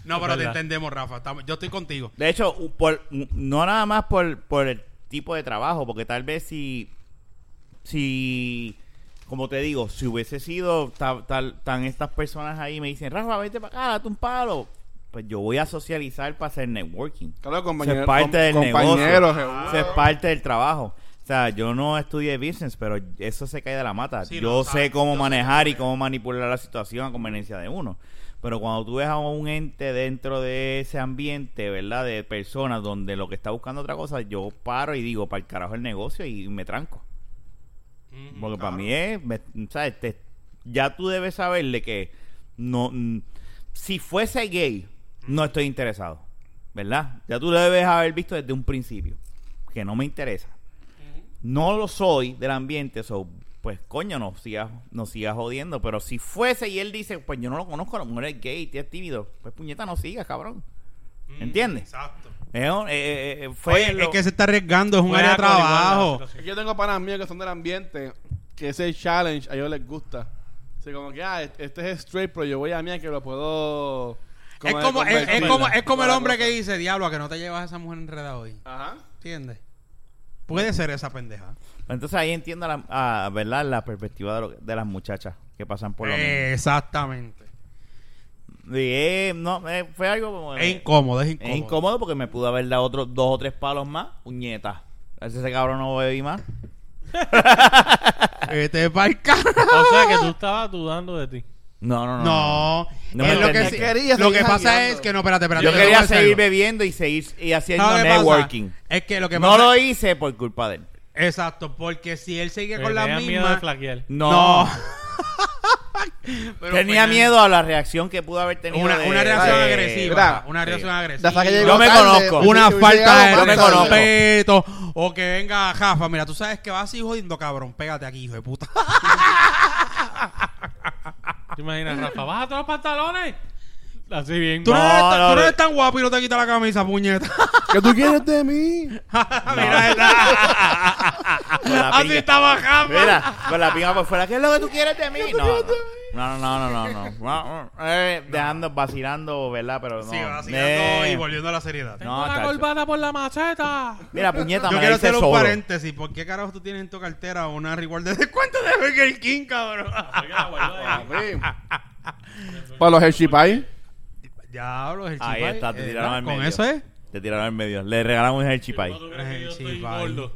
A: no, pero te
C: verdad.
A: entendemos, Rafa. Estamos- yo estoy contigo.
B: De hecho, u- por, u- no nada más por, por el tipo de trabajo, porque tal vez si, si como te digo, si hubiese sido ta- tal- tan estas personas ahí me dicen, Rafa, vete para acá, date un palo, pues yo voy a socializar para hacer networking.
D: Claro,
B: Eso
D: compañero,
B: es parte del
D: compañeros,
B: negocio.
D: seguro.
B: Eso es parte del trabajo. O sea, yo no estudié business, pero eso se cae de la mata.
A: Sí,
B: yo
A: no,
B: sé
A: sabes,
B: cómo
A: yo sé
B: manejar
A: cómo
B: y cómo manipular la situación a conveniencia de uno. Pero cuando tú ves a un ente dentro de ese ambiente, ¿verdad? De personas donde lo que está buscando otra cosa, yo paro y digo, para el carajo el negocio y me tranco.
A: Mm,
B: Porque
A: claro.
B: para mí es, me- ¿sabes? Te- ya tú debes saberle que no, mm, si fuese gay,
A: Mm.
B: no estoy interesado, ¿verdad? Ya tú lo debes haber visto desde un principio, que no me interesa. No lo soy del ambiente, so, pues coño, no sigas, no sigas jodiendo, pero si fuese y él dice, pues yo no lo conozco, a lo mejor es gay, es tímido, pues puñeta, no sigas, cabrón.
A: Mm,
B: ¿Entiendes?
A: Exacto.
B: Es un- eh, eh, eh, fue
A: Oye, es
B: lo-
A: que se está arriesgando, es un
C: "Voy a
A: área de
C: averiguar la
A: trabajo.
C: situación".
D: Es que yo tengo panas míos que son del ambiente, que ese challenge a ellos les gusta. O sea, como que, ah, este es straight, pero yo voy a mí que lo puedo...
A: Es
D: de
A: como, es, es
D: convertir.
A: como, es como el
D: Para
A: hombre
D: cosa.
A: que dice, diablo, a que no te llevas a esa mujer enredada hoy.
D: Ajá.
A: ¿Entiendes? Puede ser esa pendeja.
B: Entonces ahí entiendo la, ah, ¿verdad? la perspectiva de, lo- de las muchachas que pasan por lo
A: Eh.
B: mismo.
A: Exactamente.
D: Eh,
B: Y, eh, no, eh, fue algo como...
A: Es incómodo, es
B: es
A: incómodo.
B: incómodo porque me pudo haber dado otros dos o tres palos más. Puñeta. A veces ese cabrón no bebí más.
A: Vete pa'l carajo.
C: O sea que tú estabas dudando de ti.
B: No, no, no.
A: No,
B: Ah. No
A: es
B: me
A: lo que,
B: entendiste.
A: sí-
D: Quería
A: lo que
D: seguir
A: pasa
D: jangueando.
A: es que no, espérate, espérate.
B: Yo
A: te voy a
B: quería
A: decir
B: seguir
A: algo.
B: bebiendo y seguir y haciendo
A: ¿Sabes qué pasa?
B: networking.
A: Es que lo que
B: No
A: pasa
B: lo hice por culpa de él.
A: Exacto, porque si él sigue
C: Que
A: con la
C: tenías miedo de
A: misma
C: flaquear.
B: No.
A: Pero
B: Tenía
A: Fernan-
B: miedo a la reacción que pude haber tenido.
A: una,
B: de-
A: una reacción
B: de-
A: agresiva,
D: Mira,
A: una reacción
D: De hasta que
A: agresiva.
D: llegó
B: Yo me
D: tarde,
B: conozco.
D: hubiese-
A: una
D: hubiese
A: falta
D: llegado
A: de
D: más
B: yo me
D: tarde.
B: conozco.
A: respeto o que venga Jafa, mira, tú sabes que vas así jodiendo, cabrón, pégate aquí, hijo de puta.
C: ¿Te imaginas, Rafa? ¡Bájate los pantalones! Así bien.
A: Tú no,
B: No,
A: eres, tan-
B: no,
A: tú no
B: no.
A: eres tan guapo y no te quita la camisa, puñeta.
B: *laughs*
D: ¿Qué tú quieres de mí? *laughs*
A: mira, esta-
B: con la
A: así
B: pinga.
A: estaba Jafa.
B: Mira, con la pinga por fuera, ¿qué es lo que tú quieres de mí? No, no, no, no, no, no. no. no. Eh, dejando, vacilando, ¿verdad? Pero no.
A: Sí, vacilando
B: Eh,
A: y volviendo a la seriedad.
B: No,
C: ¡Una
B: chacho.
C: corbata por la maceta!
B: Mira, puñeta,
A: Yo
B: me la
A: quiero
B: hice
A: hacer un
B: solo.
A: paréntesis. ¿Por qué carajo tú tienes en tu cartera una reward de *laughs* descuento de Burger King,
B: *laughs*
A: cabrón?
D: Para los Hershey Pie.
A: Diablo, es el
B: Ahí
A: chipay,
B: está, te
A: eh,
B: tiraron al
A: ¿Con
B: medio.
A: eso es?
B: Te tiraron al medio. Le regalamos el chipay.
A: El chipay. No,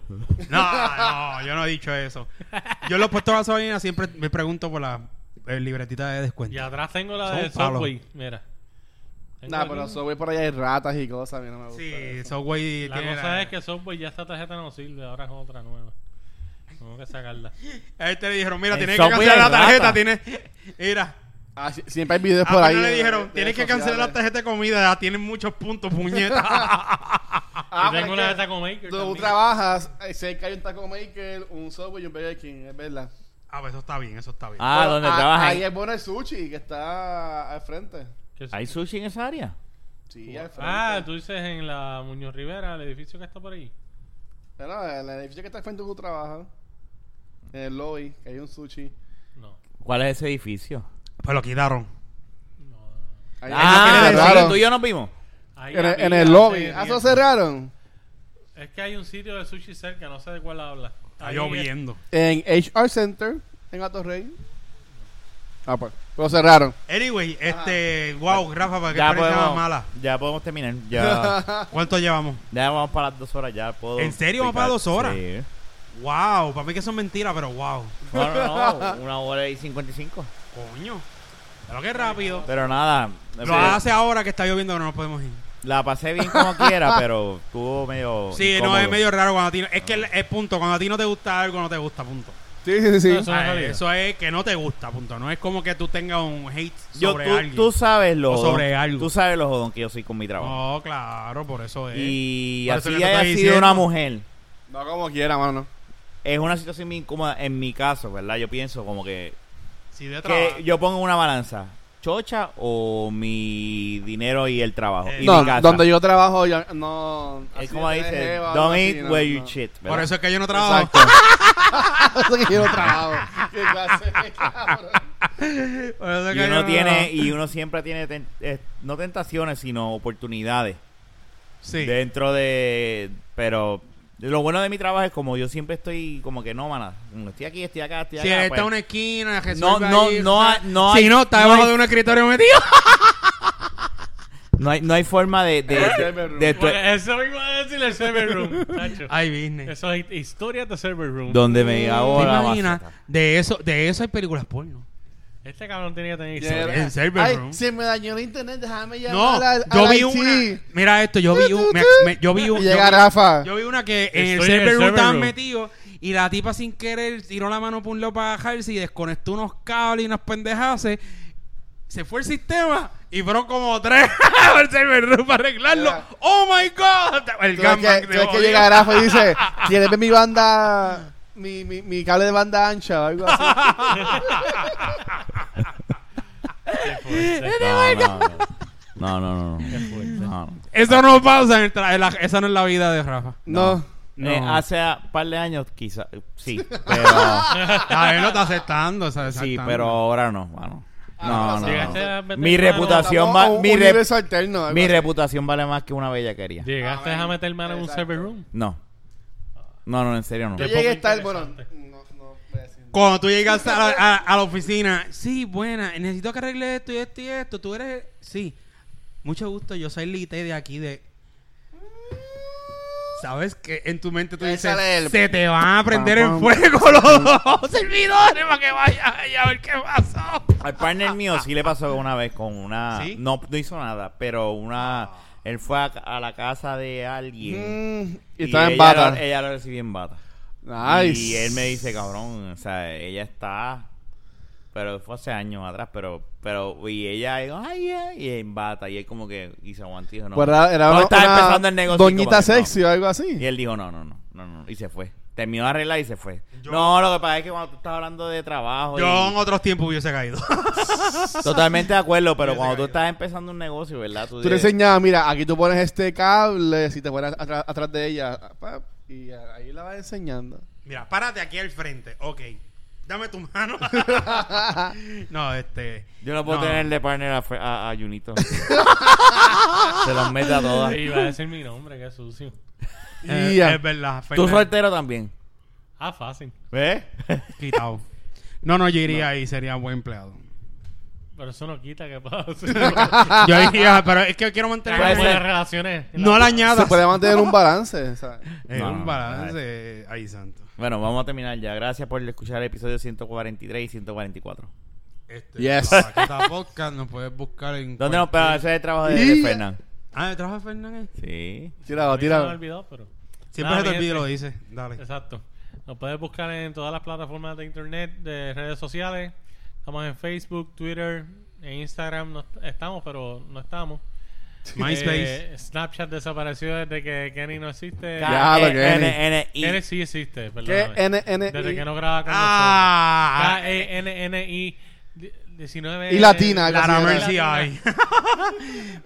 A: no, yo no he dicho eso. Yo en los puestos de gasolina siempre me pregunto por la eh, libretita de descuento.
C: Y atrás tengo la
A: Son
C: de
A: palos.
C: Subway. Mira. Tengo
D: Nah,
C: aquí.
D: pero Subway por allá hay ratas y cosas. A mí no me gusta.
A: Sí,
D: eso.
A: Subway
C: La
A: tiene
C: cosa
A: la-
C: es que Subway ya esta tarjeta no sirve. Ahora es otra nueva. Tengo que sacarla.
A: A este le dijeron, mira,
B: En
A: tienes que
B: Subway
A: cancelar la
B: hay
A: tarjeta.
B: rata.
A: Tienes... Mira,
D: Ah, sí, siempre hay videos por
A: a
D: ahí.
A: Fernan pues le
D: de-
A: dijeron,
D: de
A: tienes que
D: sociales.
A: cancelar la tarjeta de comida. Tienen muchos puntos,
D: *laughs*
A: puñeta.
C: Yo tengo
D: Ah, pero
C: una de
D: es que
C: Taco Maker.
D: Tú
C: también.
D: trabajas, eh, cerca hay un Taco Maker, un Subway y un Burger King, es verdad.
A: Ah, pues eso está bien, eso está bien.
B: Ah,
D: Pero
B: donde
D: a-
B: trabajas.
D: Ahí es bueno el sushi que está al frente.
C: ¿Qué es-
B: ¿Hay sushi en esa área?
D: Sí, al frente.
C: Ah, tú dices en la Muñoz Rivera, el edificio que está por ahí.
D: Pero el edificio que está al frente donde tú trabajas, en el lobby, que hay un sushi.
C: No.
B: ¿Cuál es ese edificio?
A: Pues lo quitaron.
C: no.
D: Ahí-
B: Ah,
D: ahí lo
B: sí,
D: cerraron.
B: tú y yo nos vimos.
C: Ahí
D: En, el- en
C: había
D: el
C: hace
D: lobby. Ah, eso
C: tiempo.
D: cerraron.
C: Es que hay un sitio de sushi cerca, no sé de cuál habla.
A: Está
C: Ahí
A: lloviendo.
D: En HR Center, en Atorrey. Ah, pues. Lo cerraron.
A: Anyway,
D: Ah.
A: este. Wow, Rafa, para qué
B: Ya
A: experiencia más
B: podemos,
A: mala.
B: ya podemos terminar.
A: *laughs*
B: Ya,
A: ¿Cuánto llevamos?
B: ya vamos para las dos horas. Ya puedo
A: ¿En serio vamos
B: picar.
A: para dos horas?
B: Sí.
A: *laughs* Wow, para mí que son mentiras, pero wow.
B: No, no, no, una hora y cincuenta y cinco.
A: Coño. Pero qué rápido.
B: Pero nada,
A: Lo hace ahora que está lloviendo que no nos podemos ir.
B: la pasé bien como
A: *laughs*
B: quiera, pero estuvo medio.
A: Sí, no,
B: incómodo.
A: es medio raro cuando a ti... Es que el, el punto, cuando a ti no te gusta algo, no te gusta, punto.
D: Sí, sí, sí.
C: Eso es
A: Ah,
C: realidad.
A: eso es que no te gusta, punto. No es como que tú tengas un hate
B: Yo,
A: sobre
B: tú,
A: alguien.
B: tú sabes lo.
A: O sobre
B: jodón-
A: algo.
B: Tú sabes lo jodón que yo soy con mi trabajo.
A: No, claro, por eso es.
B: Y
A: Por eso
B: así
A: que te
B: haya
A: estoy
B: sido
A: diciendo.
B: una mujer.
D: No como quiera, mano.
B: Es una situación bien incómoda en mi caso, ¿verdad? Yo pienso como que,
A: Si de trabajo.
B: que yo pongo una balanza. ¿Chocha o mi dinero y el trabajo?
A: Eh,
B: y
D: No,
B: mi casa.
D: donde yo trabajo, ya, no.
B: Es
D: así
B: como
D: de
B: dice,
D: jeva,
B: don't
D: así,
B: eat
D: no,
B: where
D: no.
B: you shit. ¿verdad?
A: por eso es que yo no trabajo.
D: Exacto. Eso que yo
B: *laughs*
D: no trabajo. Qué clase de cabrón.
A: *laughs* Por eso es
B: y
A: que yo
B: uno
A: no *laughs*
B: tiene
A: trabajo.
B: y uno siempre tiene ten- eh, no tentaciones sino oportunidades
A: Sí.
B: dentro de pero lo bueno de mi trabajo es como yo siempre estoy como que nómana como estoy aquí estoy acá estoy
A: Si
B: acá
A: él
B: pues,
A: está en una esquina,
B: no
A: resuelve
B: no
A: ahí,
B: no
A: *laughs*
B: hay- no
A: Si
B: hay-
A: no, está
B: no
A: debajo
B: hay-
A: de un
B: *laughs*
A: escritorio metido.
B: no hay no hay forma de de, de, de-
C: Bueno, eso iba a decir el server room, Nacho.
A: Ay, business.
C: Eso es historia de server room.
B: donde me hago
A: eh, ¿Te
B: la
A: imaginas?
B: maceta.
A: De eso, de eso hay películas porno.
C: Este cabrón tenía que tener historia.
D: Yeah.
A: En server
D: Ay,
A: room.
D: se me dañó el internet, déjame
A: No,
D: llamar a la- a
A: yo
D: la
A: vi
D: IT.
A: una. Mira esto, yo vi un- me- me- yo vi un-
D: Y
A: yo
D: llega
A: vi-
D: Rafa.
A: Yo vi una que eh, en el
C: Estoy
A: server
C: en el
A: room
C: server
A: estaban
C: room.
A: metidos y la tipa sin querer tiró la mano por un lado para bajarse y desconectó unos cables y unas pendejaces. Se fue el sistema y fueron como tres *laughs* al server room para arreglarlo.
D: Mira.
A: ¡Oh my god! El
D: Tú ves
A: gangbang de
D: que, tú ves que
A: odio.
D: llega Rafa y
A: *laughs*
D: dice, ¿quieres ver mi banda, mi, mi, mi cable de banda ancha o algo
A: *laughs*
D: así?
C: Qué fuerte,
B: no, no, no, no, no,
C: qué
B: no,
C: fuerte.
B: no, no.
A: Eso no pasa en el tra- en la- esa no es la vida de
D: *laughs*
A: Rafa.
D: No.
A: No.
B: Eh, hace un par de años quizás sí pero
A: A él lo está aceptando. está
B: sí
A: aceptando.
B: pero ahora no mano no, no, no.
C: Llegaste a meter
B: mi
C: mano-
B: reputación
D: Estamos
B: va-
D: un
B: mi, rep-
D: universo alterno. algo
B: mi
D: así.
B: reputación vale más que una bellaquería.
C: Llegaste
D: Amén.
C: a meter mano en un
D: Exacto.
C: server room.
B: No. No, no, en serio no.
D: Yo
C: Qué
D: llegué a
C: poco
D: estar, bueno,
C: interesante.
D: no, no voy a decir nada.
A: Cuando tú llegas a la, a- a la oficina, sí, buena, necesito que arregle esto y esto y esto. Tú eres, sí, mucho gusto, yo soy Lite de aquí de... ¿Sabes que En tu mente tú
D: Ahí
A: dices,
D: sale el-
A: se te van a prender en
D: pam.
A: fuego los dos *laughs* servidores para que vayas allá a ver qué pasó.
B: Al partner mío sí le pasó una vez con una...
A: ¿Sí?
B: No, no hizo nada, pero una... Él fue a, a la casa de alguien.
D: Mm, y estaba en
B: ella
D: bata.
B: lo- ella lo recibió en bata.
D: Nice.
B: Y él me dice, cabrón, o sea, ella está... Pero fue hace años atrás, pero... pero Y ella, digo, ay, yeah", y en bata. Y él como que... Y se aguantó y dijo, no.
D: Pues era, era
B: No,
D: una,
B: estaba
D: una
B: empezando el negocio, como
D: doñita
B: que no.
D: sexy o algo así.
B: Y él dijo, no, no, no, no, no, y se fue. Terminó de arreglar y se fue. No, lo que pasa es que cuando tú estás hablando de trabajo,
A: Yo en
B: y-
A: otros tiempos hubiese caído.
B: *laughs*
A: *laughs*
B: totalmente de acuerdo, pero
A: Yo
B: cuando tú
A: se
B: estás empezando un negocio, ¿verdad?
D: Tú le
B: dices-
D: enseñabas, mira, aquí tú pones este cable, si te pones atrás, atrás de ella, pap, y ahí la vas enseñando.
A: Mira, párate aquí al frente, ok. Dame tu
D: *laughs*
A: mano. no, este...
B: Yo no puedo
A: no.
B: tenerle partner a, Fe- a, a
A: *laughs*
B: Junito. se los mete a todas.
C: Iba a decir mi nombre, qué sucio.
A: eh,
D: Ya.
A: Es verdad.
B: Tú
A: Fernan-
B: soltero también.
C: Ah, fácil.
B: ¿Ves?
A: Quitado. No, no, yo iría ahí, sería buen empleado.
C: Pero eso no quita que
D: *laughs*
C: pasa.
A: *laughs* Yo diría, pero es que yo quiero mantener
B: Puede
C: Las
B: ser.
C: relaciones.
A: No la
D: Se
A: añadas.
D: puede mantener un balance, ¿sabes?
A: Es
B: No, no,
A: Eh, un
B: no,
A: balance. Ay, santo.
B: bueno, vamos a terminar ya. Gracias por escuchar el episodio 143 y 144.
A: Este,
D: Yes.
A: la Vaqueta podcast nos puedes buscar en.
B: ¿Dónde nos pega? Ese es el trabajo de,
D: eh, Y-
B: de Fernán.
A: Ah, ¿de trabajo de Fernández?
B: Sí.
D: Tirado,
C: Tira.
D: tirado.
C: pero...
A: Siempre
C: Nada,
A: se te
C: mi
A: olvida y
C: gente.
A: lo dice. Dale.
C: Exacto. Nos puedes buscar en todas las plataformas de internet, de redes sociales. Estamos en Facebook, Twitter, en Instagram. No est- estamos, pero no estamos.
A: MySpace.
C: Eh, Snapchat desapareció desde que Kenny no existe.
B: Ah,
D: Ya,
B: eh,
D: lo que es.
B: K-E-N-N-I.
C: Kenny sí existe,
D: ¿Qué?
C: perdón.
D: N, N,
C: Desde
D: I. eh.
C: que no graba con
A: Ah.
C: nosotros. E K-E-N-N-I 19.
D: Y latina, algo
A: Lara
D: así era.
A: Mercy ay. *laughs*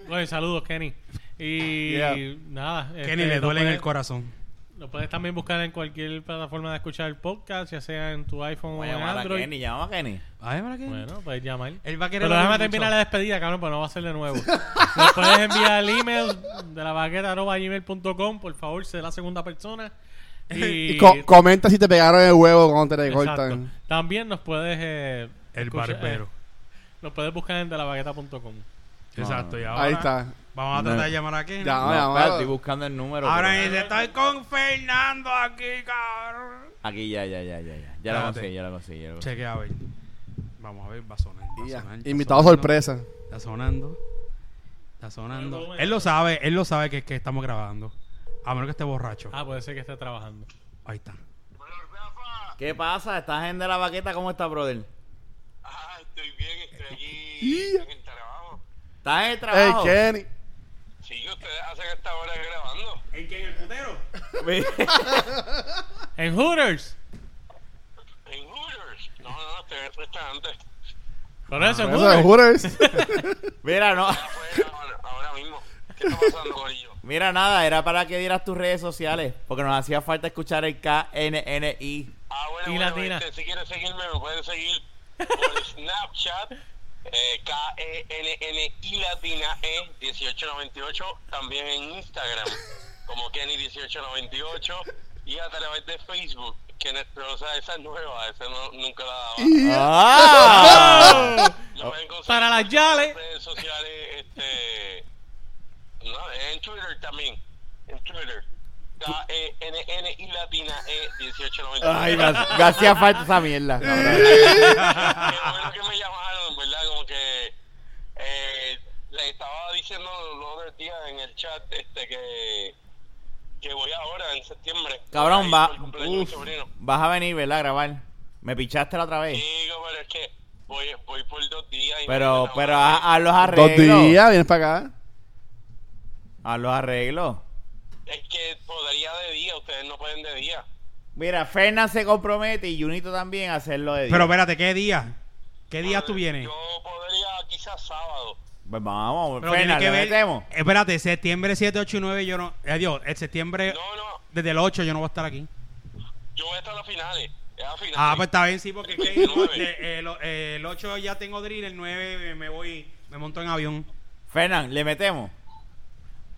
C: Oye, saludos, Kenny. Y
D: Yeah.
C: nada.
A: Kenny
C: este,
A: le
C: nos
A: duele en
C: pueden-
A: el corazón.
C: Lo puedes también buscar en cualquier plataforma de escuchar el podcast, ya sea en tu iPhone
B: Voy a
C: o en
B: llamar a
C: Android.
B: Kenny, llama a Kenny.
A: Ay, ¿para qué?
C: Bueno, puedes llamar.
A: Él va a querer
C: Pero déjame
A: mucho.
C: terminar la despedida, cabrón, pues no va a ser de nuevo. Nos puedes enviar el email de la baqueta arroba gmail.com, por favor, sé la
B: *laughs*
C: segunda persona. Y,
D: Y co- comenta si te pegaron el huevo cuando te
C: Exacto.
D: recortan.
C: También nos puedes. eh,
A: El
C: escucha-
A: barbero.
C: eh, nos puedes buscar en delabagueta.com.
A: Exacto, y ahora
D: Ahí está.
A: Vamos a tratar de llamar a Kenny.
D: Ya,
B: No,
D: vamos,
B: espera,
D: vamos.
B: estoy buscando el número.
A: Ahora
B: pero-
A: dice, estoy con Fernando aquí, cabrón.
B: Aquí ya, ya, ya, ya. Ya, ya lo
A: Espérate.
B: conseguí, ya lo conseguí. ya lo conseguí.
A: Chequea a ver. Vamos a ver, va a sonar. Va
D: Y ya.
A: a sonar, está
D: Invitado
B: *laughs*
A: sonando,
D: sorpresa.
A: Está sonando. Está sonando.
C: Bueno.
A: Él lo sabe, él lo sabe que, que estamos grabando. A menos que esté borracho.
C: Ah, puede ser que esté trabajando.
A: Ahí está.
B: ¿Qué pasa? ¿Estás en de la baqueta? ¿Cómo está, brother?
E: Ah, estoy bien, estoy aquí en el trabajo.
B: ¿Estás en el
D: Hey,
B: trabajo? *laughs*
D: Kenny.
E: Sí, ustedes hacen esta hora grabando.
A: ¿En quién? ¿El putero?
C: En Hooters.
E: En Hooters. No, no, no, estoy en el restaurante.
C: Por eso,
B: Ah,
C: en
D: Eso de
C: Hooters.
B: *laughs*
D: Hooters.
B: *laughs* Mira, no. *laughs*
E: Afuera, ahora, ahora mismo. ¿Qué está pasando, Corillo?
B: Mira, nada, era para que dieras tus redes sociales, porque nos hacía falta escuchar el
D: *laughs*
B: KNNI.
E: Ah, bueno,
C: Y
E: bueno,
C: latina.
E: este, si quieren seguirme, me pueden seguir por Snapchat. Eh, K-E-N-N y latina E 1898. También en Instagram, como Kenny 1898. Y a través de Facebook. Que, no- pero, o sea, esa es nueva, esa no, nunca la daba.
B: ¡Ah! *laughs*
E: Lo pueden conseguir
C: Para las
E: por
C: yales.
E: todas las redes sociales, este. No, en Twitter también. En Twitter. K-E-N-N y latina E E1890.
B: Ay, me, ha- me hacía falta esa mierda.
E: Qué bueno que me llamaron, ¿verdad? Como que. Eh, le estaba diciendo los otros días en el chat este que. Que voy ahora, en septiembre.
B: Cabrón,
E: Ahí,
B: va,
E: por el cumpleaños de mi
B: uf,
E: sobrino.
B: vas a venir, ¿verdad? A grabar. Me pichaste la otra vez.
E: Digo, pero es que. Voy, voy por dos días. y
B: Eh. Pero,
E: mañana
B: pero
E: voy.
B: haz haz los
D: Dos
B: arreglos.
D: días, vienes para acá.
B: Haz los arreglos.
E: Es que podría de día, ustedes no pueden de día.
B: Mira, Fernan se compromete y Junito también a hacerlo de día.
A: Pero espérate, ¿qué día? ¿Qué día tú
E: Yo
A: vienes?
E: podría quizás sábado.
B: Pues vamos,
A: Pero
B: Fernan, le
A: tiene que ver.
B: metemos.
A: Espérate, septiembre 7, 8 y 9 yo no. Adiós, el septiembre
E: No, no,
A: desde el 8 yo no voy a estar aquí.
E: yo voy a estar a las finales. Es a finales.
A: Ah, pues está bien, sí, porque es que
E: El nueve.
A: de- el, el 8 ya tengo drill, el 9 me voy, me monto en avión.
B: Fernan, le metemos.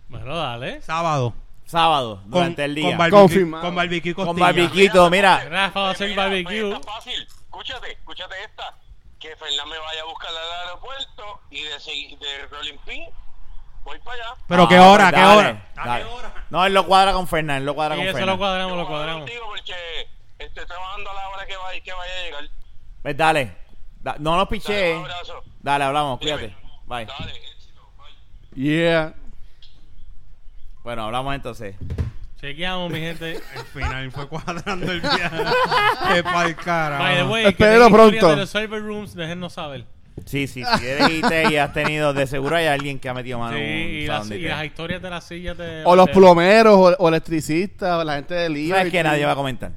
C: Bueno, dale.
A: Sábado.
B: Sábado, durante el día.
A: Con barbecue,
D: Confirmado.
A: con barbecue y
B: Con
A: costilla.
B: barbiquito, mira.
C: Rafa va a hacer
E: Mira, pues,
C: barbecue.
E: Está fácil. Escúchate, escúchate esta. Que Fernán me vaya a buscar al aeropuerto y de, si- de Rolling Pin voy para allá.
A: Pero
B: Ah,
A: qué hora,
B: pues
A: qué
B: dale,
A: hora.
B: dale.
A: ¿A qué hora?
B: No, él lo cuadra con Fernan, él lo cuadra
C: Y
B: con
C: eso
B: Fernan.
C: lo
E: Yo
C: cuadramos, lo
E: voy a hablar
C: cuadramos.
E: contigo porque estoy trabajando a la hora que vaya, que vaya a llegar.
B: Pues dale. Da- no nos
E: Dale,
B: piché.
E: un abrazo.
B: Dale, hablamos, cuídate.
E: Dime.
B: Bye.
E: Dale, éxito. Bye.
D: Yeah.
B: Bueno, hablamos entonces.
C: Chequeamos, mi
B: *laughs*
C: gente.
A: Al final fue cuadrando
C: *laughs*
A: el viaje. qué pa'l carajo.
C: By the way, que
D: Espérenlo
C: tienen historias
D: pronto.
C: De los server rooms, déjenos saber.
B: Sí, sí, si eres IT y has tenido, de seguro hay alguien que ha metido mano
C: Sí, y,
B: en un
C: las,
B: salón de
C: y
B: IT.
C: las historias de las sillas de.
D: O los
C: de-
D: plomeros, o, o electricistas, o la gente del IVA.
B: ¿Sabes que nadie va a comentar?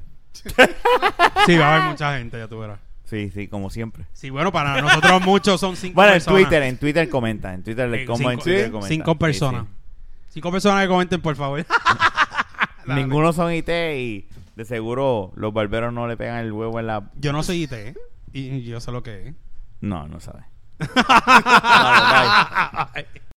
A: Sí, va a haber mucha gente, ya tú verás.
B: Sí, sí, como siempre.
A: Sí, bueno, para nosotros muchos son cinco
B: Bueno, en
A: personas.
B: Twitter, en Twitter comenta. En Twitter, le
A: Sí,
B: como en
A: cinco-
B: Twitter
D: sí,
B: comenta.
A: Cinco
B: Sí,
A: personas.
B: sí.
A: Cinco personas que comenten, por favor. *laughs*
B: Ninguno son IT y de seguro los barberos no le pegan el huevo en la...
A: Yo no soy IT, ¿eh? y y yo sé lo que es. *laughs*
B: No, no sabe. Vale, bye.